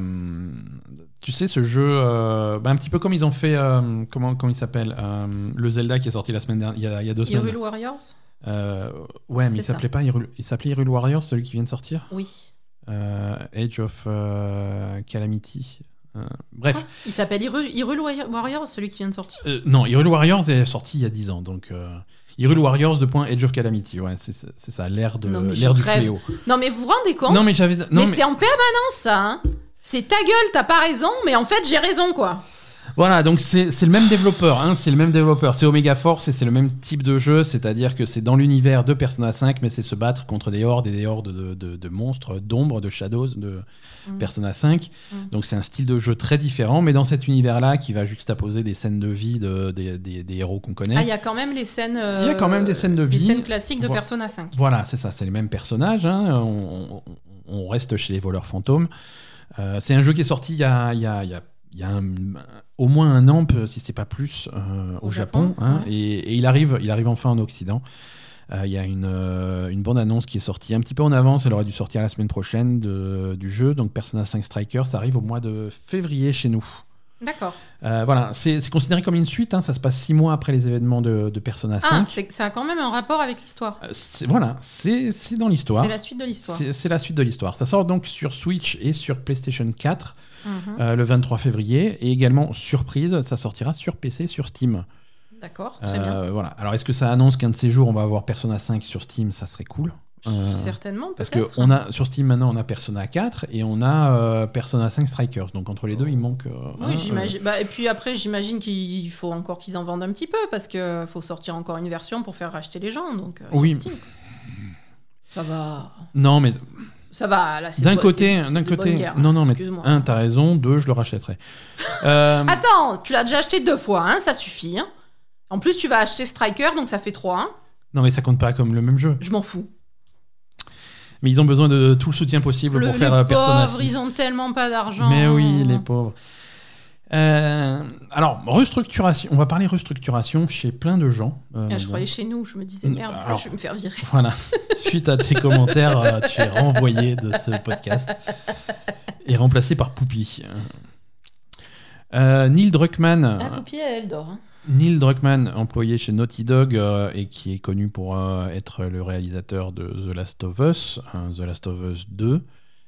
A: tu sais, ce jeu, euh, bah, un petit peu comme ils ont fait, euh, comment, comment il s'appelle, euh, le Zelda qui est sorti la semaine dernière, il y a, il y a deux
B: Hyrule
A: semaines.
B: Warriors
A: Euh, ouais, mais
B: C'est
A: il
B: ça.
A: s'appelait pas Hyrule, il s'appelait Hyrule Warriors, celui qui vient de sortir,
B: Oui.
A: Euh, Age of euh, Calamity. Euh,
B: Ah,
A: bref,
B: il s'appelle Hyrule, Hyrule Warri- Warriors, celui qui vient de sortir.
A: Euh, non, Hyrule Warriors est sorti il y a 10 ans, donc. euh, Hyrule Warriors de point Age of Calamity, ouais, c'est c'est- c'est ça, l'ère de
B: Non, mais je
A: l'ère du
B: rêve.
A: fléau.
B: Non, mais vous vous rendez compte
A: Non mais j'avais, non mais-
B: Mais c'est en permanence, ça. hein. c'est ta gueule, t'as pas raison, mais en fait, j'ai raison, quoi.
A: Voilà, donc c'est c'est le même développeur, hein, c'est le même développeur, c'est Omega Force et c'est le même type de jeu, c'est-à-dire que c'est dans l'univers de Persona 5, mais c'est se battre contre des hordes et des hordes de, de- de monstres, d'ombres, de shadows de
B: Mm.
A: Persona 5.
B: Mm.
A: Donc c'est un style de jeu très différent, mais dans cet univers-là qui va juxtaposer des scènes de vie de- des, des- des héros qu'on connaît.
B: Ah, il y a quand même les scènes.
A: Eh.
B: euh,
A: Il y a quand même des scènes de vie.
B: Des scènes classiques de
A: Voilà.
B: Persona 5.
A: Voilà, c'est ça, c'est les mêmes personnages. hein, On, on- on reste chez les voleurs fantômes. Euh, c'est un jeu qui est sorti il y a, il y a- il y a- il y a un- au moins un an, peu- si c'est pas plus, euh, au,
B: Au
A: Japon.
B: Japon,
A: hein,
B: ouais.
A: et, et il arrive, il arrive enfin en Occident. Euh, Il y a une, euh, une bande-annonce qui est sortie un petit peu en avance, elle aurait dû sortir la semaine prochaine de- du jeu. Donc Persona 5 Strikers, ça arrive au mois de février chez nous.
B: D'accord.
A: Euh, voilà, c'est c'est considéré comme une suite, hein, ça se passe six mois après les événements de, de Persona 5.
B: Ah, c'est- ça a quand même un rapport avec l'histoire.
A: Euh, c'est- voilà, c'est c'est dans l'histoire.
B: C'est la suite de l'histoire.
A: C'est c'est la suite de l'histoire. Ça sort donc sur Switch et sur PlayStation 4
B: Mhm.
A: euh, le 23 février. Et également, surprise, ça sortira sur PC, sur Steam.
B: D'accord, très bien.
A: Euh, Voilà. Alors, est-ce que ça annonce qu'un de ces jours, on va avoir Persona 5 sur Steam Ça serait cool. euh,
B: Certainement,
A: Parce que
B: peut-être.
A: on a, sur Steam, maintenant, on a Persona 4 et on a euh, Persona 5 Strikers. Donc, entre les deux, il manque. euh, un, euh,
B: Oui, j'imagine. Bah, et puis après, j'imagine qu'il faut encore qu'ils en vendent un petit peu parce que faut sortir encore une version pour faire racheter les gens. Donc, euh, sur
A: Oui.
B: Steam, quoi. Ça va.
A: Non, mais
B: Ça va. Là, c'est
A: d'un
B: de-
A: côté,
B: c'est- c'est
A: d'un
B: de bonne
A: côté.
B: guerre,
A: non,
B: hein,
A: non, mais
B: excuse-moi.
A: un, t'as raison. Deux, je le rachèterai. Euh,
B: Attends, tu l'as déjà acheté deux fois, hein, ça suffit. hein. En plus, tu vas acheter Striker, donc ça fait trois. hein.
A: non, mais ça compte pas comme le même jeu.
B: Je m'en fous.
A: Mais ils ont besoin de tout le soutien possible
B: Le-
A: pour faire
B: les
A: euh, Persona
B: pauvres,
A: 6.
B: ils ont tellement pas d'argent. Ah,
A: Mais oui, les pauvres. Euh, alors, restructuration. On va parler restructuration chez plein de gens. Euh,
B: Ah, je croyais chez nous, je me disais
A: Mm,
B: merde, ça,
A: alors.
B: je vais me faire virer.
A: Voilà. Suite à tes commentaires, euh, tu es renvoyé de ce podcast et remplacé par Poupie. Euh, Neil Druckmann,
B: Ah, Poupie, elle dort. hein.
A: Neil Druckmann, employé chez Naughty Dog euh, et qui est connu pour euh, être le réalisateur de The Last of Us, hein, The Last of Us 2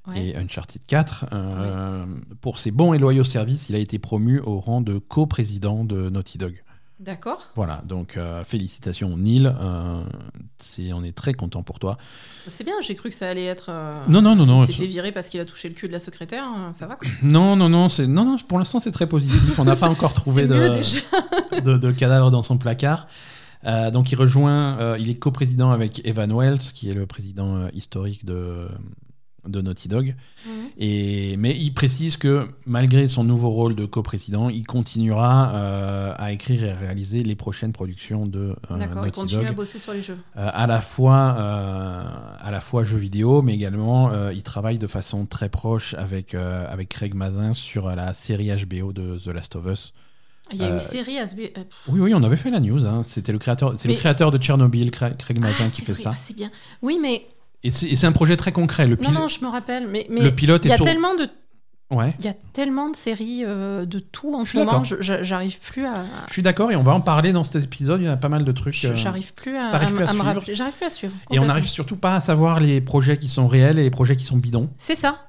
B: Ouais.
A: et Uncharted 4. Euh, Pour ses bons et loyaux services, il a été promu au rang de co-président de Naughty Dog.
B: D'accord.
A: Voilà, donc euh, félicitations Neil, euh, c'est- on est très content pour toi.
B: C'est bien, j'ai cru que ça allait être. euh,
A: Non, non, non, non,
B: Il s'est
A: abso-
B: fait virer parce qu'il a touché le cul de la secrétaire, hein, ça va quoi.
A: non, non, non, c'est- non, non, pour l'instant c'est très positif, on n'a pas encore trouvé
B: C'est
A: de,
B: mieux déjà.
A: de, de cadavre dans son placard. Euh, donc il rejoint, euh, il est coprésident avec Evan Wells, qui est le président euh, historique de, de Naughty Dog.
B: Mhm.
A: Et, mais il précise que malgré son nouveau rôle de coprésident, il continuera euh, à écrire et à réaliser les prochaines productions de euh,
B: D'accord, il
A: Naughty
B: continue
A: Dog,
B: à bosser sur les jeux.
A: euh, à la fois euh, à la fois jeux vidéo, mais également euh, il travaille de façon très proche avec euh, avec Craig Mazin sur la série HBO de The Last of Us.
B: Ah, Il y a
A: Euh,
B: une série à se. euh, pff,
A: Oui, oui, on avait fait la news. hein. C'était le créateur, c'est le
B: Mais-
A: créateur de Tchernobyl, Cra- Craig Mazin
B: ah,
A: qui
B: c'est
A: fait
B: vrai,
A: ça.
B: ah, c'est bien. Oui, mais.
A: Et c'est et c'est un projet très concret. Le,
B: Non,
A: pil-
B: non, je me rappelle. Mais, mais
A: le pilote
B: il y
A: est
B: a
A: tour-
B: tellement de
A: Ouais.
B: Il y a tellement de séries euh, de tout en
A: Je
B: ce
A: suis
B: moment,
A: d'accord.
B: je- je- j'arrive plus à, à-
A: Je suis d'accord et on va en parler dans cet épisode. Il y en a pas mal de trucs.
B: je-
A: euh,
B: j'arrive plus à,
A: t'arrives
B: à-
A: plus à
B: à me
A: suivre.
B: rappeler, j'arrive plus à suivre.
A: Et on
B: complètement.
A: n'arrive surtout pas à savoir les projets qui sont réels et les projets qui sont bidons.
B: C'est ça.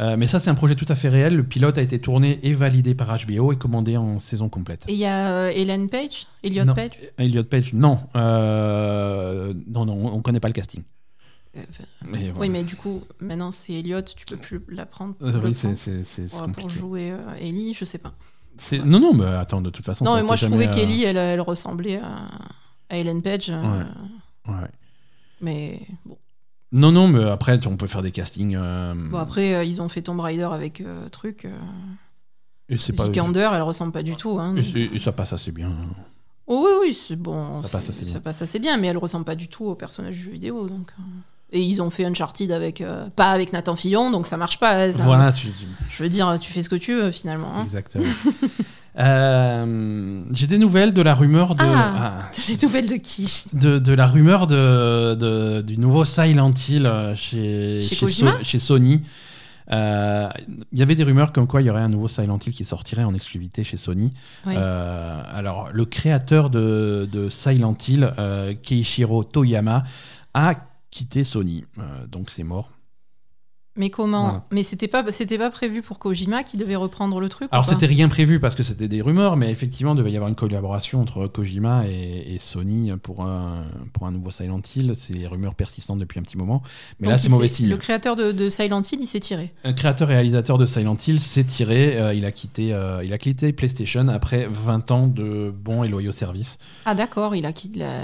A: Euh, mais ça, c'est un projet tout à fait réel. Le pilote a été tourné et validé par HBO et commandé en saison complète.
B: Et il y a euh, Hélène Page, Elliot
A: Non.
B: Page.
A: Elliot Page, non. Euh, non, non, on ne connaît pas le casting.
B: Euh,
A: Mais voilà.
B: Oui, mais du coup, maintenant c'est Elliot, tu peux plus la prendre.
A: Euh,
B: le
A: oui, c'est
B: prendre
A: c'est- c'est- c'est
B: pour, pour
A: compliqué.
B: jouer euh, Ellie, je sais pas.
A: C'est- Non, non, mais attends, de toute façon.
B: non,
A: ça
B: mais
A: a
B: moi
A: été
B: je trouvais
A: jamais, euh,
B: qu'Ellie, elle, elle ressemblait à, à Hélène Page. euh,
A: Ouais. ouais.
B: Mais bon.
A: Non, non, mais après, tu- on peut faire des castings. euh,
B: Bon, après, euh, ils ont fait Tomb Raider avec euh, truc. euh,
A: et c'est pas.
B: Vikander, elle ressemble pas du tout. Hein,
A: et c'est- et ça passe assez bien.
B: Oh oui, oui, c'est bon.
A: Ça
B: c'est-
A: passe assez bien.
B: passe assez bien, mais elle ressemble pas du tout au personnage du jeu vidéo. Donc. euh. Et ils ont fait Uncharted avec. euh, pas avec Nathan Fillon, donc ça marche pas. ça.
A: Voilà, tu, tu-
B: Je veux dire, tu fais ce que tu veux finalement. hein.
A: Exactement. Euh, J'ai des nouvelles de la rumeur de,
B: Ah.
A: ah,
B: T'as des nouvelles de qui
A: de, de la rumeur de, de- du nouveau Silent Hill euh, chez,
B: Chez Kojima
A: chez Sony. Euh, Il y avait des rumeurs comme quoi il y aurait un nouveau Silent Hill qui sortirait en exclusivité chez Sony.
B: Ouais.
A: Euh, alors, le créateur de, de Silent Hill, euh, Keishiro Toyama, a quitté Sony. Euh, donc, c'est mort.
B: Mais comment
A: Voilà.
B: Mais c'était pas, c'était pas prévu pour Kojima qui devait reprendre le truc. ou
A: Alors
B: pas
A: c'était rien prévu parce que c'était des rumeurs, mais effectivement, il devait y avoir une collaboration entre Kojima et, et Sony pour un, pour un nouveau Silent Hill. C'est des rumeurs persistantes depuis un petit moment. Mais
B: Donc,
A: là,
B: il
A: c'est mauvais
B: s'est-
A: signe.
B: Le créateur de, de Silent Hill, il s'est tiré.
A: Un créateur et réalisateur de Silent Hill s'est tiré. euh, il, a quitté, euh, il a quitté PlayStation après 20 ans de bons et loyaux services.
B: Ah d'accord, il a qui l'a-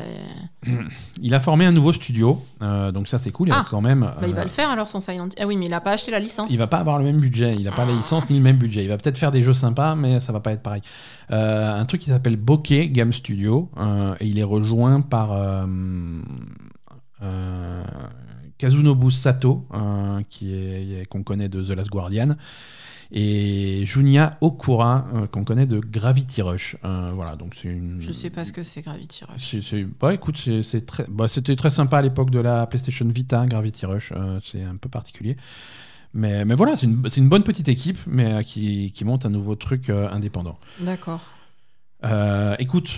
A: Il a formé un nouveau studio, euh, donc ça c'est cool. Il a
B: Ah,
A: quand même.
B: Bah, il va
A: euh,
B: le faire alors son Silent Hill. Ah oui, mais il a pas acheté la licence. Ah.
A: Il va pas avoir le même budget, il a pas la licence ni le même budget. Il va peut-être faire des jeux sympas, mais ça va pas être pareil. Euh, un truc qui s'appelle Bokeh Game Studio, euh, et il est rejoint par euh, euh, Kazunobu Sato, euh, qui est qu'on connaît de The Last Guardian, et Junya Okura, euh, qu'on connaît de Gravity Rush. Euh, voilà, donc c'est une.
B: Je sais pas ce que c'est Gravity Rush.
A: C'est- c'est- bah, écoute, c'est- c'est très- bah, c'était très sympa à l'époque de la PlayStation Vita, Gravity Rush, euh, c'est un peu particulier. Mais, mais voilà, c'est une, c'est une bonne petite équipe, mais euh, qui, qui monte un nouveau truc euh, indépendant.
B: D'accord.
A: Euh, écoute,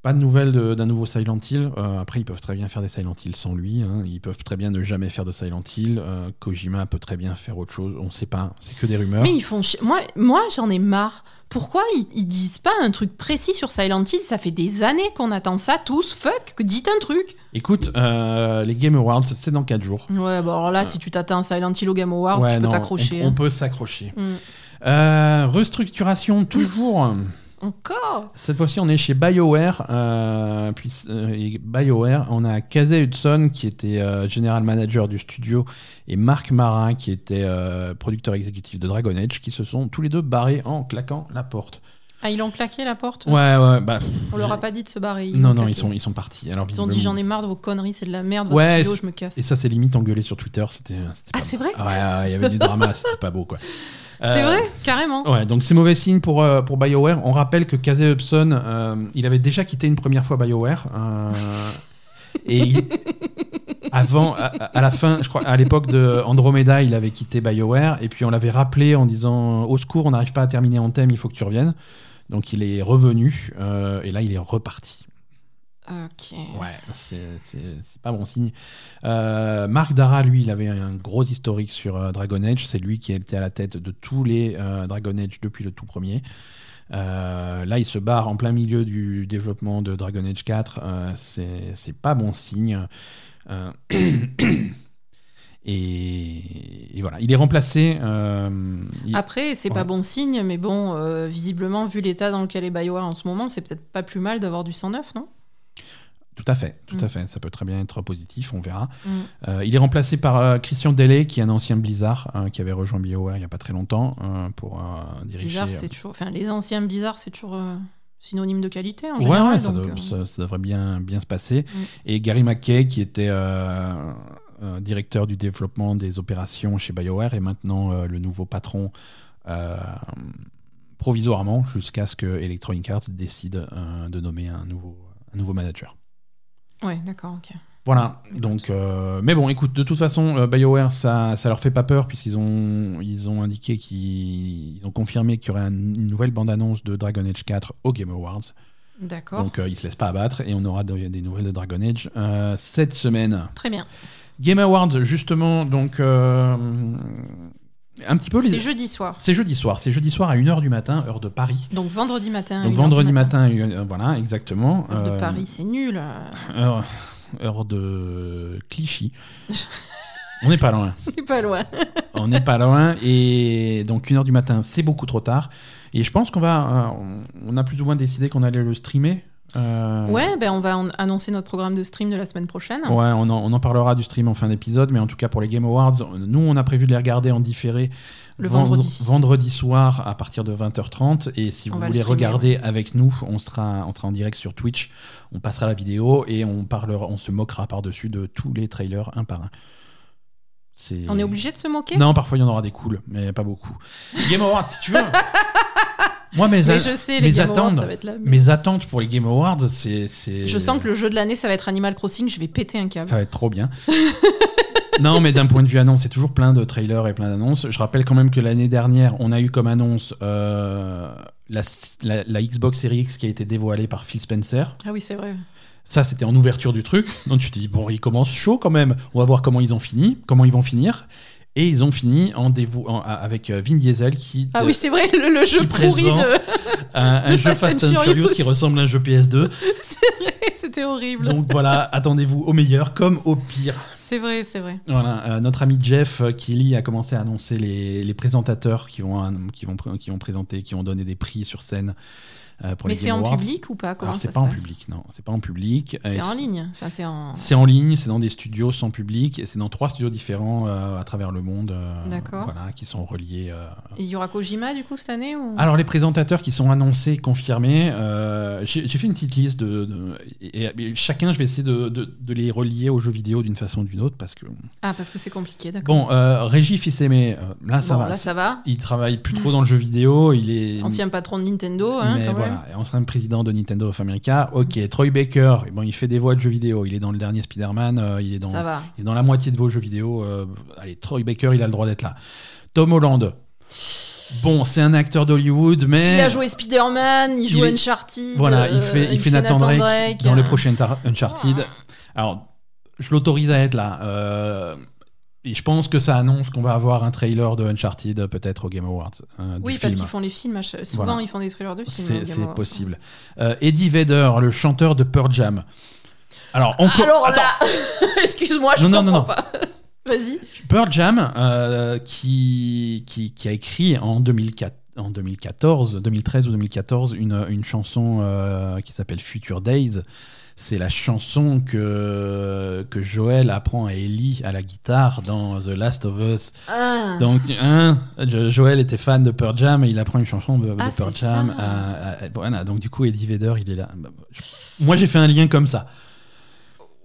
A: pas de nouvelles de- d'un nouveau Silent Hill. Euh, après, ils peuvent très bien faire des Silent Hill sans lui. hein. Ils peuvent très bien ne jamais faire de Silent Hill. Euh, Kojima peut très bien faire autre chose. On sait pas. C'est que des rumeurs.
B: Mais ils font chi- moi moi j'en ai marre. Pourquoi ils, ils disent pas un truc précis sur Silent Hill Ça fait des années qu'on attend ça tous. Fuck, que- dites un truc.
A: Écoute, euh, les Game Awards, c'est dans 4 jours.
B: Ouais, bah alors là si tu t'attends à Silent Hill au Game Awards,
A: Ouais,
B: tu peux
A: non,
B: t'accrocher.
A: On, on
B: hein.
A: peut s'accrocher.
B: Mm.
A: Euh, restructuration toujours.
B: Encore
A: Cette fois-ci, on est chez BioWare. euh, puis, euh, et BioWare, on a Casey Hudson qui était euh, général manager du studio et Marc Marin qui était euh, producteur exécutif de Dragon Age qui se sont tous les deux barrés en claquant la porte.
B: Ah, ils ont claqué la porte
A: Ouais, ouais, bah.
B: On leur a pas dit de se barrer.
A: Non,
B: l'ont
A: non,
B: claqué.
A: ils sont, ils sont partis. Alors,
B: Ils ont dit
A: visiblement-
B: j'en ai marre de vos conneries, c'est de la merde,
A: Ouais,
B: votre studio,
A: c'est-
B: je me casse.
A: Et ça, c'est limite engueulé sur Twitter. C'était. c'était
B: Ah,
A: pas-
B: c'est vrai
A: Ouais, ouais, ouais, il y avait du drama, c'était pas beau, quoi.
B: C'est
A: Euh,
B: vrai Carrément.
A: Ouais, donc c'est mauvais signe pour, euh, pour BioWare. On rappelle que Casey Hobson, il avait déjà quitté une première fois BioWare. euh, et il- avant, à, à la fin, je crois, à l'époque de Andromeda, il avait quitté BioWare. Et puis on l'avait rappelé en disant Au secours, on n'arrive pas à terminer en thème, il faut que tu reviennes. Donc il est revenu. euh, et là, il est reparti.
B: Ok.
A: Ouais, c'est c'est- c'est pas bon signe. Euh, Marc Dara, lui, il avait un gros historique sur euh, Dragon Age. C'est lui qui était à la tête de tous les euh, Dragon Age depuis le tout premier. Euh, là, il se barre en plein milieu du développement de Dragon Age 4. Euh, c'est c'est pas bon signe. Euh, et, et voilà, il est remplacé. euh, il-
B: Après, c'est
A: Ouais.
B: pas bon signe, mais bon, euh, visiblement, vu l'état dans lequel est Bioware en ce moment, c'est peut-être pas plus mal d'avoir du 109, non
A: Tout à fait, tout à
B: Mm.
A: fait. Ça peut très bien être positif, on verra.
B: Mm.
A: Euh, il est remplacé par euh, Christian Delay, qui est un ancien Blizzard, hein, qui avait rejoint BioWare il n'y a pas très longtemps euh, pour euh, diriger.
B: Blizzard, c'est toujours. Enfin, les anciens Blizzard, c'est toujours euh, synonyme de qualité en
A: Ouais,
B: général.
A: ouais, ça,
B: donc,
A: dev-
B: euh,
A: ça- ça devrait bien, bien se passer.
B: Mm.
A: Et Gary McKay, qui était euh, euh, directeur du développement des opérations chez BioWare, est maintenant euh, le nouveau patron euh, provisoirement jusqu'à ce que Electronic Arts décide euh, de nommer un nouveau, un nouveau manager.
B: Ouais, d'accord, ok.
A: Voilà,
B: Mm,
A: donc, euh, mais bon, écoute, de toute façon, euh, BioWare, ça, ça leur fait pas peur, puisqu'ils ont, ils ont indiqué qu'ils ils ont confirmé qu'il y aurait un- une nouvelle bande-annonce de Dragon Age 4 au Game Awards.
B: D'accord.
A: Donc, euh, ils se laissent pas abattre et on aura de- des nouvelles de Dragon Age euh, cette semaine.
B: Très bien.
A: Game Awards, justement, donc, euh, un petit peu
B: C'est
A: les.
B: jeudi soir.
A: C'est jeudi soir, c'est jeudi soir à 1h du matin, heure de Paris.
B: Donc vendredi matin.
A: Donc
B: Ah, une heure du
A: vendredi matin, à une- euh, voilà, exactement.
B: Heure
A: Euh,
B: De Paris, c'est nul. euh,
A: Heure, heure de Clichy. On n'est pas loin.
B: On est pas loin.
A: On n'est pas loin. Et donc, une heure du matin, c'est beaucoup trop tard. Et je pense qu'on va. euh, on a plus ou moins décidé qu'on allait le streamer. Euh,
B: Ouais, ben on va en- annoncer notre programme de stream de la semaine prochaine.
A: Ouais, on en, on en parlera du stream en fin d'épisode, mais en tout cas pour les Game Awards, on- nous on a prévu de les regarder en différé
B: Le
A: vendre-
B: vendredi.
A: vendredi soir à partir de 20h30. Et si
B: On
A: vous
B: va le
A: voulez
B: streamer,
A: regarder avec nous, on sera, on sera en direct sur Twitch, on passera la vidéo et on, parlera, on se moquera par-dessus de tous les trailers un par un. C'est-
B: On est obligé de se moquer
A: Non, parfois il y en aura des cools, mais pas beaucoup. Game Awards, si tu veux. Moi, mes,
B: Mais
A: a-
B: je
A: mais
B: sais, les Game Awards,
A: attendre.
B: ça va être là.
A: mes attentes pour les Game Awards, c'est. c'est-
B: Je sens que le jeu de l'année, ça va être Animal Crossing, je vais péter un câble.
A: Ça va être trop bien. non, mais d'un point de vue annonce, c'est toujours plein de trailers et plein d'annonces. Je rappelle quand même que l'année dernière, on a eu comme annonce euh, la, la- la Xbox Series X qui a été dévoilée par Phil Spencer.
B: Ah oui, c'est vrai.
A: Ça, c'était en ouverture du truc. Donc tu te dis, bon, ils commencent chaud quand même. On va voir comment ils ont fini, comment ils vont finir. Et ils ont fini en dévo- en- avec euh, Vin Diesel qui,
B: Ah
A: euh,
B: oui, c'est vrai, le, le jeu
A: qui
B: pourri de.
A: présente un, un
B: de
A: jeu
B: Fast
A: Fast
B: and
A: and Furious
B: Furious.
A: qui ressemble à un jeu PS2.
B: C'est vrai, c'était horrible.
A: Donc voilà, attendez-vous au meilleur comme au pire.
B: C'est vrai, c'est vrai.
A: Voilà, euh, notre ami Jeff euh, Kelly a commencé à annoncer les, les présentateurs qui vont, an- qui, vont, pr- qui vont présenter, qui vont donner des prix sur scène euh, pour
B: Mais
A: les
B: c'est
A: Game
B: en
A: Awards.
B: public ou pas Comment
A: Alors,
B: ça
A: c'est
B: se
A: pas en
B: passe
A: public, non, c'est pas en public.
B: C'est
A: Euh,
B: en ligne. Enfin, c'est en.
A: C'est en ligne, c'est dans des studios sans public et c'est dans trois studios différents euh, à travers le monde euh,
B: D'accord.
A: voilà, qui sont reliés. euh.
B: Il y aura Kojima du coup cette année ou...
A: Ah. Alors, les présentateurs qui sont annoncés, confirmés, euh, j'ai j'ai fait une petite liste de. de- et, et- et chacun, je vais essayer de, de- de les relier aux jeux vidéo d'une façon ou d'une autre parce que.
B: Ah, parce que c'est compliqué, d'accord.
A: Bon, euh, Régis Fils-Aimé, euh, là, ça
B: Bon,
A: va.
B: là, ça va.
A: Il travaille plus trop dans le jeu vidéo, il est.
B: Ancien patron de Nintendo,
A: mais
B: hein, quand même.
A: voilà, ancien président de Nintendo of America. Ok, Troy Baker, eh bon, il fait des voix de jeux vidéo. Il est dans le dernier Spider-Man, euh, il, est dans,
B: Ça va.
A: il est dans la moitié de vos jeux vidéo. euh, allez, Troy Baker, il a le droit d'être là. Tom Holland. Bon, c'est un acteur d'Hollywood, mais.
B: Il a joué Spider-Man, il joue
A: eh, il est-
B: Uncharted.
A: Voilà, il
B: euh,
A: fait, il fait Nathan Drake, dans
B: euh,
A: le prochain Tar- Uncharted. Alors, je l'autorise à être là. euh, et je pense que ça annonce qu'on va avoir un trailer de Uncharted peut-être au Game Awards. euh, du
B: Oui,
A: film.
B: parce qu'ils font les films. à chaque- Souvent,
A: Voilà.
B: ils font des thrillers de films.
A: C'est
B: au Game
A: c'est
B: Awards.
A: possible. Euh, Eddie Vedder, le chanteur de Pearl Jam. Alors, encore.
B: Alors
A: attends,
B: là, excuse-moi, je
A: Non, non,
B: comprends
A: non, non.
B: pas. Vas-y.
A: Pearl Jam, euh, qui, qui, qui a écrit en 2004 en 2014, 2013 ou 2014, une, une chanson euh, qui s'appelle Future Days. C'est la chanson que, que Joël apprend à Ellie à la guitare dans The Last of Us.
B: Ah,
A: Donc, hein, Jo- Joël était fan de Pearl Jam et il apprend une chanson de, de
B: Ah,
A: Pearl
B: c'est
A: Jam.
B: ça.
A: à- à- voilà, donc du coup, Eddie Vedder, il est là. Bah, bah, je- Moi, j'ai fait un lien comme ça.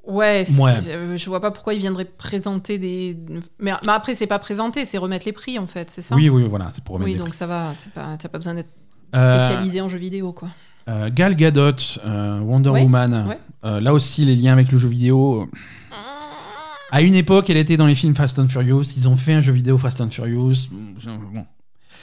B: ouais, c'est-
A: Ouais.
B: euh, je vois pas pourquoi ils viendraient présenter des. Mais, mais après, c'est pas présenter, c'est remettre les prix en fait, c'est ça
A: Oui, oui, voilà, c'est pour remettre
B: Oui,
A: des
B: donc ça va, c'est pas, t'as pas besoin d'être
A: Euh,
B: spécialisé en jeux vidéo, quoi.
A: prix. Euh, Gal Gadot, euh, Wonder
B: Ouais,
A: Woman.
B: ouais.
A: Euh, là aussi, les liens avec le jeu vidéo. euh, À une époque, elle était dans les films Fast and Furious. Ils ont fait un jeu vidéo Fast and Furious. Bon.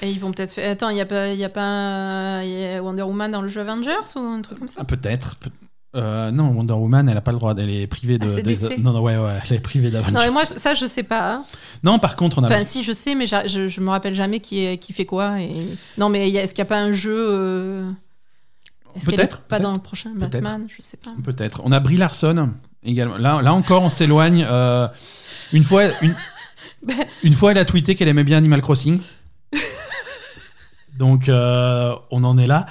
B: Et ils vont peut-être faire. Attends, il n'y a pas, y a pas un- y a Wonder Woman dans le jeu Avengers ou un truc comme ça
A: Ah, peut-être. peut- Euh, non, Wonder Woman, elle a pas le droit, elle est privée de.
B: Ah, c'est
A: des-
B: DC.
A: non, non, ouais, ouais, elle est privée
B: Non, mais
A: d'aventure.
B: moi, je- ça, je sais pas. hein.
A: Non, par contre, on a.
B: Enfin, si, je sais, mais j'a- je, je me rappelle jamais qui, est- qui fait quoi. Et... Non, mais y a- est-ce qu'il n'y a pas un jeu. euh, Est-ce qu'elle est
A: Peut-être,
B: Pas
A: peut-être.
B: dans le prochain
A: Peut-être. Euh,
B: Batman Je sais pas.
A: Peut-être. On a Brie Larson également. Là, là encore, on s'éloigne. Euh, une fois, une, une fois, elle a tweeté qu'elle aimait bien Animal Crossing. Donc, euh, on en est là.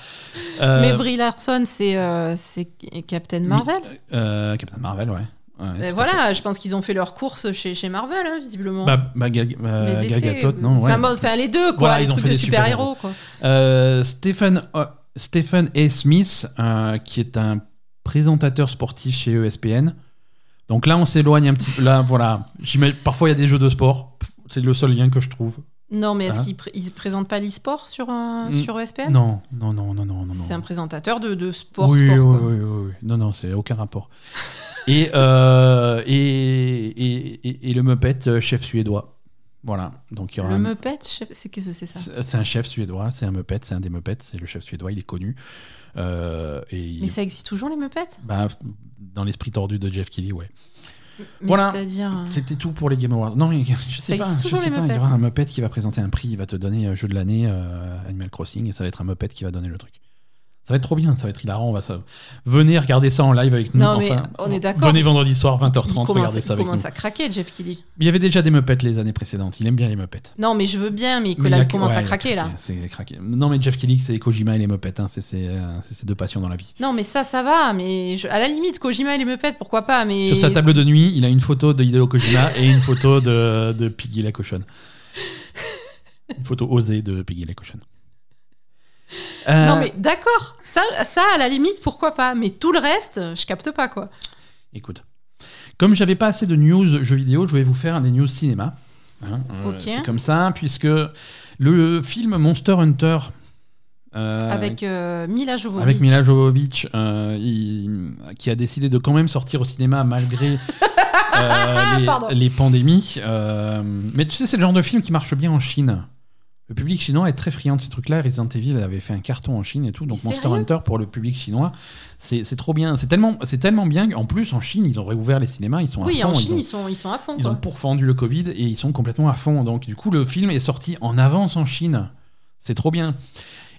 A: Euh,
B: Mais Brie Larson, c'est euh, c'est Captain Marvel.
A: euh, Captain Marvel, ouais. Ouais, tout à
B: Ben
A: fait.
B: voilà, je pense qu'ils ont fait leur course chez, chez Marvel, hein, visiblement.
A: Bah, bah, Gal,
B: Mais
A: euh, Gal
B: DC,
A: Gadot, non. ouais.
B: Enfin, bon, enfin, les deux, quoi,
A: Voilà,
B: les
A: ils ont
B: trucs
A: fait
B: de
A: des
B: super-héros, quoi.
A: Euh, Stephen, O- Stephen A. Smith, euh, qui est un présentateur sportif chez E ESPN. Donc là, on s'éloigne un petit peu. Là, voilà. J'imagine- Parfois, il y a des jeux de sport. C'est le seul lien que je trouve.
B: Non, mais est-ce
A: Hein
B: qu'ils pr- ils présentent pas l'e-sport sur, un-
A: Mm.
B: sur E ESPN
A: Non, non, non, non, non, non.
B: C'est
A: non.
B: un présentateur de, de sport,
A: oui,
B: sport,
A: oui,
B: quoi.
A: oui, oui, oui. Non, non, c'est aucun rapport. et, euh, et, et, et- et le Muppet, euh, chef suédois. Voilà. Donc il y aura
B: Le
A: un-
B: Muppet, je- c'est qu'est-ce que c'est ça
A: c'est euh, c'est un chef suédois, c'est un Muppet, c'est un des Muppets, c'est le chef suédois, il est connu. Euh, et il-
B: Mais ça existe toujours, les Muppets
A: bah, dans l'esprit tordu de Jeff Kelly, ouais.
B: Mais
A: Voilà.
B: C'est-à-dire... euh,
A: C'était tout pour les Game Awards. Non, mais je sais
B: Ça
A: pas.
B: existe
A: je
B: toujours,
A: sais
B: les
A: pas. Il y
B: Muppets.
A: aura un Muppet qui va présenter un prix, il va te donner euh, jeu de l'année euh, Animal Crossing et ça va être un Muppet qui va donner le truc. Ça va être trop bien, ça va être hilarant. On va ça... Venez regarder ça en live avec nous.
B: Non, mais
A: enfin,
B: on est d'accord.
A: Venez vendredi soir,
B: il
A: 20h30,
B: commence,
A: regardez
B: il
A: ça avec nous.
B: commence à craquer, Jeff Kelly.
A: Il y avait déjà des Muppets les années précédentes. Il aime bien les Muppets.
B: Non, mais je veux bien, mais que
A: Mais
B: là,
A: il a-
B: il commence
A: ouais,
B: à
A: il a
B: craquer, là.
A: craqué, c'est- il a craqué. Non, mais Jeff Kelly, c'est Kojima et les Muppets. hein, C'est ses euh, c'est ses deux passions dans la vie.
B: Non, mais ça, ça va. Mais je- à la limite, Kojima et les Muppets, pourquoi pas mais
A: Sur sa table de nuit, il a une photo de Hideo Kojima et une photo de, de Piggy la cochonne. Une photo osée de Piggy la cochonne. Euh,
B: Non, mais d'accord. Ça, ça, à la limite, pourquoi pas. Mais tout le reste, je capte pas, quoi.
A: Écoute, comme j'avais pas assez de news jeux vidéo, je vais vous faire des news cinéma. Hein, euh,
B: Ok.
A: C'est comme ça, puisque le film Monster Hunter. euh,
B: Avec euh, Mila Jovovich.
A: Avec Mila Jovovich, euh, il- qui a décidé de quand même sortir au cinéma malgré euh,
B: Pardon.
A: les, les pandémies. Euh, mais tu sais, c'est le genre de film qui marche bien en Chine. Le public chinois est très friand de ces trucs-là. Resident Evil avait fait un carton en Chine et tout. Donc
B: Mais
A: Monster
B: sérieux
A: Hunter, pour le public chinois, c'est c'est trop bien. C'est tellement, c'est tellement bien. En plus, en Chine, ils ont réouvert les cinémas. Ils sont à
B: Oui,
A: fond,
B: en
A: ils
B: Chine,
A: ont-
B: ils sont, ils sont à fond,
A: ils ont
B: quoi.
A: pourfendu le Covid et ils sont complètement à fond. Donc, du coup, le film est sorti en avance en Chine. C'est trop bien.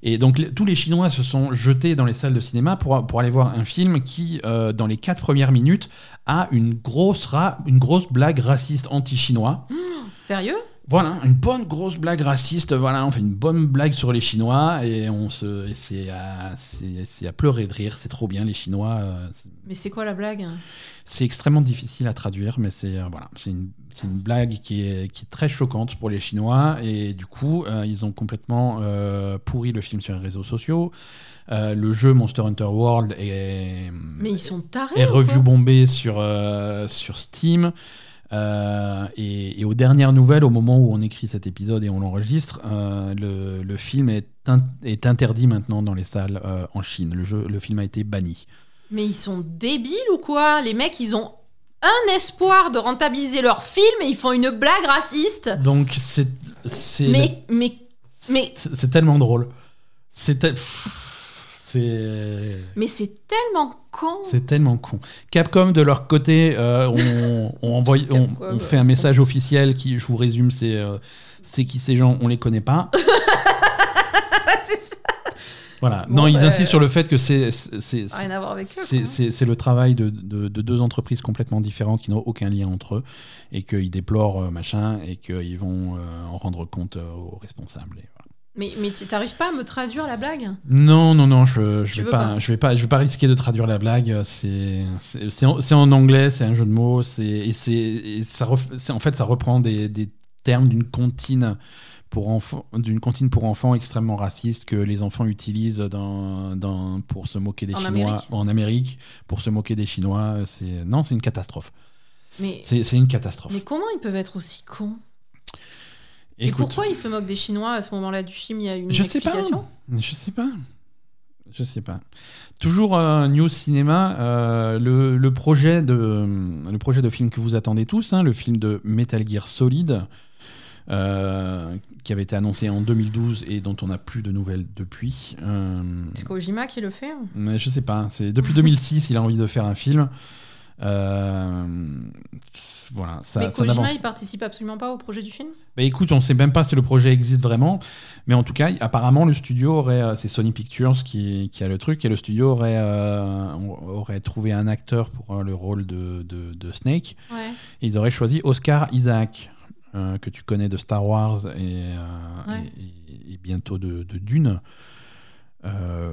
A: Et donc, les- tous les Chinois se sont jetés dans les salles de cinéma pour, pour aller voir un film qui, euh, dans les quatre premières minutes, a une grosse, ra- une grosse blague raciste anti-chinois.
B: Sérieux
A: Voilà, une bonne grosse blague raciste. Voilà, on fait une bonne blague sur les Chinois et, on se, et c'est à, c'est- c'est à pleurer de rire. C'est trop bien, les Chinois. euh, c'est-
B: Mais c'est quoi la blague
A: c'est extrêmement difficile à traduire, mais c'est euh, voilà, c'est une, c'est une blague qui est, qui est très choquante pour les Chinois et du coup euh, ils ont complètement euh, pourri le film sur les réseaux sociaux. Euh, le jeu Monster Hunter World est,
B: Mais ils sont tarés.
A: est
B: ou
A: review
B: quoi
A: bombé sur euh, sur Steam. Euh, et, et aux dernières nouvelles, au moment où on écrit cet épisode et on l'enregistre, euh, le, le film est, in- est interdit maintenant dans les salles euh, en Chine. Le, jeu, le film a été banni.
B: Mais ils sont débiles ou quoi Les mecs, ils ont un espoir de rentabiliser leur film et ils font une blague raciste.
A: Donc c'est c'est la-
B: Mais, mais, Mais-
A: C'est c'est tellement drôle. C'est tel- pff, c'est
B: mais c'est tellement con.
A: c'est tellement con. Capcom de leur côté, euh, on, on envoie, on,
B: Capcom, euh,
A: on fait un
B: ils
A: message officiel qui, je vous résume, c'est euh, c'est qui ces gens, on les connaît pas.
B: C'est ça.
A: Voilà.
B: Bon,
A: non, ils
B: bah, Ah,
A: insistent sur le fait que c'est c'est- c'est-
B: Rien à voir avec eux.
A: c'est-
B: quoi. hein.
A: c'est- c'est le travail de, de- de deux entreprises complètement différentes qui n'ont aucun lien entre eux et qu'ils déplorent euh, machin et qu'ils vont euh, en rendre compte euh, aux responsables. Et voilà.
B: Mais, mais tu- t'arrives pas à me traduire la blague
A: Non, non, non, je, je
B: Tu
A: vais
B: veux
A: pas,
B: pas.
A: je vais pas, je vais pas risquer de traduire la blague. C'est, c'est, c'est en, c'est en anglais, c'est un jeu de mots, c'est, et c'est, et ça, ref- c'est- en fait, ça reprend des, des termes d'une comptine pour enfants, d'une comptine pour enfants extrêmement raciste que les enfants utilisent dans, dans- pour se moquer des
B: En
A: Chinois
B: Amérique.
A: en Amérique, pour se moquer des Chinois. C'est, non, c'est une catastrophe.
B: Mais,
A: C'est, c'est une catastrophe.
B: mais comment ils peuvent être aussi cons Et
A: Écoute,
B: pourquoi ils se moquent des Chinois à ce moment-là du film Il y a une
A: Je sais pas.
B: explication
A: Je sais pas. Je sais pas. Toujours euh, News Cinéma, euh, le, le projet de, le projet de film que vous attendez tous, hein, le film de Metal Gear Solid, euh, qui avait été annoncé en 2012 et dont on n'a plus de nouvelles depuis. Euh,
B: C'est Kojima qui le fait. hein.
A: mais je sais pas, c'est depuis 2006, il a envie de faire un film. Euh, voilà, ça,
B: Mais
A: ça n'avance
B: Kojima, il participe absolument pas au projet du film
A: Bah écoute, on sait même pas si le projet existe vraiment, mais en tout cas, apparemment, le studio aurait. euh, C'est Sony Pictures qui, qui a le truc, et le studio aurait, euh, aurait trouvé un acteur pour euh, le rôle de, de- de Snake.
B: Ouais.
A: Et ils auraient choisi Oscar Isaac, euh, que tu connais de Star Wars et, euh,
B: Ouais.
A: et- et- et bientôt de, de Dune. Euh,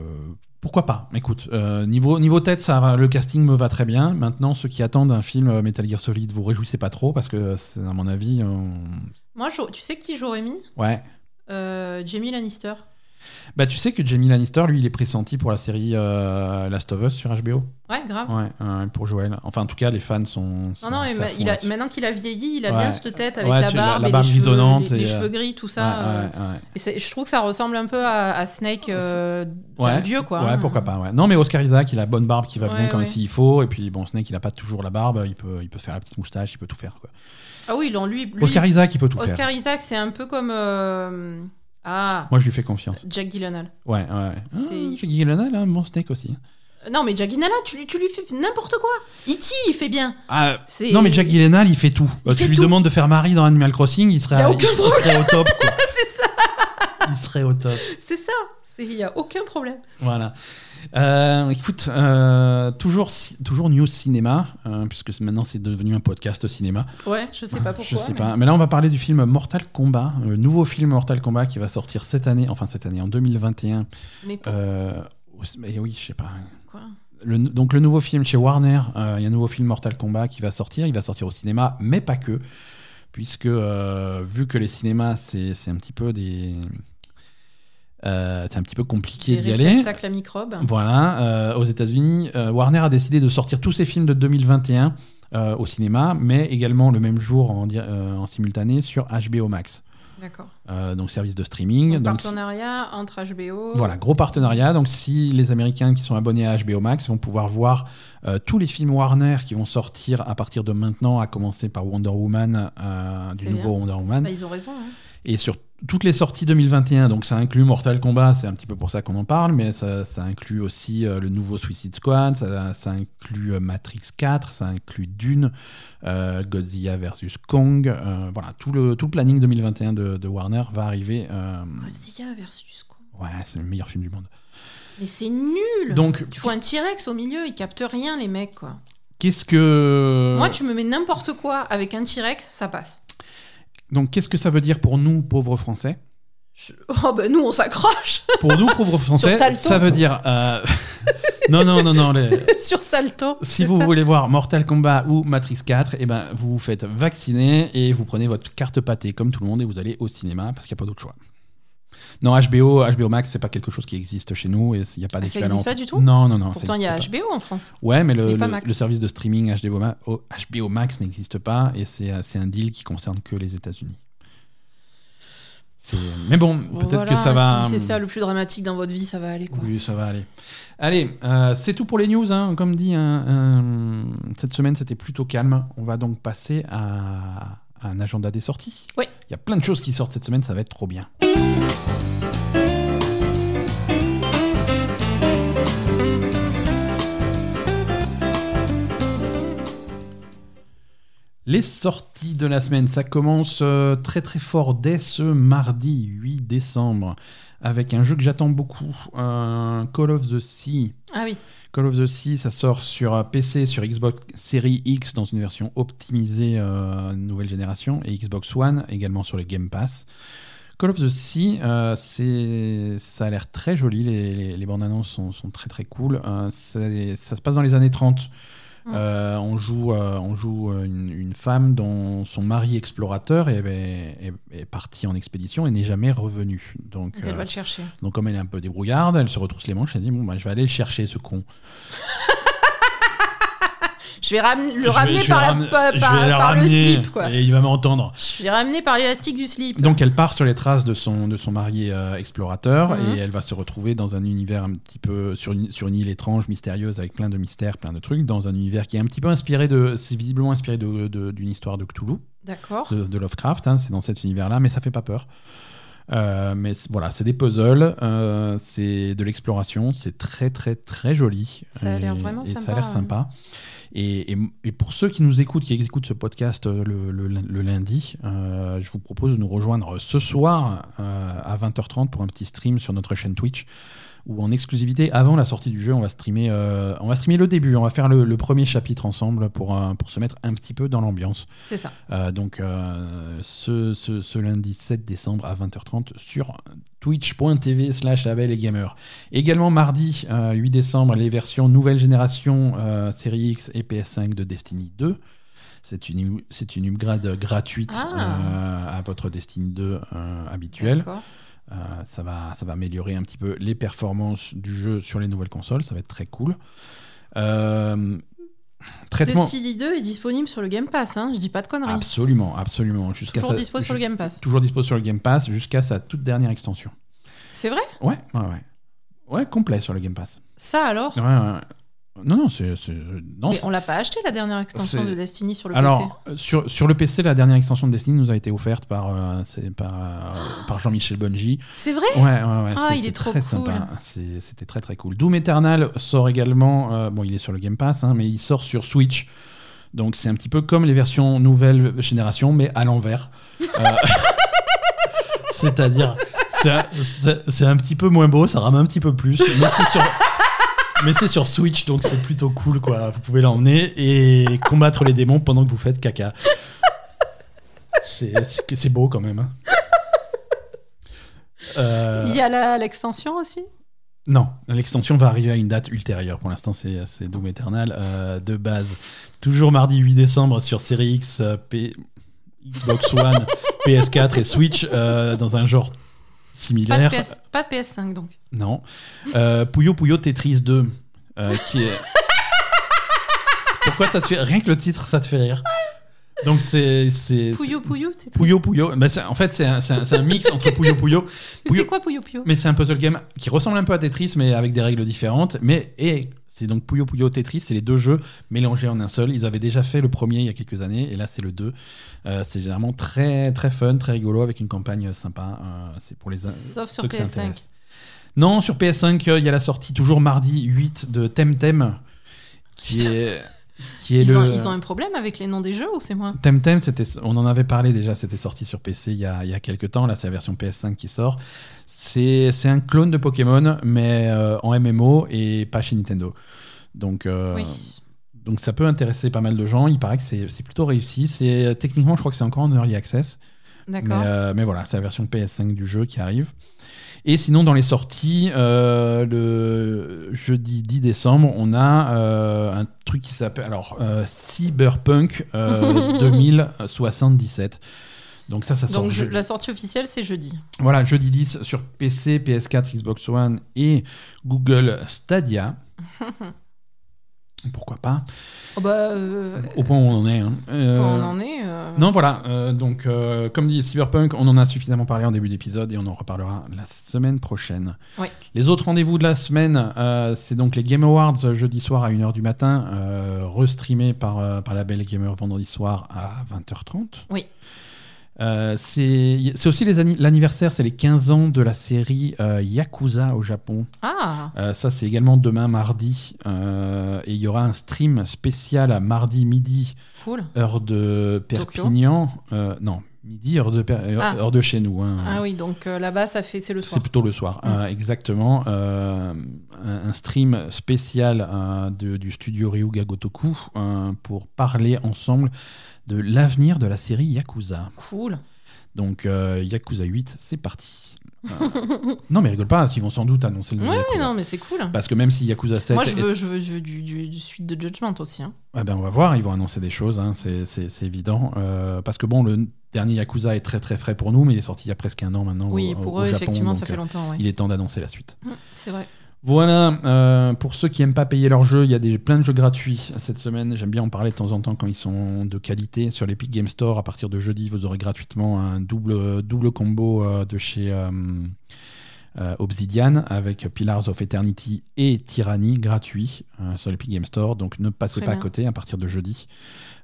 A: pourquoi pas Écoute, euh, niveau, niveau tête, ça, va, le casting me va très bien. Maintenant, ceux qui attendent un film euh, Metal Gear Solid, vous réjouissez pas trop, parce que, euh, c'est, à mon avis, on-
B: Moi, j'aurais- tu sais qui j'aurais mis
A: ouais.
B: euh, Jamie Lannister.
A: Bah, tu sais que Jamie Lannister, lui, il est pressenti pour la série euh, Last of Us sur HBO.
B: Ouais, grave.
A: Ouais, euh, pour Joël. Enfin, en tout cas, les fans sont. sont
B: Ah. Non, non,
A: assez
B: et
A: à
B: ma-
A: fond
B: il a,
A: là-dessus.
B: maintenant qu'il a vieilli, il a
A: Ouais.
B: bien cette tête avec
A: Ouais,
B: la
A: tu- la- la
B: barbe, et
A: barbe
B: les,
A: grisonnante
B: cheveux, les- les
A: et, euh,
B: cheveux gris, tout ça. euh,
A: Ouais, ouais, ouais.
B: et c'est- je trouve que ça ressemble un peu à, à Snake euh, enfin,
A: Ouais,
B: vieux, quoi.
A: Ouais,
B: hein.
A: pourquoi pas. Ouais. Non, mais Oscar Isaac, il a la bonne barbe qui va
B: Ouais,
A: bien quand
B: ouais.
A: s'il faut. Et puis, bon, Snake, il a pas toujours la barbe. Il peut, il peut se faire la petite moustache, il peut tout faire. Quoi.
B: Ah oui, non, lui, lui-
A: Oscar Isaac, il peut tout faire.
B: Oscar Isaac, c'est un peu comme. euh, ah,
A: Moi, je lui fais confiance.
B: Jack Gyllenhaal.
A: Ouais, ouais. Ah,
B: C'est-
A: Jake Gyllenhaal, un bon Snake aussi. hein.
B: Euh, Non, mais Jack Gyllenhaal, tu, lui- tu lui fais n'importe quoi. E.T., il fait bien.
A: Ah,
B: C'est-
A: non, mais Jack Gyllenhaal, il fait tout.
B: Il
A: Euh, tu
B: fait
A: lui
B: tout.
A: demandes de faire Marie dans Animal Crossing, il serait,
B: Y a
A: il-
B: aucun
A: il serait au top. quoi.
B: C'est ça,
A: Il serait au top.
B: c'est ça. C'est- Il n'y a aucun problème.
A: Voilà. Euh, écoute, euh, toujours, ci- toujours News Cinéma, euh, puisque c'est- maintenant c'est devenu un podcast cinéma.
B: Ouais, je sais pas pourquoi.
A: Ah, Je sais
B: mais-
A: pas. Mais là, on va parler du film Mortal Kombat, le nouveau film Mortal Kombat qui va sortir cette année, enfin cette année, en 2021.
B: Mais pourquoi
A: Euh, au- mais oui, je sais pas. Le- donc le nouveau film chez Warner, euh, il y a un nouveau film Mortal Kombat qui va sortir. Il va sortir au cinéma, mais pas que, puisque euh, vu que les cinémas c'est c'est un petit peu des, euh, c'est un petit peu compliqué
B: Des
A: d'y aller.
B: réceptacles à microbes.
A: Voilà, euh, aux États-Unis, euh, Warner a décidé de sortir tous ses films de 2021 euh, au cinéma, mais également le même jour en, di- euh, en simultané sur HBO Max,
B: D'accord.
A: euh, donc service de streaming.
B: Donc,
A: donc,
B: partenariat entre HBO.
A: voilà, gros partenariat. Donc, si les Américains qui sont abonnés à HBO Max vont pouvoir voir euh, tous les films Warner qui vont sortir à partir de maintenant, à commencer par Wonder Woman, euh, du
B: C'est
A: nouveau Wonder Woman,
B: Bah, ils ont raison. hein.
A: et sur toutes les sorties 2021, donc ça inclut Mortal Kombat, c'est un petit peu pour ça qu'on en parle, mais ça, ça inclut aussi euh, le nouveau Suicide Squad, ça, ça inclut euh, Matrix 4, ça inclut Dune, euh, Godzilla vs Kong, euh, voilà, tout le, tout le planning 2021 de, de Warner va arriver. euh,
B: Godzilla versus quoi
A: ouais, c'est le meilleur film du monde.
B: Mais c'est nul.
A: Donc,
B: Il faut un T-Rex au milieu, ils captent rien les mecs quoi.
A: qu'est-ce que.
B: Moi tu me mets n'importe quoi avec un T-Rex, ça passe.
A: Donc, qu'est-ce que ça veut dire pour nous, pauvres Français
B: Je- Oh bah nous on s'accroche
A: Pour nous, pauvres Français,
B: Salto.
A: ça veut dire. euh, non, non, non, non, les-
B: sur Salto.
A: Si
B: c'est
A: vous
B: ça.
A: voulez voir Mortal Kombat ou Matrix 4, eh ben, vous vous faites vacciner et vous prenez votre carte pâtée comme tout le monde et vous allez au cinéma parce qu'il n'y a pas d'autre choix. Non, HBO, HBO Max, c'est pas quelque chose qui existe chez nous et il n'y a pas
B: Ah, ça
A: d'équivalent.
B: existe pas du tout
A: Non, non, non. ça
B: Pourtant il y a
A: existe
B: HBO en France.
A: pas. Ouais, mais le,
B: mais pas
A: le-
B: Max.
A: le service de streaming HBO, Ma- oh, HBO Max n'existe pas et c'est euh, c'est un deal qui concerne que les États-Unis. C'est- Mais bon,
B: Bon,
A: peut-être
B: voilà,
A: que ça va.
B: Si c'est ça hum. le plus dramatique dans votre vie, ça va aller quoi.
A: Oui, ça va aller. Allez, euh, c'est tout pour les news. hein. Comme dit, hein, euh, cette semaine, c'était plutôt calme. On va donc passer à, à un agenda des sorties.
B: Oui.
A: Il y a plein de choses qui sortent cette semaine, ça va être trop bien. Les sorties de la semaine, ça commence euh, très très fort dès ce mardi 8 décembre avec un jeu que j'attends beaucoup, euh, Call of the Sea.
B: Ah oui.
A: Call of the Sea, ça sort sur euh, PC, sur Xbox Series X dans une version optimisée euh, nouvelle génération et Xbox One également sur les Game Pass. Call of the Sea, euh, c'est- ça a l'air très joli, les, les- les bandes annonces sont, sont très très cool. Euh, c'est- ça se passe dans les années 30.
B: Mm.
A: Euh, on joue, euh, on joue euh, une, une femme dont son mari explorateur est, est, est parti en expédition et n'est jamais revenu. Donc,
B: Donc elle
A: euh,
B: va le chercher.
A: donc comme elle est un peu débrouillarde, elle se retrousse les manches, elle dit bon bah je vais aller le chercher ce con.
B: je vais ram- le ramener par, la- par- par- par le slip, quoi.
A: Et il va m'entendre.
B: Je vais ramener par l'élastique du slip.
A: Donc elle part sur les traces de son, de son mari euh, explorateur
B: Mhm.
A: et elle va se retrouver dans un univers un petit peu sur une, sur une île étrange, mystérieuse, avec plein de mystères, plein de trucs, dans un univers qui est un petit peu inspiré de, c'est visiblement inspiré de- de- d'une histoire de Cthulhu,
B: D'accord.
A: de, de Lovecraft, hein, c'est dans cet univers-là, mais ça fait pas peur. Euh, mais c'est- voilà, c'est des puzzles, euh, c'est de l'exploration, c'est très très très joli.
B: Ça a l'air
A: Et-
B: vraiment
A: et Ça
B: sympa,
A: a l'air
B: hein.
A: sympa. Et, et- et pour ceux qui nous écoutent, qui écoutent ce podcast euh, le, le- le lundi, euh, je vous propose de nous rejoindre ce soir euh, à 20h30 pour un petit stream sur notre chaîne Twitch où en exclusivité avant la sortie du jeu, on va streamer, euh, on va streamer le début, on va faire le, le premier chapitre ensemble pour, euh, pour se mettre un petit peu dans l'ambiance.
B: C'est ça.
A: Euh, donc euh, ce, ce- ce lundi 7 décembre à 20h30 sur twitch.tv slash label et gamer. Également mardi euh, 8 décembre, les versions nouvelle génération euh, série X et PS5 de Destiny 2. C'est une, c'est une upgrade gratuite
B: Ah.
A: euh, à votre Destiny 2 euh, habituel.
B: D'accord.
A: Euh, ça, va, ça va améliorer un petit peu les performances du jeu sur les nouvelles consoles. Ça va être très cool. Euh, traitement.
B: Destiny 2 est disponible sur le Game Pass, hein, je dis pas de conneries.
A: Absolument, absolument. Jusqu'à
B: Toujours
A: sa-
B: dispo sur le Game Pass.
A: toujours dispo sur le Game Pass jusqu'à sa toute dernière extension.
B: C'est vrai
A: Ouais, ouais, ouais. Ouais, complet sur le Game Pass.
B: Ça alors
A: Ouais, ouais, ouais. Non, non, c'est. c'est- Non,
B: Mais
A: c'est-
B: on l'a pas acheté la dernière extension
A: C'est-
B: de Destiny sur le PC.
A: Alors, euh, sur, sur le PC, la dernière extension de Destiny nous a été offerte par, euh, c'est par, euh, par Jean-Michel Bungie.
B: C'est vrai
A: Ouais, ouais, ouais.
B: Ah, il
A: c'était
B: est trop
A: très
B: cool.
A: sympa. C'est- C'était très, très cool. Doom Eternal sort également. euh, bon, il est sur le Game Pass, hein, mais il sort sur Switch. Donc, c'est un petit peu comme les versions nouvelle génération, mais à l'envers. Euh, C'est-à-dire, c'est un- c'est c'est un petit peu moins beau, ça rame un petit peu plus, mais c'est sur. mais c'est sur Switch, donc c'est plutôt cool, quoi. Vous pouvez l'emmener et combattre les démons pendant que vous faites caca. C'est c'est- c'est beau quand même. hein. Euh,
B: Il y a la- l'extension aussi
A: non, l'extension va arriver à une date ultérieure. Pour l'instant, c'est c'est Doom Eternal euh, de base. Toujours mardi 8 décembre sur Série X, euh, P- Xbox One, PS4 et Switch euh, dans un genre
B: pas de,
A: similaire.
B: PS... pas de PS5 donc.
A: Non. Euh, Puyo Puyo Tetris 2, euh, qui est. Pourquoi ça te fait rien que le titre, ça te fait rire Donc c'est c'est c'est-
B: Pouyo Pouyo, c'est
A: Puyo Puyo. Bah, c'est- en fait, c'est un, c'est un- c'est un mix entre Puyo Puyo
B: Mais c'est
A: Puyo-
B: quoi Pouyo Pouyo
A: mais c'est un puzzle game qui ressemble un peu à Tetris, mais avec des règles différentes. Mais et c'est donc Puyo Puyo Tetris, c'est les deux jeux mélangés en un seul. Ils avaient déjà fait le premier il y a quelques années, et là c'est le deux. Euh, c'est généralement très très fun, très rigolo, avec une campagne sympa. Euh, c'est pour les
B: Sauf sur
A: ceux que ça
B: PS5.
A: intéresse. Non, sur PS5, euh, il y a la sortie toujours mardi 8 de Temtem, qui est qui est
B: Ils,
A: le.
B: ont, ils ont un problème avec les noms des jeux ou c'est moi
A: Temtem, c'était, on en avait parlé déjà, c'était sorti sur PC il y a, il y a quelques temps. Là, c'est la version PS5 qui sort. C'est, c'est un clone de Pokémon, mais euh, en MMO et pas chez Nintendo. Donc, euh,
B: Oui.
A: donc ça peut intéresser pas mal de gens. Il paraît que c'est, c'est plutôt réussi. C'est, techniquement, je crois que c'est encore en early access. Mais,
B: D'accord.
A: euh, mais voilà, c'est la version PS5 du jeu qui arrive. Et sinon, dans les sorties, euh, le jeudi 10 décembre, on a euh, un truc qui s'appelle alors euh, Cyberpunk euh, 2077. Donc ça, ça sort.
B: donc je-
A: je-
B: la sortie officielle c'est jeudi.
A: Voilà, jeudi 10 sur PC, PS4, Xbox One et Google Stadia. Pourquoi pas
B: Oh bah, euh,
A: Au point où on en est. hein. Euh,
B: quand on en est. euh,
A: non, voilà. euh, donc, euh, comme dit Cyberpunk, on en a suffisamment parlé en début d'épisode et on en reparlera la semaine prochaine.
B: Ouais.
A: Les autres rendez-vous de la semaine, euh, c'est donc les Game Awards euh, jeudi soir à 1h du matin, euh, restreamés par, euh, par la Belle Gamer vendredi soir à 20h30.
B: Oui.
A: Euh, c'est c'est aussi les anni- l'anniversaire, c'est les 15 ans de la série euh, Yakuza au Japon.
B: Ah
A: Euh, ça, c'est également demain mardi. euh, et il y aura un stream spécial à mardi midi
B: cool.
A: heure de
B: Tokyo.
A: Perpignan, euh, non, midi, heure de, Per- heure-
B: Ah.
A: heure de chez nous. hein.
B: Ah oui donc euh, là-bas ça fait c'est le
A: C'est
B: soir.
A: plutôt le soir,
B: Mm.
A: euh, exactement. euh, un un stream spécial euh, de- du studio Ryuga Gotoku euh, pour parler ensemble de l'avenir de la série Yakuza.
B: Cool.
A: Donc euh, Yakuza 8, c'est parti. Euh, non mais rigole pas, ils vont sans doute annoncer le nom de
B: Ouais
A: Yakuza.
B: non mais c'est cool.
A: Parce que même si Yakuza 7
B: Moi je
A: est-
B: veux je veux, je veux du, du, du suite de Judgment aussi. hein.
A: Ah ben, on va voir, ils vont annoncer des choses, hein, c'est- c'est c'est évident. Euh, parce que bon, le dernier Yakuza est très très frais pour nous, mais il est sorti il y a presque un an maintenant.
B: Oui
A: au-
B: pour
A: au
B: eux
A: Japon,
B: effectivement ça
A: donc,
B: fait
A: euh,
B: longtemps. ouais.
A: Il est temps d'annoncer la suite.
B: C'est vrai.
A: Voilà, euh, pour ceux qui n'aiment pas payer leurs jeux, il y a des, plein de jeux gratuits cette semaine. J'aime bien en parler de temps en temps quand ils sont de qualité. Sur l'Epic Game Store, à partir de jeudi, vous aurez gratuitement un double, double combo euh, de chez euh, euh, Obsidian avec Pillars of Eternity et Tyranny gratuit euh, sur l'Epic Game Store. Donc ne passez
B: Très
A: pas à
B: bien.
A: côté à partir de jeudi.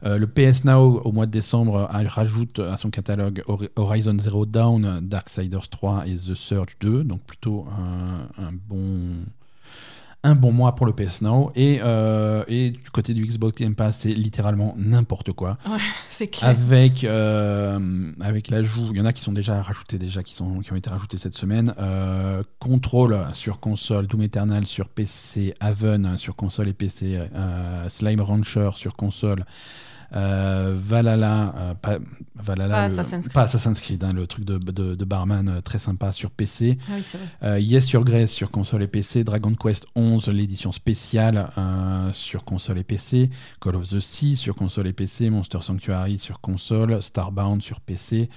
A: Euh, le PS Now au mois de décembre euh, rajoute à son catalogue Hori- Horizon Zero Dawn, Darksiders 3 et The Surge 2, donc plutôt un, un bon un bon mois pour le PS Now et, euh, et du côté du Xbox Game Pass c'est littéralement n'importe quoi
B: C'est clair.
A: avec euh, avec l'ajout il y en a qui sont déjà rajoutés déjà qui sont qui ont été rajoutés cette semaine euh, Control sur console Doom Eternal sur PC Haven sur console et PC euh, Slime Rancher sur console euh, Valhalla, euh, pas, Valhalla,
B: Pas
A: le-
B: Assassin's Creed.
A: pas Assassin's Creed, hein, le truc de, de- de barman euh, très sympa sur PC.
B: Ah oui, c'est vrai.
A: Euh, yes sur Grace sur console et PC, Dragon Quest 11 l'édition spéciale euh, sur console et PC, Call of the Sea sur console et PC, Monster Sanctuary sur console, Starbound sur PC,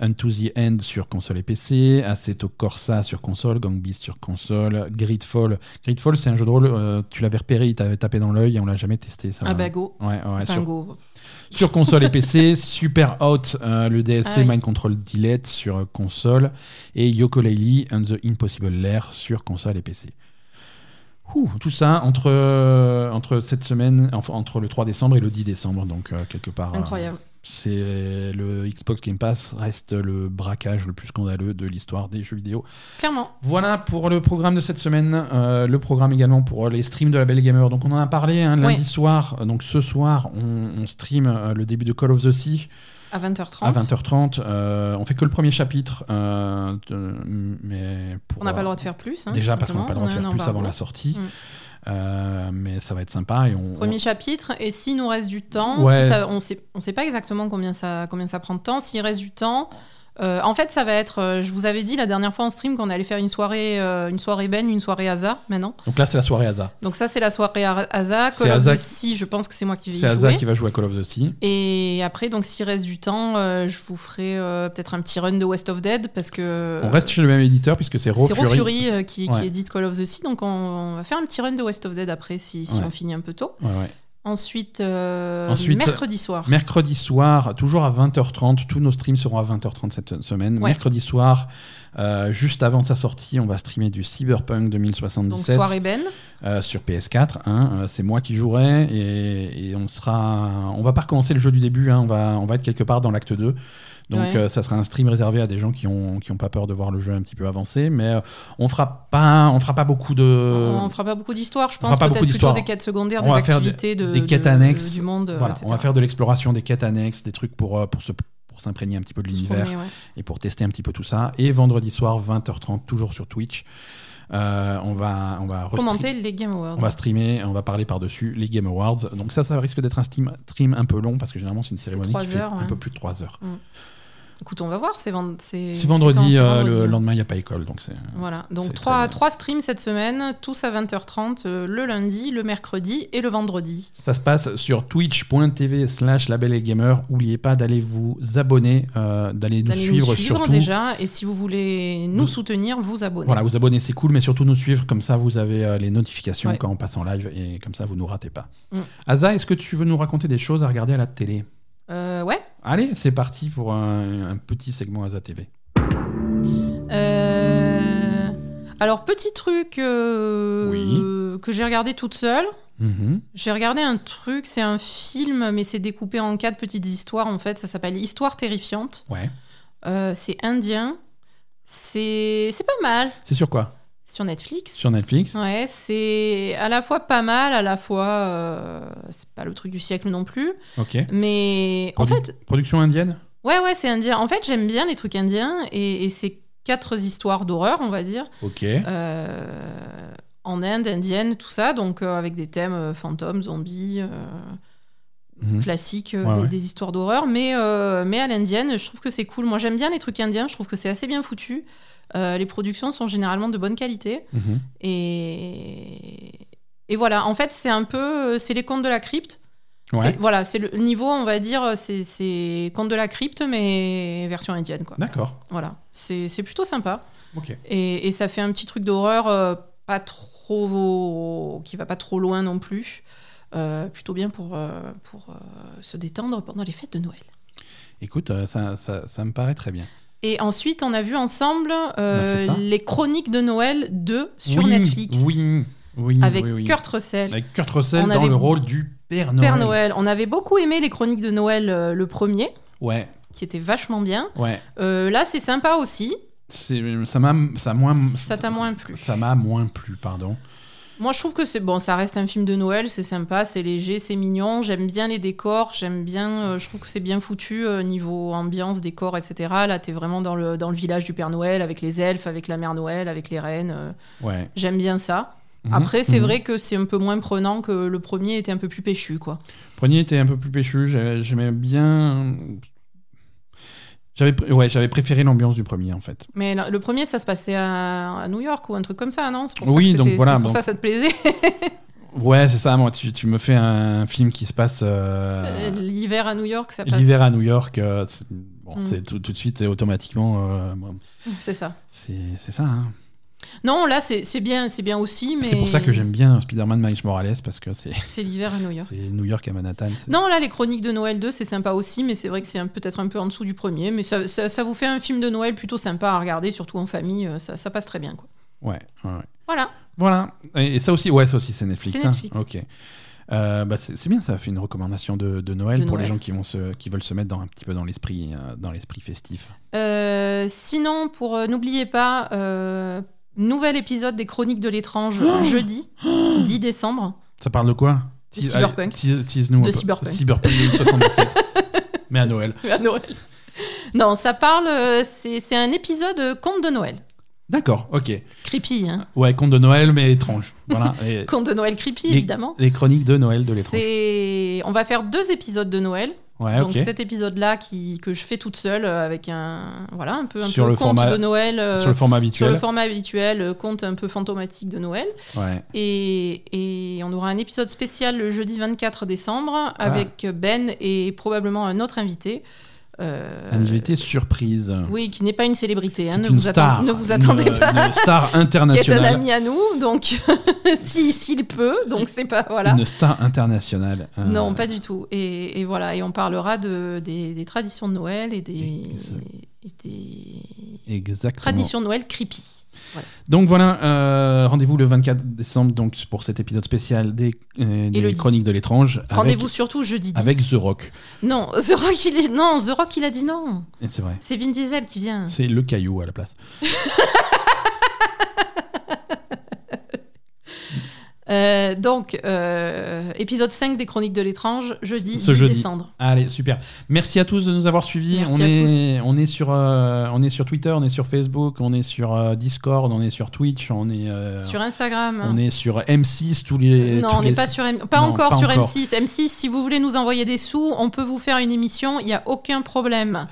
A: Unto the End sur console et PC, Assetto Corsa sur console, Gang Beasts sur console, Gridfall. Gridfall c'est un jeu de rôle, euh, tu l'avais repéré, il t'avait tapé dans l'œil et on l'a jamais testé ça.
B: Ah bah go.
A: Ouais, ouais,
B: Enfin,
A: sur-
B: go.
A: sur console et PC, Super Out, euh, le DLC
B: Ah oui.
A: Mind Control Delete sur euh, console, et Yoko and the Impossible Lair sur console et PC. Ouh, tout ça entre, euh, entre cette semaine, enfin, entre le 3 décembre et le 10 décembre, donc euh, quelque part. euh,
B: Incroyable.
A: c'est euh, le Xbox Game Pass reste le braquage le plus scandaleux de l'histoire des jeux vidéo.
B: Clairement.
A: Voilà pour le programme de cette semaine. Euh, le programme également pour les streams de la Belle Gamer. Donc on en a parlé hein, lundi
B: Ouais.
A: soir. Euh, Donc ce soir, on, on stream euh, le début de Call of the Sea
B: À 20h30.
A: à 20h30. Euh, on fait que le premier chapitre. euh, de- mais pour,
B: On n'a pas
A: euh,
B: le droit de faire plus. hein,
A: Déjà
B: tout
A: parce qu'on n'a pas le droit de
B: simplement.
A: faire
B: On a un
A: plus avant
B: embargo.
A: la sortie.
B: Mm.
A: Euh, mais ça va être sympa. Et on,
B: Premier chapitre, et s'il nous reste du temps,
A: Ouais.
B: si ça- on sait, on sait pas exactement combien ça, combien ça prend de temps, s'il reste du temps, euh, en fait ça va être, euh, je vous avais dit la dernière fois en stream qu'on allait faire une soirée, euh, une soirée Ben, une soirée Asa maintenant.
A: on- Donc là, c'est la soirée Asa.
B: Donc ça c'est la soirée Ar- Asa,
A: C'est
B: Call of
A: Asa
B: the
A: qui-
B: Sea, je pense que c'est moi qui vais y
A: C'est Asa
B: jouer.
A: qui va jouer à Call of the Sea.
B: Et après donc s'il reste du temps, euh, je vous ferai euh, peut-être un petit run de West of Dead parce que...
A: On reste chez le même éditeur puisque c'est Raw
B: Euh, C'est Raw
A: Fury.
B: Fury euh, qui,
A: Ouais.
B: qui édite Call of the Sea, donc on, on va faire un petit run de West of Dead après si, si
A: Ouais.
B: on finit un peu tôt.
A: Ouais, ouais.
B: Ensuite, euh,
A: Ensuite,
B: mercredi soir.
A: Mercredi soir, toujours à 20h30, tous nos streams seront à 20h30 cette semaine.
B: Ouais.
A: Mercredi soir, euh, juste avant sa sortie, on va streamer du Cyberpunk
B: Donc
A: 2077
B: soirée Ben,
A: euh, sur PS4. hein. Euh, c'est moi qui jouerai et, et on sera, on va pas recommencer le jeu du début. hein. on va, on va être quelque part dans l'acte 2. Donc
B: Ouais.
A: euh, ça sera un stream réservé à des gens qui ont, qui ont pas peur de voir le jeu un petit peu avancer, mais euh, on fera pas, on fera pas beaucoup de.
B: on fera pas beaucoup d'histoires, je
A: Euh, on fera
B: pense
A: pas beaucoup
B: peut-être plutôt
A: d'histoires.
B: des quêtes secondaires,
A: On
B: des
A: va faire des-
B: activités de,
A: des quêtes
B: de-
A: annexes.
B: du monde,
A: Voilà,
B: etc.
A: on va faire de l'exploration, des quêtes annexes, des trucs pour, euh, pour se- pour s'imprégner un petit peu de
B: Se
A: l'univers.
B: promener, ouais.
A: et pour tester un petit peu tout ça. Et vendredi soir, 20h30, toujours sur Twitch, euh, on va, on va restream-
B: Commenter les Game Awards.
A: On va streamer, on va parler par-dessus les Game Awards. Donc ça, ça risque d'être un stream, stream un peu long parce que généralement c'est une
B: C'est
A: cérémonie
B: trois
A: qui fait
B: heures, hein.
A: un
B: ouais.
A: peu plus de 3 heures.
B: Écoute, on va voir, c'est vend- c'est-
A: C'est
B: c'est
A: vendredi,
B: quand C'est
A: euh,
B: vendredi, hein.
A: le
B: ouais.
A: lendemain il n'y a pas école. Donc c'est...
B: Voilà,
A: C'est
B: donc
A: très bien.
B: trois, trois streams cette semaine, tous à 20h30, euh, le lundi, le mercredi et le vendredi.
A: Ça se passe sur twitch.tv slash label et gamer. N'oubliez pas d'aller vous abonner, euh, d'aller nous
B: D'aller
A: suivre,
B: nous suivre
A: surtout.
B: déjà, et si vous voulez nous
A: Nous-
B: soutenir, vous abonner.
A: Voilà, vous abonner c'est cool, mais surtout nous suivre, comme ça vous avez euh, les notifications
B: Ouais.
A: quand on passe en live et comme ça vous nous ratez pas.
B: Mm.
A: Aza, est-ce que tu veux nous raconter des choses à regarder à la télé
B: Euh, ouais,
A: Allez, c'est parti pour un, un petit segment Aza TV.
B: Euh, Alors, petit truc euh, que j'ai regardé toute seule.
A: Mhm.
B: J'ai regardé un truc, c'est un film, mais c'est découpé en quatre petites histoires en fait. Ça s'appelle Histoire terrifiante.
A: Ouais.
B: Euh, c'est indien. C'est c'est pas mal.
A: C'est sur quoi
B: Sur Netflix.
A: Sur Netflix
B: Ouais, c'est à la fois pas mal, à la fois euh, c'est pas le truc du siècle non plus.
A: Ok.
B: Mais en
A: Produ-
B: fait,
A: Production indienne
B: ouais, ouais, c'est indien. En fait, j'aime bien les trucs indiens et, et ces quatre histoires d'horreur, on va dire.
A: Ok.
B: euh, en Inde, indienne, tout ça, donc euh, avec des thèmes euh, fantômes, zombies, euh,
A: Mhm.
B: classiques, euh,
A: Ouais,
B: des,
A: ouais.
B: des histoires d'horreur, mais, euh, mais à l'indienne, je trouve que c'est cool. Moi, j'aime bien les trucs indiens, je trouve que c'est assez bien foutu. Euh, les productions sont généralement de bonne qualité.
A: Mhm.
B: Et, et voilà, en fait, c'est un peu. euh, C'est les contes de la crypte.
A: Ouais.
B: C'est- Voilà, c'est le niveau, on va dire, c'est- c'est contes de la crypte, mais version indienne, quoi.
A: D'accord.
B: Voilà, c'est c'est plutôt sympa.
A: Ok.
B: Et, et ça fait un petit truc d'horreur euh, pas trop, qui va pas trop loin non plus. Euh, plutôt bien pour, euh, pour euh, se détendre pendant les fêtes de Noël.
A: Écoute, euh, ça, ça, ça me paraît très bien.
B: Et ensuite, on a vu ensemble euh,
A: fait Bah, ça
B: les Chroniques de Noël 2 sur
A: Oui,
B: Netflix
A: Oui, oui,
B: avec
A: oui, oui.
B: Kurt Russell.
A: Avec Kurt Russell
B: On
A: dans
B: avait-
A: le rôle du Père Noël.
B: Père Noël, on avait beaucoup aimé les Chroniques de Noël euh, le premier,
A: Ouais,
B: qui était vachement bien.
A: ouais.
B: Euh, là, c'est sympa aussi.
A: C'est- Ça m'a ça moins
B: Ça t'a moins plu.
A: Ça m'a moins plu, pardon.
B: Moi, je trouve que c'est bon, ça reste un film de Noël, c'est sympa, c'est léger, c'est mignon. J'aime bien les décors, j'aime bien, euh, je trouve que c'est bien foutu euh, niveau ambiance, décor, etc. Là, t'es vraiment dans le, dans le village du Père Noël avec les elfes, avec la Mère Noël, avec les reines. euh,
A: Ouais.
B: j'aime bien ça.
A: Mhm,
B: Après, c'est
A: mhm.
B: vrai que c'est un peu moins prenant que le premier était un peu plus péchu, quoi.
A: Premier était un peu plus péchu. j'ai- J'aimais bien. J'avais pr- ouais, j'avais préféré l'ambiance du premier en fait.
B: Mais la- le premier, ça se passait à, à New York ou un truc comme ça, non C'est pour ça
A: Oui,
B: que
A: donc
B: c'était-
A: voilà,
B: c'est pour
A: donc-
B: ça que ça te plaisait
A: Ouais, c'est ça. Moi, tu, tu me fais un film qui se passe euh,
B: l'hiver à New York, ça passe.
A: l'hiver à New York. euh, c'est- bon,
B: Mm.
A: c'est tout, tout de suite, c'est automatiquement. euh, moi,
B: C'est ça.
A: c'est c'est ça. hein.
B: Non, là, c'est c'est bien, c'est bien aussi, mais
A: C'est pour ça que j'aime bien Spider-Man Miles Morales parce que c'est
B: C'est l'hiver à New York.
A: c'est New York à Manhattan. c'est-
B: Non, là, les chroniques de Noël 2, c'est sympa aussi, mais c'est vrai que c'est un- peut-être un peu en dessous du premier. Mais ça, ça- ça vous fait un film de Noël plutôt sympa à regarder, surtout en famille. euh, Ça, ça passe très bien. Quoi.
A: Ouais, ouais, ouais.
B: Voilà.
A: Voilà. Et, et ça aussi, ouais, ça aussi, c'est Netflix.
B: C'est
A: hein.
B: Netflix.
A: Ok. Euh, bah, c'est c'est bien, ça fait une recommandation de, de Noël
B: De
A: pour les
B: Noël.
A: gens qui, vont se, qui veulent se mettre dans, un petit peu dans l'esprit euh, dans l'esprit festif.
B: Euh, sinon, pour euh, n'oubliez pas, euh, nouvel épisode des Chroniques de l'étrange
A: Oh
B: jeudi, 10 décembre.
A: Ça parle de quoi
B: De
A: Tease-
B: cyberpunk.
A: allez, tease- tease-nous un
B: De
A: peu.
B: cyberpunk.
A: 2077. Mais à Noël.
B: À Noël. Non, ça parle. euh, C'est c'est un épisode euh, conte de Noël.
A: D'accord, ok.
B: Creepy, hein
A: Ouais, conte de Noël, mais étrange. Voilà. Et
B: Conte de Noël creepy,
A: Les-
B: évidemment.
A: les chroniques de Noël de l'étrange.
B: C'est- On va faire deux épisodes de Noël.
A: Ouais,
B: Donc
A: Ah, ok.
B: cet épisode-là qui que je fais toute seule euh, avec un voilà un peu un
A: Sur
B: peu
A: le
B: conte
A: format-
B: de Noël euh,
A: Sur le format
B: sur le
A: habituel.
B: format habituel euh, conte un peu fantomatique de Noël
A: Ouais.
B: et, et on aura un épisode spécial le jeudi 24
A: Ah.
B: décembre avec Ben et probablement un autre invité. Euh,
A: Un invité surprise.
B: Oui, qui n'est pas une célébrité, hein,
A: C'est
B: ne,
A: une
B: vous atten-
A: star.
B: ne vous attendez
A: Une- euh,
B: pas.
A: Une star
B: Qui est un
A: internationale.
B: ami à nous, donc si s'il peut, donc c'est pas voilà.
A: Une star internationale. Euh,
B: Non, pas du tout. Et, et voilà, et on parlera de, des, des traditions de Noël et des, et des
A: Exactement.
B: traditions de Noël creepy.
A: Donc voilà, euh, rendez-vous le 24 décembre donc pour cet épisode spécial des, euh, des
B: le 10.
A: Chroniques de l'étrange. avec-
B: Rendez-vous surtout jeudi 10.
A: avec, The Rock.
B: Non, The Rock, il est... non, The Rock, il a dit non.
A: Et c'est vrai.
B: C'est Vin Diesel qui vient.
A: C'est le caillou à la place.
B: Euh, donc, euh, épisode 5 des Chroniques de l'étrange, jeudi
A: Ce
B: 10
A: jeudi.
B: décembre.
A: Allez, super. Merci à tous de nous avoir suivis.
B: Merci
A: on,
B: à
A: est, on, est sur, euh, on est sur Twitter, on est sur Facebook, on est sur euh, Discord, on est sur Twitch, on est, euh,
B: Sur Instagram.
A: on est sur M6, tous les.
B: Non,
A: tous
B: on n'est
A: les-
B: pas sur M... pas
A: Non,
B: encore
A: pas
B: sur
A: encore.
B: M6. M6, si vous voulez nous envoyer des sous, on peut vous faire une émission, il n'y a aucun problème.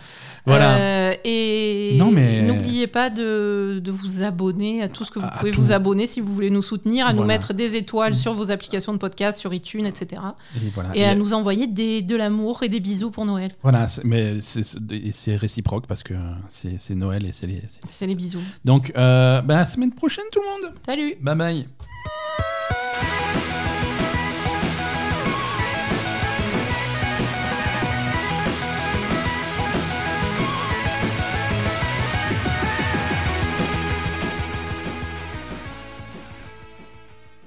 A: Voilà.
B: Euh, et
A: Non, mais-
B: n'oubliez pas de, de vous abonner à tout ce que vous
A: À- à
B: pouvez
A: tout.
B: vous abonner si vous voulez nous soutenir, à nous
A: Voilà. Mm.
B: mettre des étoiles sur vos applications de podcast, sur iTunes, etc.
A: Et voilà.
B: Et à
A: Et-
B: nous envoyer des, de l'amour et des bisous pour Noël.
A: voilà, c'est- mais c'est- c'est et c'est réciproque parce que c'est c'est Noël et c'est les. c'est-
B: C'est les bisous.
A: Donc, euh, bah, à la semaine prochaine, tout le monde.
B: Salut
A: Bye bye.